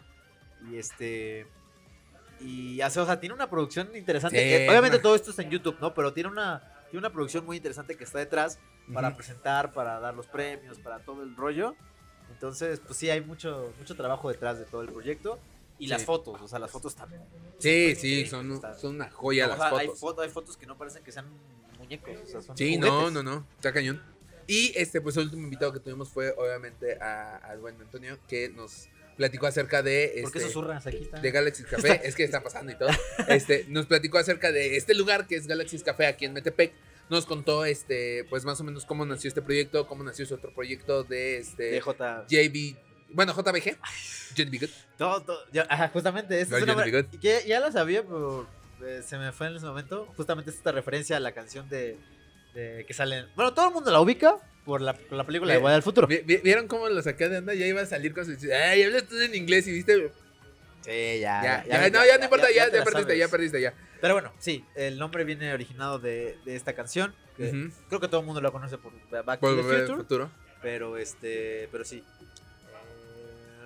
Speaker 2: Y este. Y hace, o sea, tiene una producción interesante.
Speaker 1: Sí,
Speaker 2: Eh, Obviamente
Speaker 1: una-
Speaker 2: todo esto está en YouTube, ¿no? Pero tiene una, tiene una producción muy interesante que está detrás para
Speaker 1: Ujú.
Speaker 2: presentar, para dar los premios, para todo el rollo. Entonces, pues sí, hay mucho, mucho trabajo detrás de todo el proyecto. Y
Speaker 1: Sí.
Speaker 2: las fotos, o sea, las fotos también.
Speaker 1: Sí,
Speaker 2: súper
Speaker 1: sí,
Speaker 2: increíble,
Speaker 1: son, un-
Speaker 2: está-
Speaker 1: son una joya
Speaker 2: o sea,
Speaker 1: las
Speaker 2: hay,
Speaker 1: fotos.
Speaker 2: foto- hay fotos que no parecen que sean muñecos, o sea, son
Speaker 1: Sí, no,
Speaker 2: juguetes.
Speaker 1: no, no, está cañón. Y este, pues el último invitado que tuvimos fue obviamente a- al buen Antonio, que nos platicó acerca de...
Speaker 2: ¿Por qué
Speaker 1: este,
Speaker 2: susurras aquí? Está?
Speaker 1: de Galaxy Café, es que está pasando y todo. Este, nos platicó acerca de este lugar que es Galaxy's Café aquí en Metepec. Nos contó este, pues más o menos cómo nació este proyecto, cómo nació ese otro proyecto de este
Speaker 2: DJ.
Speaker 1: JB, bueno, JBG. JB Good.
Speaker 2: Todo, todo. Yo- ajá, justamente, esta es
Speaker 1: Golden
Speaker 2: una-
Speaker 1: Bigot.
Speaker 2: que ya la sabía, pero eh, se me fue en ese momento. Justamente esta referencia a la canción de, de que sale. Bueno, todo el mundo la ubica por la, por la película de
Speaker 1: Eh,
Speaker 2: Guardia del Futuro.
Speaker 1: Vi- vi- ¿Vieron cómo lo saqué de onda? Ya iba a salir con su ay, hablas tú en inglés y viste. Ah,
Speaker 2: Sí,
Speaker 1: Ya, ya, no, ya no importa, ya,
Speaker 2: te
Speaker 1: ya
Speaker 2: la
Speaker 1: perdiste,
Speaker 2: sabes.
Speaker 1: ya perdiste, ya.
Speaker 2: Pero bueno, sí, el nombre viene originado de, de esta canción. Que
Speaker 1: Ujú.
Speaker 2: Creo que todo el mundo lo conoce por Back
Speaker 1: Por
Speaker 2: to the
Speaker 1: volver al
Speaker 2: Future.
Speaker 1: futuro.
Speaker 2: Pero este, pero sí.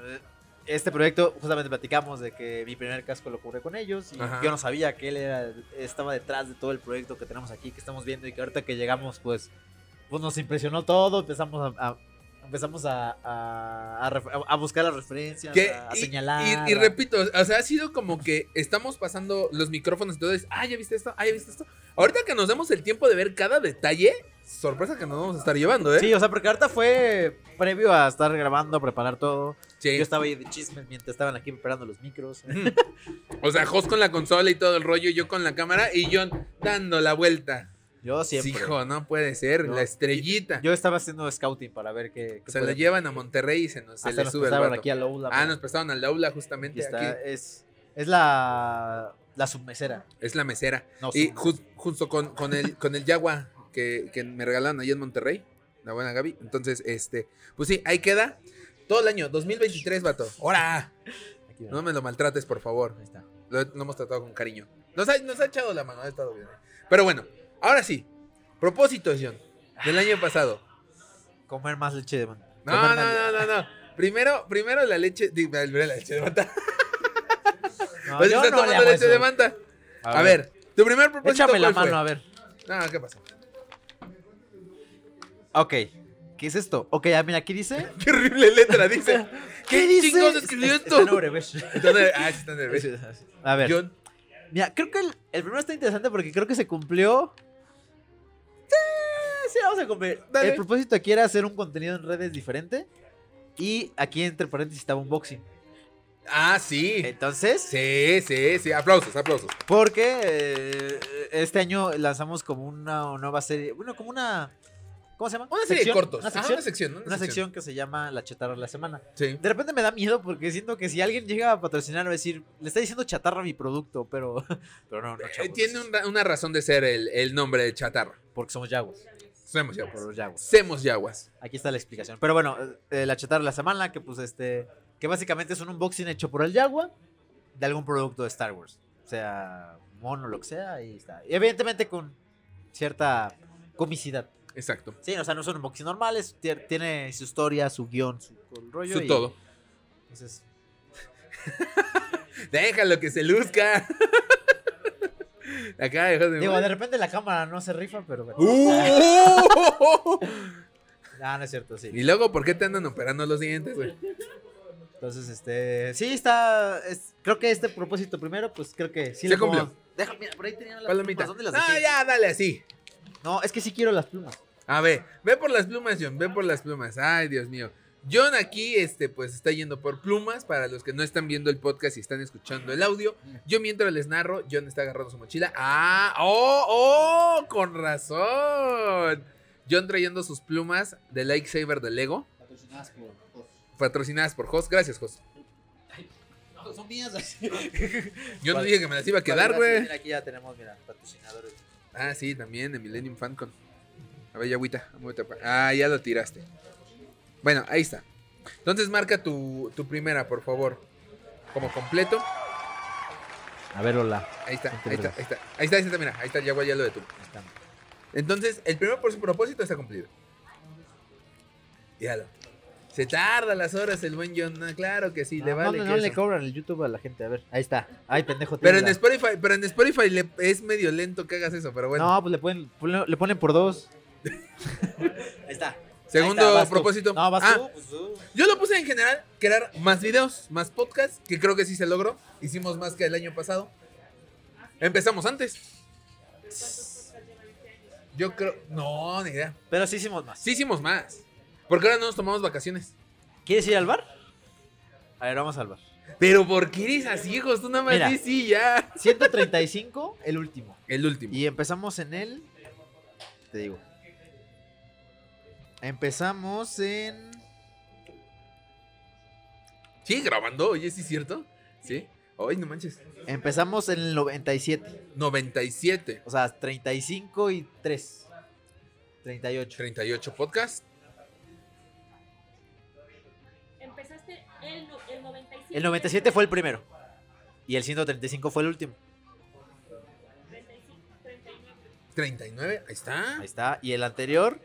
Speaker 2: Eh, Este proyecto, justamente platicamos de que mi primer casco lo cubre con ellos. Y
Speaker 1: Ajá.
Speaker 2: yo no sabía que él era, estaba detrás de todo el proyecto que tenemos aquí, que estamos viendo y que ahorita que llegamos, pues, pues nos impresionó todo. Empezamos a. a- Empezamos a, a, a ref- a buscar las referencias,
Speaker 1: Que-
Speaker 2: a, a
Speaker 1: y-
Speaker 2: señalar.
Speaker 1: Y, y
Speaker 2: a-
Speaker 1: repito, o sea, ha sido como que estamos pasando los micrófonos y todo es, ah, ya viste esto, ah, ya viste esto. Ahorita que nos damos el tiempo de ver cada detalle, sorpresa que nos vamos a estar llevando, ¿eh?
Speaker 2: Sí, o sea, porque ahorita fue previo a estar grabando, a preparar todo.
Speaker 1: Sí.
Speaker 2: Yo estaba ahí de chismes mientras estaban aquí preparando los micros.
Speaker 1: Ujú. O sea, Jos con la consola y todo el rollo, yo con la cámara y John dando la vuelta.
Speaker 2: Yo siempre.
Speaker 1: Hijo, no puede ser,
Speaker 2: No.
Speaker 1: la estrellita.
Speaker 2: Yo estaba haciendo scouting para ver qué. qué
Speaker 1: se lo
Speaker 2: puede-
Speaker 1: llevan a Monterrey y se nos se
Speaker 2: Hasta
Speaker 1: le
Speaker 2: nos
Speaker 1: sube el
Speaker 2: pasaron
Speaker 1: vato.
Speaker 2: aquí a Loula.
Speaker 1: Ah, nos pasaron al aula
Speaker 2: aquí
Speaker 1: justamente
Speaker 2: está,
Speaker 1: aquí.
Speaker 2: Es, es la, la submesera.
Speaker 1: Es la mesera.
Speaker 2: No,
Speaker 1: Y
Speaker 2: submesera.
Speaker 1: jus- justo con, con el con el Yagua que, que me regalaron allí en Monterrey, la buena Gaby. Entonces, este, pues sí, ahí queda. Todo el año, 2023, vato. ¡Hora!
Speaker 2: Aquí,
Speaker 1: No me lo maltrates, por favor.
Speaker 2: Ahí está.
Speaker 1: Lo, lo hemos tratado con cariño. Nos ha, nos ha echado la mano, ha estado bien. Pero bueno, ahora sí. Propósitos, John, del año pasado.
Speaker 2: Comer más leche de manta.
Speaker 1: No,
Speaker 2: Comer
Speaker 1: no,
Speaker 2: más-
Speaker 1: no, no, no. Primero, primero la leche. digo, La leche de manta.
Speaker 2: No,
Speaker 1: Vas a
Speaker 2: yo
Speaker 1: estar
Speaker 2: no le
Speaker 1: tomando
Speaker 2: hago
Speaker 1: leche
Speaker 2: eso.
Speaker 1: de manta. A ver, tu primer propósito.
Speaker 2: Échame la
Speaker 1: cuál fue?
Speaker 2: mano, a ver.
Speaker 1: No, ¿qué pasó?
Speaker 2: Ok. ¿Qué es esto? Ok, ah, mira, aquí dice.
Speaker 1: Qué horrible letra, dice. ¿Qué, chingos escribió
Speaker 2: Es- es-
Speaker 1: esto?
Speaker 2: está en Obrevesh.
Speaker 1: Entonces, ah, sí está nervioso.
Speaker 2: A ver.
Speaker 1: John,
Speaker 2: Mira, creo que el, el primero está interesante porque creo que se cumplió. Sí, sí, vamos a cumplir.
Speaker 1: Dale.
Speaker 2: El propósito aquí era hacer un contenido en redes diferente. Y aquí entre paréntesis estaba unboxing.
Speaker 1: ah, sí.
Speaker 2: Entonces,
Speaker 1: Sí, sí, sí. Aplausos, aplausos.
Speaker 2: porque eh, este año lanzamos como una nueva serie. Bueno, como una. ¿Cómo se llama?
Speaker 1: Una serie de
Speaker 2: ¿Sección?
Speaker 1: cortos.
Speaker 2: Una
Speaker 1: Ah,
Speaker 2: sección,
Speaker 1: una sección.
Speaker 2: una sección que se llama La Chatarra de la Semana.
Speaker 1: Sí.
Speaker 2: De repente me da miedo porque siento que si alguien llega a patrocinar, va a decir, le está diciendo chatarra a mi producto, pero, pero no, no,
Speaker 1: Eh,
Speaker 2: chavos,
Speaker 1: Tiene un ra- una razón de ser el, el nombre de chatarra.
Speaker 2: porque somos yaguas.
Speaker 1: Semos
Speaker 2: por
Speaker 1: yaguas.
Speaker 2: los Jaguars.
Speaker 1: Semos yaguas.
Speaker 2: Aquí está la explicación. Pero bueno, eh, la chatarra de la semana, que pues este, que básicamente es un unboxing hecho por el Yagua de algún producto de Star Wars. Sea mono, lo que sea, y está. Y evidentemente con cierta comicidad.
Speaker 1: Exacto.
Speaker 2: Sí, o sea, no son unboxing normales, tie- tiene su historia, su guión, su el rollo.
Speaker 1: Su
Speaker 2: y-
Speaker 1: todo.
Speaker 2: entonces,
Speaker 1: Déjalo que se luzca. Acá dejas de.
Speaker 2: digo, de repente la cámara no se rifa, pero bueno.
Speaker 1: ¡Uh!
Speaker 2: Ah, no es cierto, sí.
Speaker 1: Y luego, ¿por qué te andan operando los dientes, güey?
Speaker 2: Entonces, este, sí, está, es- creo que este propósito primero, pues creo que sí
Speaker 1: Se
Speaker 2: le pongo-
Speaker 1: cumplió.
Speaker 2: Deja, mira, por ahí tenían las
Speaker 1: Palomita.
Speaker 2: plumas, ¿dónde las
Speaker 1: Ah,
Speaker 2: dejé?
Speaker 1: ya, dale así.
Speaker 2: No, es que sí quiero las plumas.
Speaker 1: A ver, ve por las plumas, John, ve por las plumas. Ay, Dios mío. John aquí, este, pues está yendo por plumas. Para los que no están viendo el podcast y están escuchando el audio, yo mientras les narro, John está agarrando su mochila. ¡Ah! ¡Oh! ¡Oh! ¡Con razón! John trayendo sus plumas de Lightsaber de Lego,
Speaker 4: Patrocinadas por por-
Speaker 1: patrocinadas por Jos. Gracias, Jos.
Speaker 4: No, son mías.
Speaker 1: Yo no
Speaker 2: Vale.
Speaker 1: dije que me las iba a quedar,
Speaker 2: Vale, gracias.
Speaker 1: güey.
Speaker 2: Mira, aquí ya tenemos, mira, patrocinadores.
Speaker 1: Ah, sí, también de Millennium Fancon. A ver, ya agüita. agüita pa- Ah, ya lo tiraste. Bueno, ahí está. Entonces marca tu, tu primera, por favor. Como completo.
Speaker 2: A ver, hola.
Speaker 1: Ahí está, ahí está, ahí está. Ahí está, ahí está, mira. Ahí está, ya voy, ya lo detuve. Entonces, el primer por su propósito está cumplido. Dígalo. Se tarda las horas el buen John. Ah, claro que sí, le vale.
Speaker 2: no,
Speaker 1: queso.
Speaker 2: le cobran el YouTube a la gente, a ver. Ahí está. Ay, pendejo.
Speaker 1: pero, en
Speaker 2: tírala.
Speaker 1: Spotify, pero en Spotify le- es medio lento que hagas eso, pero bueno.
Speaker 2: No, pues le ponen, ponle- le ponen por dos. ahí está.
Speaker 1: Segundo
Speaker 2: Ahí está, vas tú.
Speaker 1: propósito.
Speaker 2: No, vas
Speaker 1: Ah,
Speaker 2: tú, pues tú.
Speaker 1: Yo lo puse en general, crear más videos, más podcasts, que creo que sí se logró. Hicimos más que el año pasado. Empezamos antes. Yo creo... No, ni idea.
Speaker 2: Pero sí hicimos más.
Speaker 1: Sí hicimos más. Porque ahora no nos tomamos vacaciones.
Speaker 2: ¿Quieres ir al bar? A ver, vamos al bar.
Speaker 1: Pero ¿por qué eres así, hijos? Tú nada más
Speaker 2: Mira.
Speaker 1: di sí ya.
Speaker 2: 135, el último.
Speaker 1: El último.
Speaker 2: Y empezamos en el. Te digo. Empezamos en.
Speaker 1: Sí, grabando. Oye, sí es cierto. Sí. Ay, no manches.
Speaker 2: Empezamos en el 97.
Speaker 1: 97.
Speaker 2: O sea, 35 y 3. 38.
Speaker 1: 38 podcasts.
Speaker 3: Empezaste el, no- el 97.
Speaker 2: El 97 fue el primero. Y el 135 fue el último.
Speaker 3: 35, 39.
Speaker 1: 39. Ahí está.
Speaker 2: Ahí está. Y el anterior.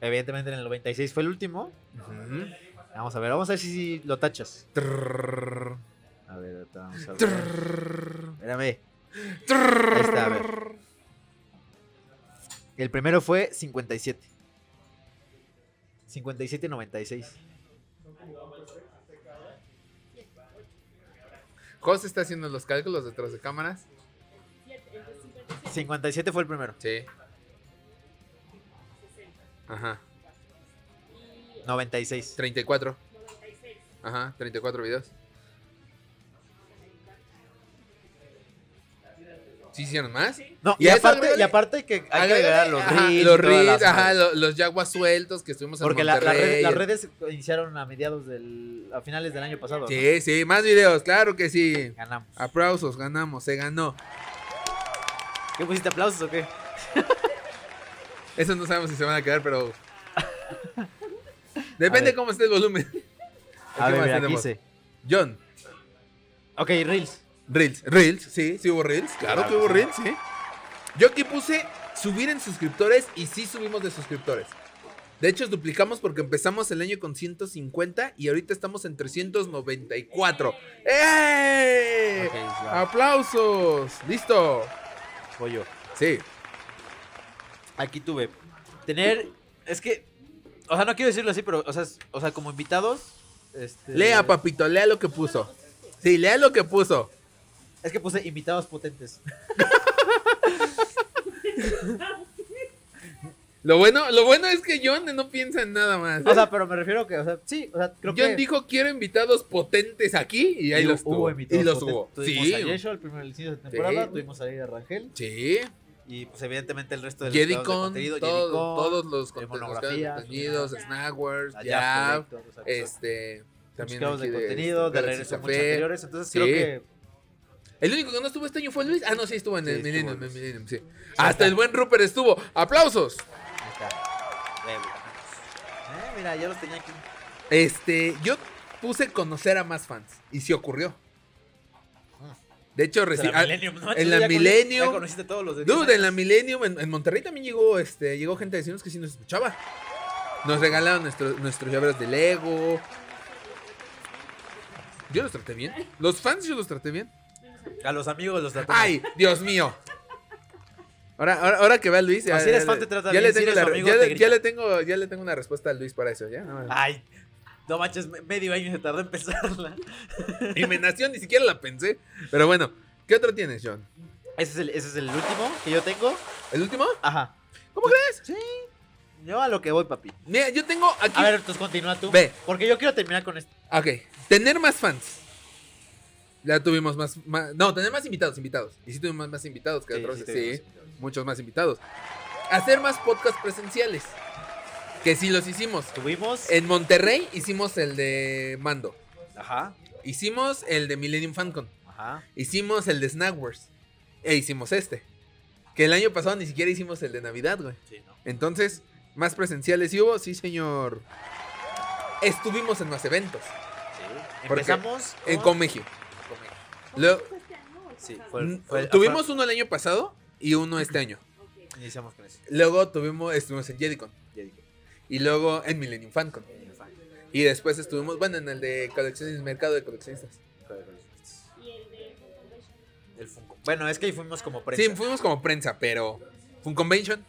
Speaker 2: Evidentemente en el 96 fue el último.
Speaker 1: Ujú.
Speaker 2: Vamos a ver, vamos a ver si, si lo tachas.
Speaker 1: Trrr,
Speaker 2: A ver, ahorita vamos a ver.
Speaker 1: trrr,
Speaker 2: Espérame.
Speaker 1: trrr.
Speaker 2: Ahí está, a ver. El primero fue 57. 57 y 96.
Speaker 1: Jos está haciendo los cálculos detrás de cámaras.
Speaker 3: Siete, el de 57,
Speaker 2: 57 fue el primero.
Speaker 1: Sí.
Speaker 3: 60.
Speaker 1: Ajá.
Speaker 3: Y
Speaker 2: 96.
Speaker 1: 34.
Speaker 3: 96.
Speaker 1: Ajá. 34 videos. ¿Sí hicieron más?
Speaker 3: Sí.
Speaker 2: No,
Speaker 1: Y
Speaker 2: y,
Speaker 1: a eso
Speaker 2: aparte,
Speaker 1: agrégale-
Speaker 2: y aparte que hay que agregar
Speaker 1: Agrégale,
Speaker 2: los
Speaker 1: ajá,
Speaker 2: reels. y
Speaker 1: Los
Speaker 2: todas
Speaker 1: reels,
Speaker 2: las
Speaker 1: ajá,
Speaker 2: cosas.
Speaker 1: lo- los yaguas sueltos que estuvimos en
Speaker 2: Porque la- la red-
Speaker 1: Monterrey.
Speaker 2: las redes iniciaron a mediados del. a finales del año pasado. ¿no?
Speaker 1: Sí, sí, más videos, claro que sí.
Speaker 2: Ganamos.
Speaker 1: Aplausos, ganamos, se ganó.
Speaker 2: ¿Qué pusiste aplausos o qué?
Speaker 1: Eso no sabemos si se van a quedar, pero. Depende
Speaker 2: ver.
Speaker 1: cómo esté el volumen.
Speaker 2: A
Speaker 1: ¿Qué más
Speaker 2: ver, mira, aquí
Speaker 1: tenemos?
Speaker 2: hice.
Speaker 1: John,
Speaker 2: Ok, reels.
Speaker 1: Reels, Reels, sí, sí hubo Reels, claro,
Speaker 2: Claro
Speaker 1: que
Speaker 2: que
Speaker 1: hubo
Speaker 2: sí.
Speaker 1: Reels, sí. Yo aquí puse subir en suscriptores y sí subimos de suscriptores. De hecho, duplicamos porque empezamos el año con 150 y ahorita estamos en 394. ¡Eh! ah,
Speaker 2: Ok, ya,
Speaker 1: ¡Aplausos! ¡Listo! ah.
Speaker 2: voy yo.
Speaker 1: Sí,
Speaker 2: aquí tuve. Tener. Es que. O sea, no quiero decirlo así, pero. O sea, es- o sea como invitados. Este,
Speaker 1: lea, papito, lea lo que puso. Sí, lea lo que puso.
Speaker 2: Es que puse invitados potentes.
Speaker 1: Lo bueno, lo bueno es que John no piensa en nada más. ¿eh?
Speaker 2: O sea, pero me refiero que. O sea, sí, o sea, creo
Speaker 1: John
Speaker 2: que.
Speaker 1: dijo, quiero invitados potentes aquí y ahí
Speaker 2: hubo-
Speaker 1: los tuvo.
Speaker 2: hubo
Speaker 1: Y
Speaker 2: invitados
Speaker 1: los
Speaker 2: potentes.
Speaker 1: tuvo.
Speaker 2: Tuvimos a
Speaker 1: Sí,
Speaker 2: Yesho, el primer inicio de temporada.
Speaker 1: Sí.
Speaker 2: Tuvimos a Lidia Rangel.
Speaker 1: sí.
Speaker 2: Y pues, evidentemente, el resto de los
Speaker 1: Jedi
Speaker 2: creadores de
Speaker 1: Con,
Speaker 2: contenido,
Speaker 1: todo-
Speaker 2: Jedi Con,
Speaker 1: todos los
Speaker 2: de
Speaker 1: conten- los
Speaker 2: monografías,
Speaker 1: contenidos,
Speaker 3: mira.
Speaker 1: Snack Wars,
Speaker 2: a Jaffe,
Speaker 1: Jab,
Speaker 2: Lector, o sea, pues,
Speaker 1: este,
Speaker 2: muchos
Speaker 1: también
Speaker 2: creadores
Speaker 1: aquí
Speaker 2: de contenido,
Speaker 1: este,
Speaker 2: de
Speaker 1: Galaxy
Speaker 2: regreso muchos
Speaker 1: Café.
Speaker 2: anteriores. Entonces,
Speaker 1: Sí.
Speaker 2: creo que.
Speaker 1: El único que no estuvo este año fue Luis. Ah, no, sí estuvo en
Speaker 2: Sí,
Speaker 1: el
Speaker 2: estuvo
Speaker 1: Millennium,
Speaker 2: Luis.
Speaker 1: en Millennium, sí. Hasta el buen Rupert estuvo. ¡Aplausos!
Speaker 2: Ahí Huevo, ganamos. Eh, mira, ya los tenía aquí.
Speaker 1: Este, yo puse conocer a más fans y se ocurrió. De hecho,
Speaker 2: O sea,
Speaker 1: reci-
Speaker 2: Ah. la
Speaker 1: ah,
Speaker 2: Millennium, ¿no?
Speaker 1: en
Speaker 2: Tú
Speaker 1: la
Speaker 2: ya cono-
Speaker 1: Millennium.
Speaker 2: ya conociste todos los de diez
Speaker 1: Dude, en la
Speaker 2: años.
Speaker 1: Millennium, en, en Monterrey también llegó, este, llegó gente a decirnos que sí nos escuchaba. Nos regalaron nuestro- nuestros llaveros de Lego. Yo los traté bien. Los fans yo los traté bien.
Speaker 2: A los amigos los tratamos.
Speaker 1: ¡Ay, Dios mío! Ahora, ahora, ahora que va Luis, ya,
Speaker 2: No, si eres
Speaker 1: ya
Speaker 2: fan,
Speaker 1: le-
Speaker 2: te trata
Speaker 1: ya
Speaker 2: bien,
Speaker 1: le
Speaker 2: si
Speaker 1: tengo
Speaker 2: eres
Speaker 1: la-
Speaker 2: su amigo,
Speaker 1: ya
Speaker 2: te
Speaker 1: le-
Speaker 2: grita.
Speaker 1: ya le tengo- ya le tengo una respuesta a Luis para eso, ¿ya? No,
Speaker 2: Ay, no manches, me- medio año se tardó en pensarla.
Speaker 1: y me nació, ni siquiera la pensé. Pero bueno, ¿qué otro tienes, John?
Speaker 2: Ese es el, ese es el último que yo tengo.
Speaker 1: ¿El último?
Speaker 2: Ajá.
Speaker 1: ¿Cómo
Speaker 2: crees? Sí. Yo a lo que voy, papi.
Speaker 1: Mira, yo tengo aquí.
Speaker 2: A ver, entonces continúa tú.
Speaker 1: Ve.
Speaker 2: Porque yo quiero terminar con este, esto.
Speaker 1: Ok, tener más fans. Ya tuvimos más, más- No, tener más invitados, invitados. Y sí tuvimos más, más invitados que
Speaker 2: Sí,
Speaker 1: otra vez,
Speaker 2: sí
Speaker 1: Sí,
Speaker 2: tuvimos
Speaker 1: muchos más invitados. Hacer más podcasts presenciales. Que sí los hicimos.
Speaker 2: Tuvimos.
Speaker 1: En Monterrey hicimos el de Mando.
Speaker 2: Ajá.
Speaker 1: Hicimos el de Millennium Fancon.
Speaker 2: Ajá.
Speaker 1: Hicimos el de Snack Wars. E hicimos este. Que el año pasado ni siquiera hicimos el de Navidad, güey.
Speaker 2: Sí, ¿no?
Speaker 1: Entonces, más presenciales sí hubo, sí, señor. Estuvimos en más eventos.
Speaker 2: Sí.
Speaker 1: Porque
Speaker 2: Empezamos
Speaker 1: En
Speaker 2: con-
Speaker 1: Comegio.
Speaker 2: con-
Speaker 1: Lo-
Speaker 3: ¿Fue este año o el
Speaker 2: Sí,
Speaker 3: pasado?
Speaker 2: fue-
Speaker 1: Mm, tuvimos uno el año pasado y uno este año.
Speaker 3: Ok.
Speaker 2: Iniciamos con eso.
Speaker 1: Luego tuvimos, estuvimos en Jedicon.
Speaker 2: Ya dije. eh,
Speaker 1: Y luego en Millennium Fancon. Y después estuvimos, bueno, en el de colecciones, mercado de coleccionistas.
Speaker 3: Y el de Convention.
Speaker 2: El Funko. Bueno, es que ahí fuimos como prensa.
Speaker 1: Sí, fuimos como prensa, pero fue un convention.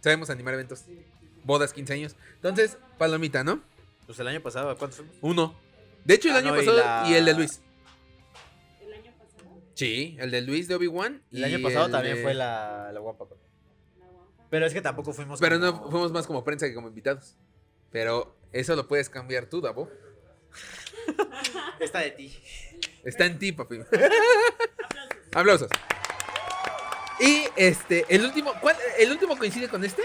Speaker 1: Sabemos animar eventos. Bodas, 15 años. Entonces, palomita, ¿no?
Speaker 2: Pues el año pasado, ¿cuántos fuimos?
Speaker 1: Uno. De hecho, el
Speaker 2: Ah,
Speaker 1: año
Speaker 2: no, y
Speaker 1: pasado y,
Speaker 2: la-
Speaker 1: el de Luis.
Speaker 3: El año pasado,
Speaker 1: Sí, el de Luis de Obi-Wan.
Speaker 2: El
Speaker 1: y
Speaker 2: año pasado también
Speaker 1: de-
Speaker 2: fue la, la guapa.
Speaker 3: la guampa.
Speaker 2: Pero es que tampoco fuimos
Speaker 1: Pero no
Speaker 2: como-
Speaker 1: fuimos más como prensa que como invitados. Pero eso lo puedes cambiar tú, Davo.
Speaker 2: Esta de ti.
Speaker 1: Está en ti, papi. Aplausos.
Speaker 3: Aplausos.
Speaker 1: Y este, el último, ¿cuál? ¿El último coincide con este?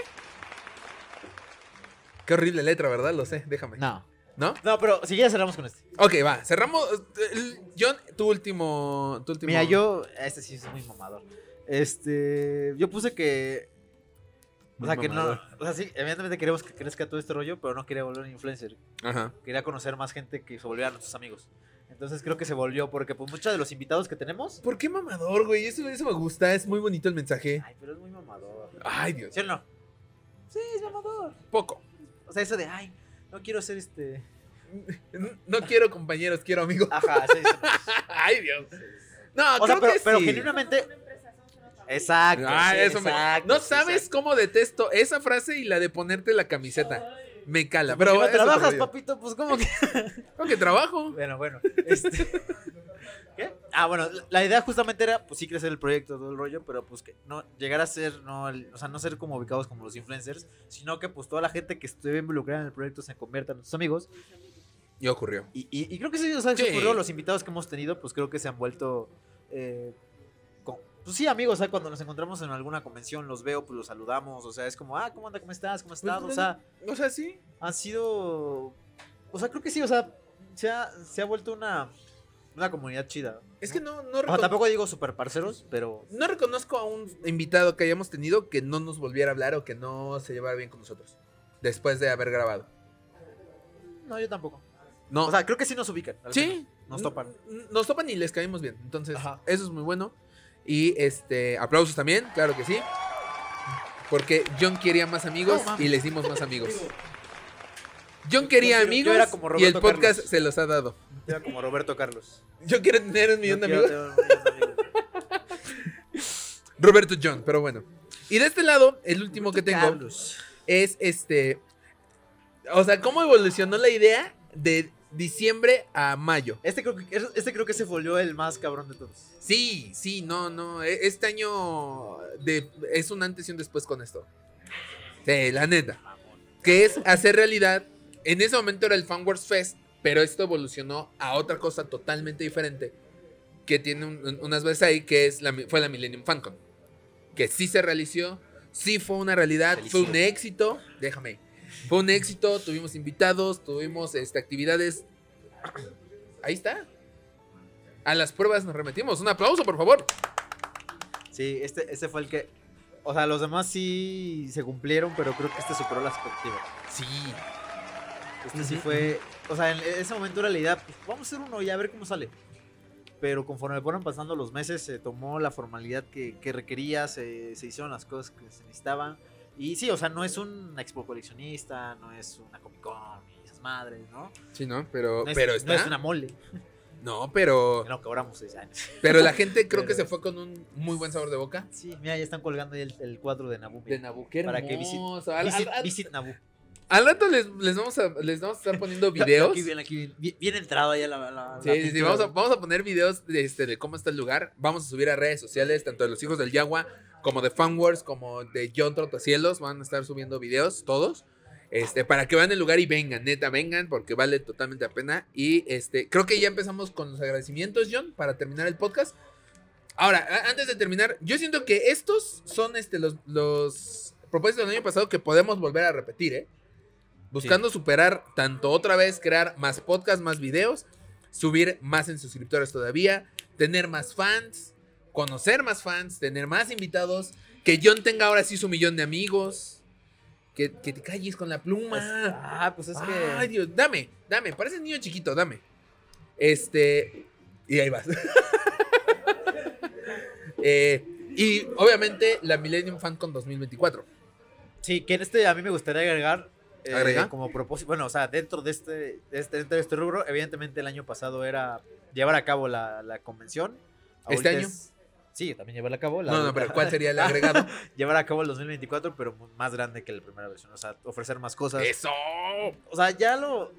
Speaker 1: Qué horrible letra, ¿verdad? Lo sé, déjame.
Speaker 2: No.
Speaker 1: ¿No?
Speaker 2: No, pero si quieres cerramos con este.
Speaker 1: Ok, va, cerramos. eh, John, tu último. Tu último.
Speaker 2: Mira, yo. Este sí es muy mamador. Este. Yo puse que. O
Speaker 1: Muy
Speaker 2: sea, que
Speaker 1: mamador.
Speaker 2: no. O sea, sí, evidentemente queremos que crezca todo este rollo, pero no quería volver un influencer.
Speaker 1: Ajá.
Speaker 2: Quería conocer más gente que se volviera nuestros amigos. Entonces creo que se volvió, porque pues muchos de los invitados que tenemos.
Speaker 1: ¿Por qué mamador, güey? Eso, eso me gusta, es muy bonito el mensaje.
Speaker 2: Ay, pero es muy mamador.
Speaker 1: Ay, Dios.
Speaker 2: ¿Sí o no? Sí, es mamador.
Speaker 1: Poco.
Speaker 2: O sea, eso de, ay, no quiero ser este.
Speaker 1: N- No quiero compañeros, quiero amigos.
Speaker 2: Ajá, sí, pues. sí, sí.
Speaker 1: Ay, Dios. No,
Speaker 2: O sea,
Speaker 1: creo
Speaker 2: pero-
Speaker 1: que
Speaker 2: pero
Speaker 1: sí.
Speaker 2: genuinamente- Seguramente-
Speaker 3: Somos una empresa, somos una familia.
Speaker 2: Exacto.
Speaker 1: Ah,
Speaker 2: sí,
Speaker 1: eso me-
Speaker 2: exacto,
Speaker 1: No
Speaker 2: sí,
Speaker 1: sabes
Speaker 2: exacto.
Speaker 1: cómo detesto esa frase y la de ponerte la camiseta.
Speaker 3: Ay,
Speaker 1: Me cala,
Speaker 2: Pero
Speaker 1: pero.
Speaker 2: no
Speaker 1: es otro
Speaker 2: trabajas,
Speaker 1: video.
Speaker 2: papito, pues como que.
Speaker 1: Creo que trabajo.
Speaker 2: Bueno, bueno. este- ¿Qué? Ah, bueno, la- la idea justamente era, pues sí, crecer el proyecto, todo el rollo, pero pues que no llegar a ser, no, el- o sea, no ser como ubicados como los influencers, sino que pues toda la gente que estuve involucrada en el proyecto se convierta en sus amigos.
Speaker 1: Y ocurrió.
Speaker 2: Y, y- y creo que sí, o sea, eso
Speaker 1: Sí.
Speaker 2: ocurrió, los invitados que hemos tenido, pues creo que se han vuelto, eh, con- pues sí, amigos, o sea, cuando nos encontramos en alguna convención, los veo, pues los saludamos, o sea, es como, ah, ¿cómo anda? ¿Cómo estás? ¿Cómo estás? O sea,
Speaker 1: O sea, sí.
Speaker 2: ha sido. O sea, creo que sí, o sea, se ha, se ha vuelto una, una comunidad chida.
Speaker 1: Es que no, no,
Speaker 2: O sea,
Speaker 1: recon-
Speaker 2: Ah, tampoco digo super parceros, pero.
Speaker 1: no reconozco a un invitado que hayamos tenido que no nos volviera a hablar o que no se llevara bien con nosotros. Después de haber grabado.
Speaker 2: No, yo tampoco.
Speaker 1: No.
Speaker 2: O sea, creo que sí nos ubican. al menos.
Speaker 1: sí.
Speaker 2: Nos topan.
Speaker 1: N- n- Nos topan y les caímos bien. Entonces,
Speaker 2: Ajá.
Speaker 1: eso es muy bueno. Y este, aplausos también, claro que sí. Porque John quería más amigos
Speaker 2: No, mames.
Speaker 1: y les dimos más amigos. John quería
Speaker 2: yo- yo
Speaker 1: amigos
Speaker 2: era como
Speaker 1: y el
Speaker 2: Roberto
Speaker 1: podcast
Speaker 2: Carlos.
Speaker 1: se los ha dado.
Speaker 2: Era como Roberto Carlos.
Speaker 1: Yo quiero tener un millón
Speaker 2: Yo
Speaker 1: de
Speaker 2: quiero
Speaker 1: amigos.
Speaker 2: tener un millón de amigos.
Speaker 1: Roberto John, pero bueno. Y de este lado, el último que tengo
Speaker 2: Este Carlos.
Speaker 1: es este. O sea, ¿cómo evolucionó la idea de diciembre a mayo?
Speaker 2: Este creo, que, este creo que se volvió el más cabrón de todos.
Speaker 1: Sí, sí, no, no. e- Este año de- es un antes y un después con esto. Sí, la neta. Que es hacer realidad. En ese momento era el Fan Wars Fest, pero esto evolucionó a otra cosa totalmente diferente. Que tiene un- un- unas veces ahí, que es la, mi- fue la Millennium Fancon. Que sí se realizó, sí fue una realidad, fue un
Speaker 2: Felicidades.
Speaker 1: éxito. Déjame. Fue un éxito, tuvimos invitados, tuvimos este, actividades. Ahí está. A las pruebas nos remetimos. Un aplauso, por favor.
Speaker 2: Sí, este, este fue el que. O sea, los demás sí se cumplieron, pero creo que este superó las expectativas.
Speaker 1: Sí.
Speaker 2: Este sí
Speaker 1: Ujú,
Speaker 2: fue. O sea, en ese momento era la idea, pues, vamos a hacer uno y a ver cómo sale. Pero conforme fueron pasando los meses, se tomó la formalidad que, que requería, se, se hicieron las cosas que se necesitaban. Y sí, o sea, no es un expo coleccionista, no es una Comic Con ni esas madres, ¿no?
Speaker 1: Sí, ¿no? Pero,
Speaker 2: No es,
Speaker 1: pero
Speaker 2: no
Speaker 1: está.
Speaker 2: es una mole.
Speaker 1: No, pero.
Speaker 2: No, cobramos seis años.
Speaker 1: Pero la gente creo que
Speaker 2: Pero-
Speaker 1: se fue con un muy buen sabor de boca.
Speaker 2: Sí, mira, ya están colgando ahí el, el cuadro de Nabu. mira.
Speaker 1: Nabuquero.
Speaker 2: Para que
Speaker 1: Al,
Speaker 2: Visit,
Speaker 1: al- al-
Speaker 2: visit Nabu.
Speaker 1: al rato les, les vamos a, les vamos a estar poniendo videos.
Speaker 2: Aquí, bien, aquí, bien, bien- bien entrado ya la. la- la
Speaker 1: Sí, sí, sí,
Speaker 2: pintura.
Speaker 1: vamos a, vamos a poner videos de, este, de cómo está el lugar. Vamos a subir a redes sociales, tanto de los hijos del Yagua, como de Fanwars, como de John Trotacielos. Van a estar subiendo videos todos. Este, para que vean el lugar y vengan, neta, vengan, porque vale totalmente la pena. Y este, creo que ya empezamos con los agradecimientos, John, para terminar el podcast. Ahora, a- antes de terminar, yo siento que estos son este, los, los propósitos del año pasado que podemos volver a repetir, ¿eh? Buscando superar tanto otra vez, crear más podcasts, más videos, subir más en suscriptores todavía, tener más fans, conocer más fans, tener más invitados, que John tenga ahora sí su millón de amigos, que, que te calles con la pluma.
Speaker 2: Ah, pues es que.
Speaker 1: Ay, Dios, dame, dame, parece niño chiquito, dame. Este, y ahí vas. Eh, y obviamente la Millennium Fan Con 2024.
Speaker 2: Sí, que en este a mí me gustaría agregar eh,
Speaker 1: ¿Agrega?
Speaker 2: como propósito, bueno, o sea, dentro de este, de este- dentro de este rubro, evidentemente el año pasado era llevar a cabo la, la convención.
Speaker 1: ¿Este
Speaker 2: Ahorita
Speaker 1: año?
Speaker 2: es- sí, también llevar a cabo. La,
Speaker 1: No, no, pero ¿cuál sería el agregado?
Speaker 2: Llevar a cabo el 2024, pero mu- más grande que la primera versión, o sea, ofrecer más cosas.
Speaker 1: Eso.
Speaker 2: O sea, ya lo...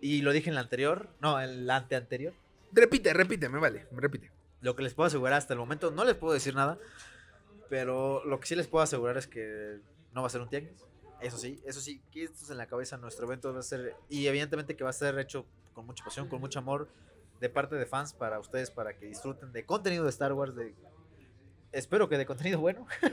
Speaker 2: Y lo dije en la anterior, no, en la anteanterior.
Speaker 1: Repite, repite, me vale, repite.
Speaker 2: Lo que les puedo asegurar hasta el momento, no les puedo decir nada, pero lo que sí les puedo asegurar es que no va a ser un tianguis. Eso sí, eso sí, que esto es en la cabeza, nuestro evento va a ser, y evidentemente que va a ser hecho con mucha pasión, con mucho amor de parte de fans para ustedes, para que disfruten de contenido de Star Wars, de, espero que de contenido bueno,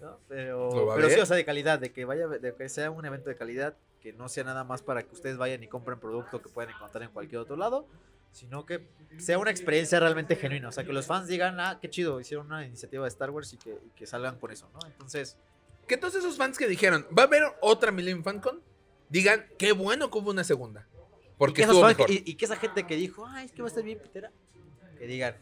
Speaker 2: ¿no?
Speaker 1: Lo
Speaker 2: pero,
Speaker 1: va a
Speaker 2: pero sí,
Speaker 1: haber.
Speaker 2: o sea, de calidad, de que, vaya, de que sea un evento de calidad, que no sea nada más para que ustedes vayan y compren producto que pueden encontrar en cualquier otro lado, sino que sea una experiencia realmente genuina. O sea, que los fans digan, ah, qué chido, hicieron una iniciativa de Star Wars y que, y que salgan por eso, ¿no? Entonces,
Speaker 1: Que todos esos fans que dijeron, ¿va a haber otra Millennium FanCon? Digan, qué bueno que hubo una segunda. Porque
Speaker 2: y, que esos
Speaker 1: estuvo
Speaker 2: fans-
Speaker 1: mejor.
Speaker 2: y- y que esa gente que dijo, ah, es que va a estar bien pitera, que digan,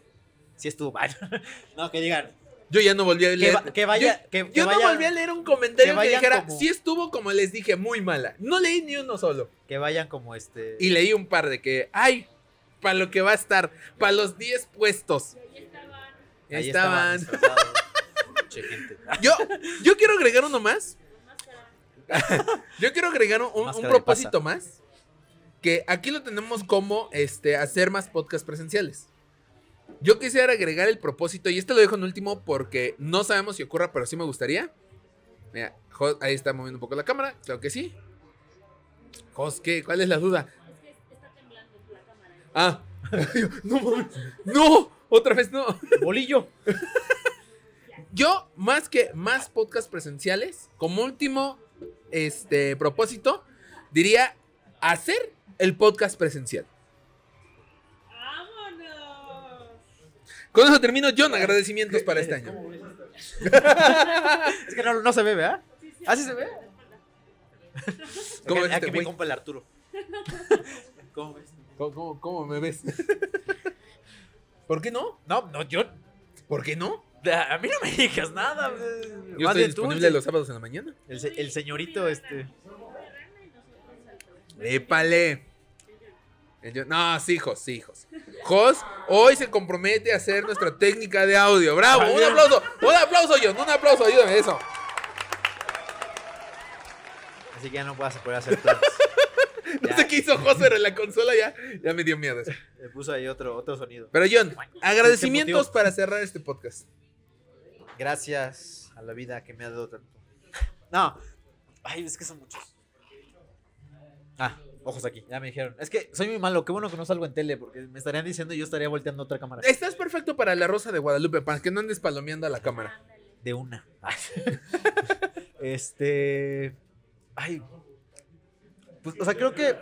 Speaker 2: sí estuvo mal. no, que digan,
Speaker 1: Yo ya no volví a
Speaker 2: que,
Speaker 1: leer.
Speaker 2: va- que vaya, que, que
Speaker 1: Yo
Speaker 2: vaya,
Speaker 1: no volví a leer un comentario
Speaker 2: que
Speaker 1: que,
Speaker 2: vayan
Speaker 1: dijera,
Speaker 2: como-
Speaker 1: sí estuvo como les dije, muy mala. No leí ni uno solo.
Speaker 2: que vayan como este.
Speaker 1: Y leí un par de que, ay, para lo que va a estar, para los 10 puestos.
Speaker 3: Y ahí estaban.
Speaker 2: ahí
Speaker 1: estaban.
Speaker 2: disfrazados. Mucha gente.
Speaker 1: Yo, yo quiero agregar uno más. Yo quiero agregar un, un
Speaker 2: Máscara de
Speaker 1: propósito más. Que aquí lo tenemos como este, hacer más podcasts presenciales. Yo quisiera agregar el propósito, y este lo dejo en último porque no sabemos si ocurra, pero sí me gustaría. Mira, Jos- ahí está moviendo un poco la cámara, claro que sí. Jos, ¿qué? ¿Cuál es la duda?
Speaker 3: Es que está temblando la cámara.
Speaker 1: Ah, no, mames, no, otra vez no.
Speaker 2: Bolillo.
Speaker 1: Yo, más que más podcasts presenciales, como último este, propósito, diría hacer el podcast presencial.
Speaker 3: ¡Vámonos!
Speaker 1: Con eso termino, John. Agradecimientos para este año.
Speaker 2: Es que no, no se ve, ¿verdad?
Speaker 3: Sí,
Speaker 2: ¿Ah, sí se ve?
Speaker 1: ¿Cómo
Speaker 2: Ah,
Speaker 1: ves este
Speaker 2: que mi
Speaker 1: güey?
Speaker 2: compa el Arturo. ¿Cómo ves?
Speaker 1: ¿Cómo, cómo- cómo me ves? ¿Por qué no?
Speaker 2: No, no, yo.
Speaker 1: ¿Por qué no?
Speaker 2: A mí no me digas nada. pues.
Speaker 1: Yo
Speaker 2: Más
Speaker 1: estoy
Speaker 2: bien tú,
Speaker 1: disponible
Speaker 2: el-
Speaker 1: los sábados en la mañana.
Speaker 2: el, se- el señorito, este.
Speaker 1: Épale. El John- No, sí, Jos, sí, Jos. Jos hoy se compromete a hacer nuestra técnica de audio. ¡Bravo! ¡Un aplauso! ¡Un aplauso, John! ¡Un aplauso! Ayúdame, eso.
Speaker 2: Así que ya no vas a poder hacer planes.
Speaker 1: No
Speaker 2: Ya,
Speaker 1: sé qué hizo Jos, pero en la consola ya, ya me dio miedo eso.
Speaker 2: Le puso ahí otro, otro sonido.
Speaker 1: Pero John,
Speaker 2: Este
Speaker 1: agradecimientos
Speaker 2: motivo.
Speaker 1: para cerrar este podcast.
Speaker 2: Gracias a la vida que me ha dado tanto. No. Ay, es que son muchos. Ah, ojos aquí. Ya me dijeron. Es que soy muy malo. Qué bueno que no salgo en tele porque me estarían diciendo y yo estaría volteando otra cámara.
Speaker 1: Estás perfecto para la Rosa de Guadalupe, para que no andes palomeando a la cámara.
Speaker 2: De una. este. Ay. Pues, o sea, creo que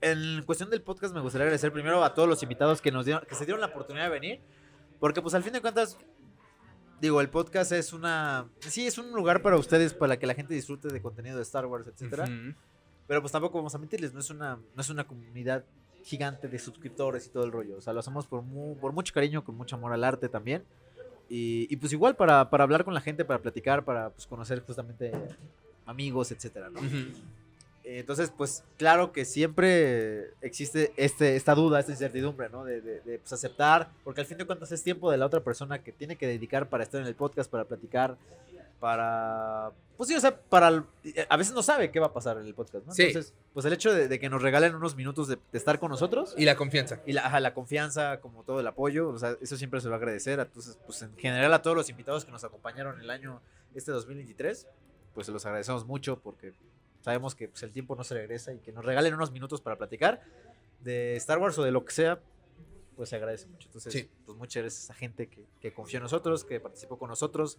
Speaker 2: en cuestión del podcast me gustaría agradecer primero a todos los invitados que nos dieron, que se dieron la oportunidad de venir. Porque, pues, al fin de cuentas, digo, el podcast es una. Sí, es un lugar para ustedes, para que la gente disfrute de contenido de Star Wars, etcétera.
Speaker 1: Ujú.
Speaker 2: Pero pues tampoco vamos a mentirles, no es una, no es una comunidad gigante de suscriptores y todo el rollo. O sea, lo hacemos por, mu- por mucho cariño, con mucho amor al arte también. Y, y, pues igual para, para hablar con la gente, para platicar, para pues, conocer justamente amigos, etcétera, ¿no?
Speaker 1: Ujú.
Speaker 2: Eh, Entonces, pues claro que siempre existe este, esta duda, esta incertidumbre, ¿no? De, de- de, pues, aceptar, porque al fin de cuentas es tiempo de la otra persona que tiene que dedicar para estar en el podcast, para platicar, para... Pues sí, o sea, para, eh, a veces no sabe qué va a pasar en el podcast, ¿no?
Speaker 1: Sí.
Speaker 2: Entonces, pues el hecho de, de que nos regalen unos minutos de, de estar con nosotros
Speaker 1: Y la confianza.
Speaker 2: y la, ajá, la confianza, como todo el apoyo, o sea, eso siempre se va a agradecer. Entonces, pues en general a todos los invitados que nos acompañaron el año este 2023, pues se los agradecemos mucho porque sabemos que pues, el tiempo no se regresa y que nos regalen unos minutos para platicar de Star Wars o de lo que sea, pues se agradece mucho. Entonces,
Speaker 1: Sí.
Speaker 2: pues muchas gracias a gente que, que confió en nosotros, que participó con nosotros,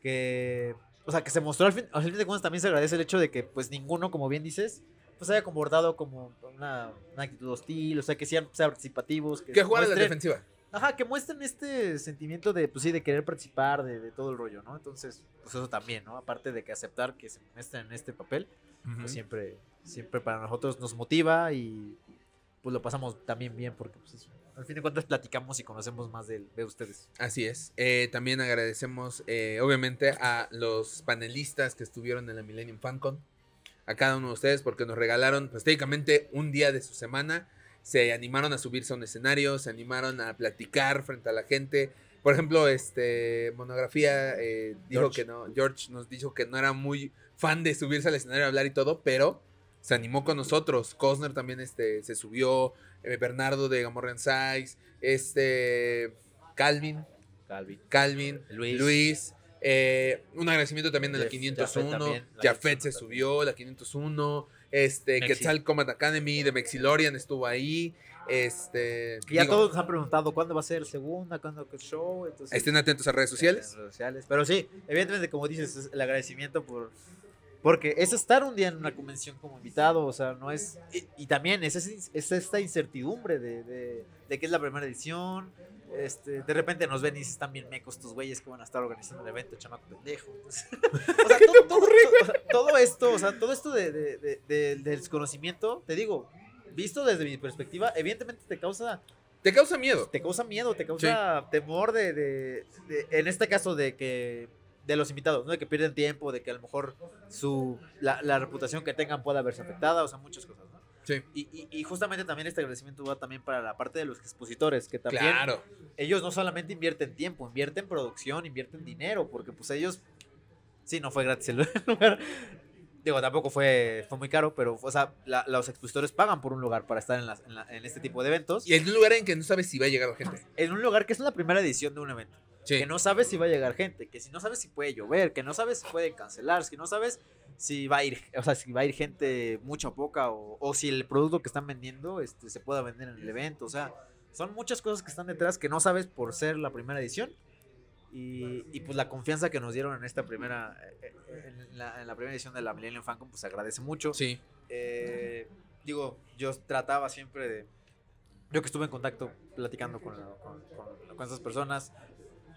Speaker 2: que, o sea, que se mostró al fin, al fin de cuentas también se agradece el hecho de que pues ninguno, como bien dices, pues haya comportado como una, una actitud hostil, o sea, que sean participativos. Que,
Speaker 1: Que jugar a la
Speaker 2: muestren-
Speaker 1: defensiva.
Speaker 2: Ajá, que muestren este sentimiento de, pues sí, de querer participar, de, de todo el rollo, ¿no? Entonces, pues eso también, ¿no? Aparte de que aceptar que se muestren en este papel,
Speaker 1: Ujú.
Speaker 2: pues siempre, siempre para nosotros nos motiva y pues lo pasamos también bien porque pues es- al fin de cuentas platicamos y conocemos más de, de ustedes.
Speaker 1: Así es. Eh, también agradecemos, eh, obviamente, a los panelistas que estuvieron en la Millennium FanCon, a cada uno de ustedes, porque nos regalaron prácticamente un día de su semana. Se animaron a subirse a un escenario, se animaron a platicar frente a la gente. Por ejemplo, este Monografía eh, dijo
Speaker 2: George.
Speaker 1: que no, George nos dijo que no era muy fan de subirse al escenario a hablar y todo, pero se animó con nosotros. Cosner también este, se subió, eh, Bernardo de Gamorrean Size, este Calvin,
Speaker 2: Calvin.
Speaker 1: Calvin,
Speaker 2: Luis.
Speaker 1: Luis. eh, un agradecimiento también a la
Speaker 2: Jeff-
Speaker 1: 501.
Speaker 2: Jafet también, la
Speaker 1: Jafet
Speaker 2: 501
Speaker 1: se
Speaker 2: también.
Speaker 1: subió, la 501. Este,
Speaker 5: Mexi.
Speaker 1: Quetzal Combat Academy de Mexilorian estuvo ahí. Este,
Speaker 2: Y ya
Speaker 1: digo,
Speaker 2: todos nos han preguntado cuándo va a ser segunda, cuándo el show, entonces
Speaker 1: Estén atentos a redes
Speaker 2: en
Speaker 1: sociales.
Speaker 2: redes sociales. Pero sí, evidentemente como dices, es el agradecimiento por porque es estar un día en una convención como invitado, o sea, no es y, y también es, ese- es esta incertidumbre de, de, de que es la primera edición. Este, de repente nos ven y dicen, están bien mecos estos güeyes que van a estar organizando el evento, chamaco pendejo. Entonces, o sea, todo, todo- o sea, todo esto, o sea, todo esto de, de- de- de- del desconocimiento, te digo, visto desde mi perspectiva, evidentemente te causa
Speaker 1: Te causa miedo.
Speaker 2: te causa miedo, te causa temor de, de- de- en este caso de que de los invitados, ¿no? De que pierden tiempo, de que a lo mejor su la, la reputación que tengan pueda verse afectada, o sea, muchas cosas, ¿no?
Speaker 1: Sí.
Speaker 2: Y, y- y justamente también este agradecimiento va también para la parte de los expositores, que también
Speaker 1: Claro.
Speaker 2: ellos no solamente invierten tiempo, invierten producción, invierten dinero, porque pues ellos, sí, no fue gratis el lugar. Digo, tampoco fue, fue muy caro, pero, o sea, la- los expositores pagan por un lugar para estar en, las- en la- en este tipo de eventos
Speaker 1: Y en un lugar en que no sabes si va a llegar la gente.
Speaker 2: en un lugar que es la primera edición de un evento.
Speaker 1: Sí.
Speaker 2: Que no sabes si va a llegar gente, que si no sabes si puede llover, que no sabes si puede cancelar, que no sabes si va a ir, o sea, si va a ir gente mucha o poca, o, o si el producto que están vendiendo este, se pueda vender en el evento. O sea, son muchas cosas que están detrás que no sabes por ser la primera edición. Y, y, pues la confianza que nos dieron en esta primera, eh, eh, en la, en la primera edición de la Millennium Fancon, pues se agradece mucho
Speaker 1: Sí.
Speaker 2: eh, digo, yo trataba siempre de. Yo que estuve en contacto platicando con, con, con- con esas personas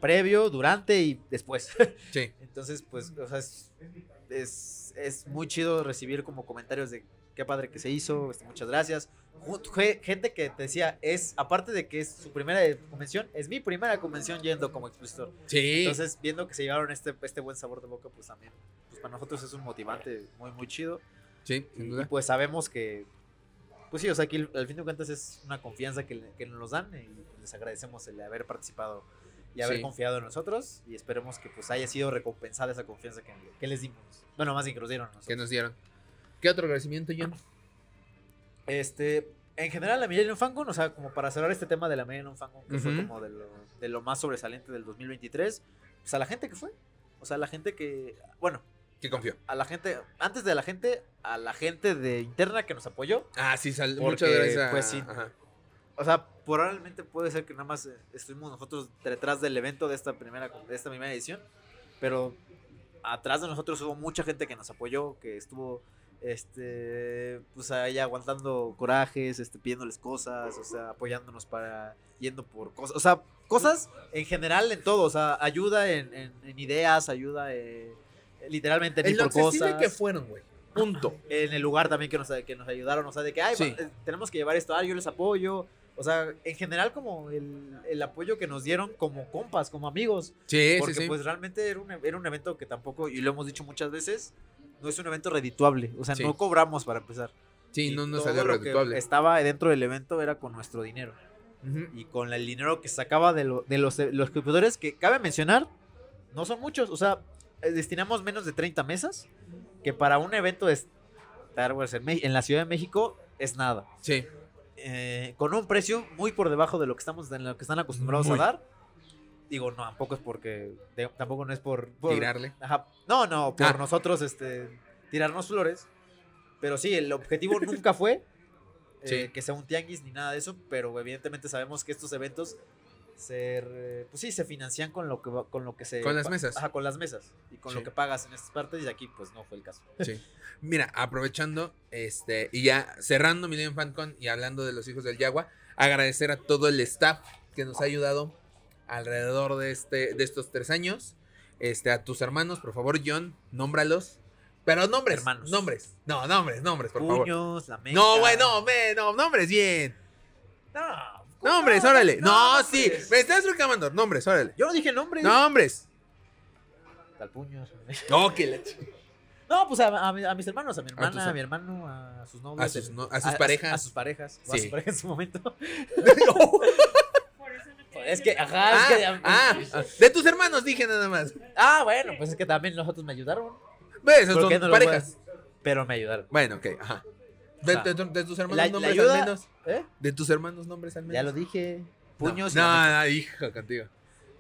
Speaker 2: previo, durante y después.
Speaker 1: Sí.
Speaker 2: Entonces, pues, o sea, es, es, es muy chido recibir como comentarios de qué padre que se hizo, este, muchas gracias. Ju- ge- Gente que te decía, es, aparte de que es su primera convención, es mi primera convención yendo como expositor.
Speaker 1: Sí.
Speaker 2: Entonces, viendo que se llevaron este, este buen sabor de boca, pues también, pues para nosotros es un motivante muy, muy chido.
Speaker 1: sí, sin
Speaker 2: Y, y
Speaker 1: duda.
Speaker 2: pues sabemos que, pues sí, o sea, que el- al fin de cuentas es una confianza que, le- que nos dan eh, y les agradecemos el haber participado y haber
Speaker 1: Sí.
Speaker 2: confiado en nosotros y esperemos que pues haya sido recompensada esa confianza que, que les dimos. Bueno, más bien que nos dieron a nosotros.
Speaker 1: Que nos dieron. ¿Qué otro agradecimiento, John?
Speaker 2: Este, en general, la Millennium Fancon, o sea, como para cerrar este tema de la Millennium Fancon, que fue
Speaker 1: Ujú.
Speaker 2: como de lo, de lo más sobresaliente del 2023, pues a la gente que fue, o sea, a la gente que, bueno,
Speaker 1: Que confío.
Speaker 2: a la gente, antes de la gente, a la gente de interna que nos apoyó,
Speaker 1: Ah, sí, sal,
Speaker 2: Porque,
Speaker 1: muchas gracias. a-
Speaker 2: pues, sí.
Speaker 1: ajá.
Speaker 2: O sea, probablemente puede ser que nada más eh, estuvimos nosotros detrás del evento de esta primera, de esta primera edición, pero atrás de nosotros hubo mucha gente que nos apoyó, que estuvo Este, pues ahí aguantando corajes, este, pidiéndoles cosas, o sea, apoyándonos para yendo por cosas, o sea, cosas en general en todo, o sea, ayuda en, en- en ideas, ayuda eh, literalmente en
Speaker 1: En
Speaker 2: ir
Speaker 1: lo
Speaker 2: por
Speaker 1: accesible
Speaker 2: cosas.
Speaker 1: que fueron, güey. Punto.
Speaker 2: En el lugar también que nos, que nos ayudaron, o sea, de que ay,
Speaker 1: Sí.
Speaker 2: va- eh, tenemos que llevar esto, ay, yo les apoyo. O sea, en general como el, el apoyo que nos dieron como compas, como amigos.
Speaker 1: Sí,
Speaker 2: Porque pues realmente era un, era un evento que tampoco, y lo hemos dicho muchas veces, no es un evento redituable. O sea,
Speaker 1: Sí.
Speaker 2: no cobramos para empezar.
Speaker 1: Sí,
Speaker 2: Y
Speaker 1: no nos
Speaker 2: todo
Speaker 1: salió
Speaker 2: lo que
Speaker 1: redituable.
Speaker 2: Estaba dentro del evento era con nuestro dinero.
Speaker 1: Ujú.
Speaker 2: Y con el dinero que sacaba de, lo- de los, eh, los escritores, que cabe mencionar, no son muchos. O sea, eh, destinamos menos de 30 mesas, que para un evento de Star Wars en, Me- en la Ciudad de México es nada.
Speaker 1: Sí.
Speaker 2: Eh, con un precio muy por debajo de lo que estamos de lo que están acostumbrados
Speaker 1: Muy.
Speaker 2: a dar. Digo, no, tampoco es porque de- tampoco no es por, por-
Speaker 1: Tirarle.
Speaker 2: Ajá. No, no, por
Speaker 1: Ah.
Speaker 2: nosotros este, tirarnos flores. Pero sí, el objetivo nunca fue eh,
Speaker 1: Sí.
Speaker 2: que sea un tianguis ni nada de eso, pero evidentemente sabemos que estos eventos se, re- pues sí, se financian con lo que va- con lo que se
Speaker 1: Con las
Speaker 2: pa-
Speaker 1: mesas.
Speaker 2: Ajá, con las mesas y con
Speaker 1: Sí.
Speaker 2: lo que pagas en estas partes y aquí pues no fue el caso.
Speaker 1: Sí. Mira, aprovechando, este, y ya cerrando Millennium FanCon y hablando de los hijos del Yagua, agradecer a todo el staff que nos ha ayudado alrededor de, este, de estos tres años. Este, a tus hermanos, por favor, John, nómbralos. Pero nombres,
Speaker 2: Hermanos.
Speaker 1: nombres. No, nombres, nombres, por favor.
Speaker 2: Puños, la meca.
Speaker 1: No, güey, no, ve, no, nombres, bien.
Speaker 2: No,
Speaker 1: Nombres, órale. No, sí,
Speaker 2: nombres.
Speaker 1: me estás reclamando. Nombres, órale.
Speaker 2: Yo no dije nombres.
Speaker 1: Nombres.
Speaker 2: Tal puños.
Speaker 1: No, que la ch-
Speaker 2: No, pues a, a mi- a mis hermanos, a mi
Speaker 1: tus-
Speaker 2: hermana, a, mi hermano, a sus novios.
Speaker 1: A sus no- a sus parejas.
Speaker 2: A, sus parejas. o a
Speaker 1: Sí.
Speaker 2: sus parejas en su momento.
Speaker 3: Por eso no quería
Speaker 2: Es que,
Speaker 3: llevar-
Speaker 2: ajá, es que.
Speaker 1: Ah, ah, ah, de tus hermanos dije nada más.
Speaker 2: Ah, bueno, pues es que también nosotros me ayudaron.
Speaker 1: ¿Ves? Son
Speaker 2: ¿Por qué no lo
Speaker 1: parejas.
Speaker 2: Pero me ayudaron.
Speaker 1: Bueno, ok, ajá. De,
Speaker 2: O sea,
Speaker 1: de- de tus hermanos
Speaker 2: la- la
Speaker 1: nombres
Speaker 2: ayuda-
Speaker 1: al menos.
Speaker 2: ¿Eh?
Speaker 1: De tus hermanos nombres al menos.
Speaker 2: Ya lo dije. Puños. y
Speaker 1: No,
Speaker 2: la
Speaker 1: no, no, hijo, contigo.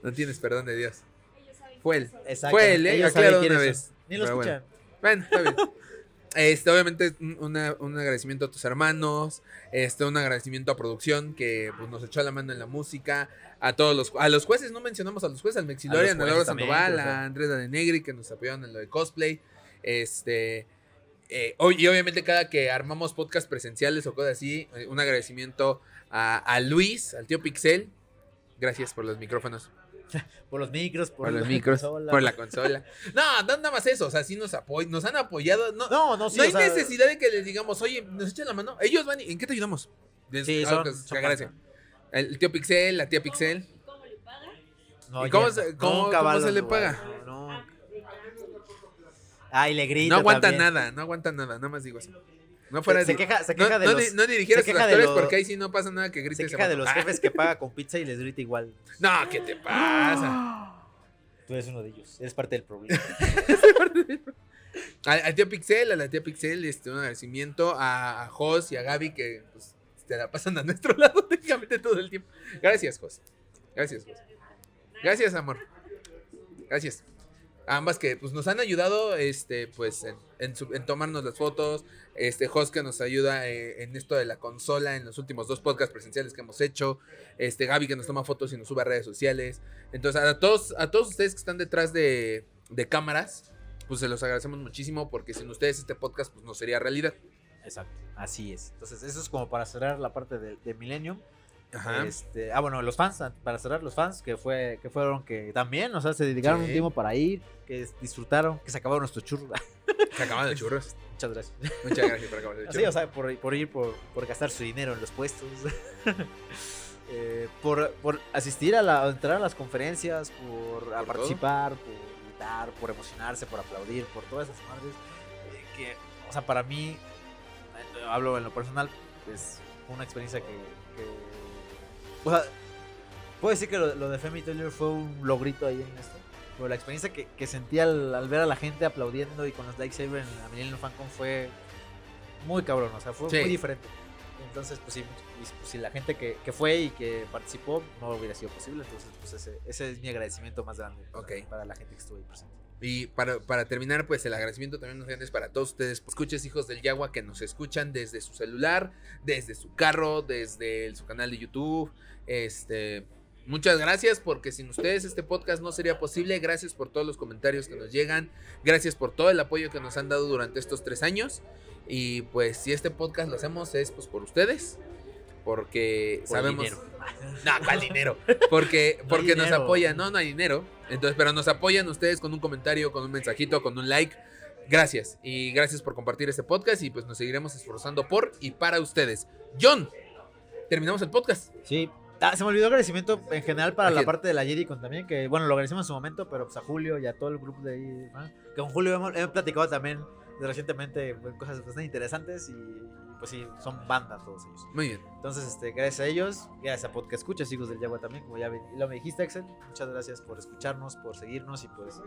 Speaker 1: No tienes perdón de Dios.
Speaker 3: Ellos saben
Speaker 1: Fue
Speaker 3: quiénes
Speaker 1: él.
Speaker 3: son.
Speaker 2: meca. Exacto.
Speaker 1: Fue él, ¿eh?
Speaker 2: Ellos
Speaker 1: Aclaro
Speaker 2: saben quiénes
Speaker 1: una
Speaker 2: son.
Speaker 1: vez.
Speaker 2: Ni lo
Speaker 1: Pero bueno.
Speaker 2: escuchan.
Speaker 1: Bueno, está bien. Este, obviamente, un- una- un agradecimiento a tus hermanos, este, un agradecimiento a producción que pues, nos echó la mano en la música, a todos los, a los jueces, no mencionamos a los jueces, al Mexilorian, a,
Speaker 2: jueces
Speaker 1: Laura
Speaker 2: también,
Speaker 1: Sandoval,
Speaker 2: creo que-
Speaker 1: a Andrés de Negri que nos apoyaron en lo de cosplay, este, eh, hoy- y obviamente cada que armamos podcast presenciales o cosas así, eh, un agradecimiento a, a Luis, al tío Pixel, gracias por los micrófonos
Speaker 2: Por los micros, por,
Speaker 1: por, los
Speaker 2: la
Speaker 1: micros,
Speaker 2: consola.
Speaker 1: por la consola. No, no, nada más eso, o sea, sí nos, apoy- nos han apoyado. No,
Speaker 2: No, no, sí.
Speaker 1: no
Speaker 2: o
Speaker 1: hay
Speaker 2: sea,
Speaker 1: necesidad de que les digamos, oye, nos echan la mano. Ellos van y, ¿en qué te ayudamos? Les-
Speaker 2: Sí,
Speaker 1: algo
Speaker 2: son-
Speaker 1: que-
Speaker 2: son
Speaker 1: que agradecen. El, tío Pixel, la tía
Speaker 3: ¿Cómo-
Speaker 1: Pixel.
Speaker 3: y ¿Cómo le pagan?
Speaker 2: No,
Speaker 1: ¿Y cómo
Speaker 2: ya,
Speaker 1: se- cómo-
Speaker 2: nunca
Speaker 1: cómo
Speaker 2: va a
Speaker 1: se
Speaker 2: los
Speaker 1: le
Speaker 2: lugares.
Speaker 3: paga?
Speaker 2: No,
Speaker 3: Ah,
Speaker 2: no.
Speaker 3: de ganando.
Speaker 2: Ay, le grita.
Speaker 1: No aguantan
Speaker 2: también.
Speaker 1: nada, no aguantan nada, nada más digo eso. No fuera
Speaker 2: Se, se
Speaker 1: de-
Speaker 2: queja, se
Speaker 1: no,
Speaker 2: queja de
Speaker 1: no
Speaker 2: los.
Speaker 1: di- no dirigieras
Speaker 2: se
Speaker 1: a los
Speaker 2: queja de
Speaker 1: actores
Speaker 2: lo-
Speaker 1: porque ahí sí no pasa nada que grite
Speaker 2: Se
Speaker 1: ese
Speaker 2: queja de
Speaker 1: vato.
Speaker 2: los
Speaker 1: Ah,
Speaker 2: jefes que paga con pizza y les grita igual.
Speaker 1: No, ¿qué te pasa?
Speaker 2: Tú eres uno de ellos. Eres parte del problema.
Speaker 1: Al, al tío Pixel, a la tía Pixel, este, un agradecimiento a, a Jos y a Gaby que pues, te la pasan a nuestro lado técnicamente todo el tiempo. Gracias, Jos. Gracias, Jos. Gracias, amor. Gracias. A ambas que pues, nos han ayudado este, pues, en, en su- en tomarnos las fotos. Este, Jos que nos ayuda eh, en esto de la consola en los últimos dos podcasts presenciales que hemos hecho. Este, Gaby que nos toma fotos y nos sube a redes sociales. Entonces, a todos, a todos ustedes que están detrás de, de cámaras, pues se los agradecemos muchísimo porque sin ustedes este podcast pues, no sería realidad.
Speaker 2: Exacto. Así es. Entonces, eso es como para cerrar la parte de, de Millennium. Este, ah, bueno, los fans, para cerrar los fans, que fue, que fueron que también, o sea, se dedicaron
Speaker 1: Sí.
Speaker 2: un tiempo para ir, que es- disfrutaron, que se acabaron nuestros churros.
Speaker 1: Se acaban de churros.
Speaker 2: Muchas gracias.
Speaker 1: Muchas gracias por acabar de
Speaker 2: Así, o
Speaker 1: churros.
Speaker 2: sea, por, por ir, por, por gastar su dinero en los puestos. Eh, por, por asistir a la, a entrar a las conferencias, por, a
Speaker 1: Por
Speaker 2: participar, por gritar, por emocionarse, por aplaudir, por todas esas madres. eh, que, o sea, para mí, eh, hablo en lo personal, es una experiencia que. que- o sea, puedo decir que lo, lo de Femi Taylor fue un logrito ahí en esto. Pero la experiencia que, que sentí al, al ver a la gente aplaudiendo y con los lightsabers en la Millennium FanCon fue muy cabrón, o sea, fue
Speaker 1: Sí.
Speaker 2: muy diferente. Entonces, pues sí, y, pues, sí, la gente que, que fue y que participó no hubiera sido posible. Entonces, pues ese, ese es mi agradecimiento más grande para,
Speaker 1: Ok.
Speaker 2: para la gente que estuvo ahí presente.
Speaker 1: Y para, para terminar, pues el agradecimiento también nos es para todos ustedes. Escuches, hijos del Yagua, que nos escuchan desde su celular, desde su carro, desde el- su canal de YouTube, este, Muchas gracias porque sin ustedes este podcast no sería posible. Gracias por todos los comentarios que nos llegan. Gracias por todo el apoyo que nos han dado durante estos tres años. Y pues si este podcast lo hacemos es pues por ustedes. Porque
Speaker 2: Por
Speaker 1: sabemos...
Speaker 2: dinero.
Speaker 1: No, ¿cuál dinero? Porque,
Speaker 2: hay
Speaker 1: porque nos
Speaker 2: dinero.
Speaker 1: apoyan. No, no hay dinero. Entonces, pero nos apoyan ustedes con un comentario, con un mensajito, con un like. Gracias. Y gracias por compartir este podcast. Y pues nos seguiremos esforzando por y para ustedes. John, terminamos el podcast.
Speaker 2: Sí. Ah, se me olvidó agradecimiento en general para
Speaker 1: ¿A
Speaker 2: la
Speaker 1: quién?
Speaker 2: parte de la Jericon también, que bueno, lo agradecimos en su momento, pero pues a Julio y a todo el grupo de ahí. demás. Que Con Julio hemos, he platicado también de recientemente pues, cosas bastante interesantes y pues sí, son bandas todos ellos.
Speaker 1: Muy bien.
Speaker 2: Entonces, este, gracias a ellos, gracias a Podcast Escuchas, hijos del Yagua también, como ya ve- lo me dijiste, Axel. Muchas gracias por escucharnos, por seguirnos y pues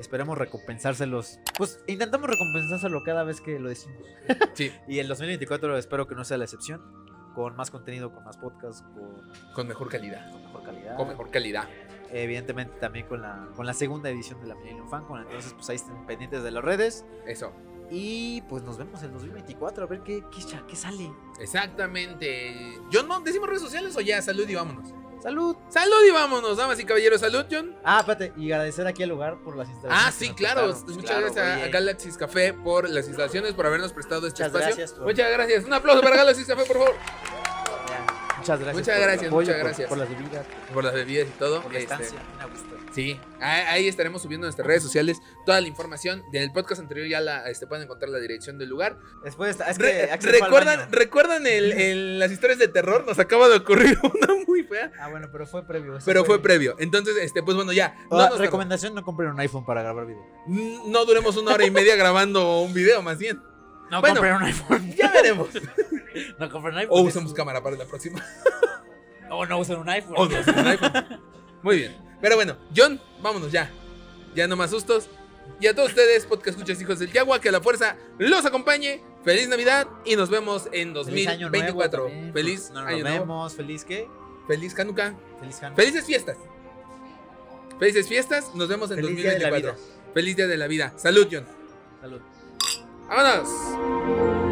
Speaker 2: esperemos recompensárselos. Pues intentamos recompensárselo cada vez que lo decimos.
Speaker 1: Sí,
Speaker 2: Y el 2024 espero que no sea la excepción. Con más contenido, con más podcasts, con,
Speaker 1: con mejor calidad.
Speaker 2: con mejor calidad.
Speaker 1: Con mejor calidad.
Speaker 2: Evidentemente también con la, con la segunda edición de la Millennium Fancon. Entonces, pues ahí estén pendientes de las redes.
Speaker 1: Eso.
Speaker 2: Y pues nos vemos en 2024 a ver qué, qué, cha- qué sale.
Speaker 1: Exactamente. John, ¿no decimos redes sociales o ya? Salud y vámonos.
Speaker 2: ¡Salud!
Speaker 1: Salud y vámonos, damas y caballeros. Salud, John.
Speaker 2: Ah, espérate, y agradecer aquí al lugar por las instalaciones.
Speaker 1: Ah,
Speaker 2: que
Speaker 1: sí,
Speaker 2: nos
Speaker 1: claro.
Speaker 2: prestaron.
Speaker 1: Muchas
Speaker 2: Claro,
Speaker 1: gracias a-
Speaker 2: güey.
Speaker 1: a Galaxy's Café por las instalaciones, por habernos prestado este
Speaker 2: Muchas
Speaker 1: espacio.
Speaker 2: gracias por-
Speaker 1: Muchas gracias. Un aplauso para Galaxy's Café, por favor.
Speaker 2: Ya. Muchas gracias.
Speaker 1: Muchas
Speaker 2: por el
Speaker 1: gracias,
Speaker 2: apoyo,
Speaker 1: muchas
Speaker 2: por-
Speaker 1: gracias.
Speaker 2: Por, las bebidas,
Speaker 1: Por las bebidas y todo.
Speaker 2: por la
Speaker 1: este,
Speaker 2: estancia. una gusto.
Speaker 1: Sí, ahí ahí estaremos subiendo en nuestras redes sociales toda la información. En el podcast anterior ya la, este, pueden encontrar la dirección del lugar.
Speaker 2: Después está- es que
Speaker 1: Re-
Speaker 2: Axel fue al
Speaker 1: ¿Recuerdan,
Speaker 2: baño.
Speaker 1: ¿recuerdan el- el- las historias de terror? Nos acaba de ocurrir una muy fea.
Speaker 2: Ah, bueno, pero fue previo. eso
Speaker 1: Pero fue previo. Entonces, este, pues bueno, ya. No,
Speaker 2: Ah,
Speaker 1: nos tardamos.
Speaker 2: recomendación: no compren un iPhone para grabar video.
Speaker 1: Mm, no duremos una hora y media grabando un video, más bien.
Speaker 2: No
Speaker 1: Bueno.
Speaker 2: compren un iPhone.
Speaker 1: Ya veremos.
Speaker 2: no compren un iPhone.
Speaker 1: O
Speaker 2: es-
Speaker 1: usemos cámara para la próxima.
Speaker 2: O no usen un iPhone.
Speaker 1: O no usemos un iPhone. Muy bien. Pero bueno, John, vámonos ya. Ya no más sustos. Y a todos ustedes, podcast escuchas hijos del Yagua, que la fuerza los acompañe. Feliz Navidad y nos vemos en
Speaker 2: Feliz año nuevo
Speaker 1: 2024.
Speaker 2: también,
Speaker 1: Feliz
Speaker 2: pues, no nos
Speaker 1: año nuevo.
Speaker 2: vemos. Feliz qué?
Speaker 1: Feliz Hanukkah.
Speaker 2: Feliz Hanukkah.
Speaker 1: Felices fiestas. Felices fiestas. Nos vemos en
Speaker 2: Feliz día de la
Speaker 1: 2024. Feliz día de la vida. Salud, John.
Speaker 2: Salud.
Speaker 1: Vámonos.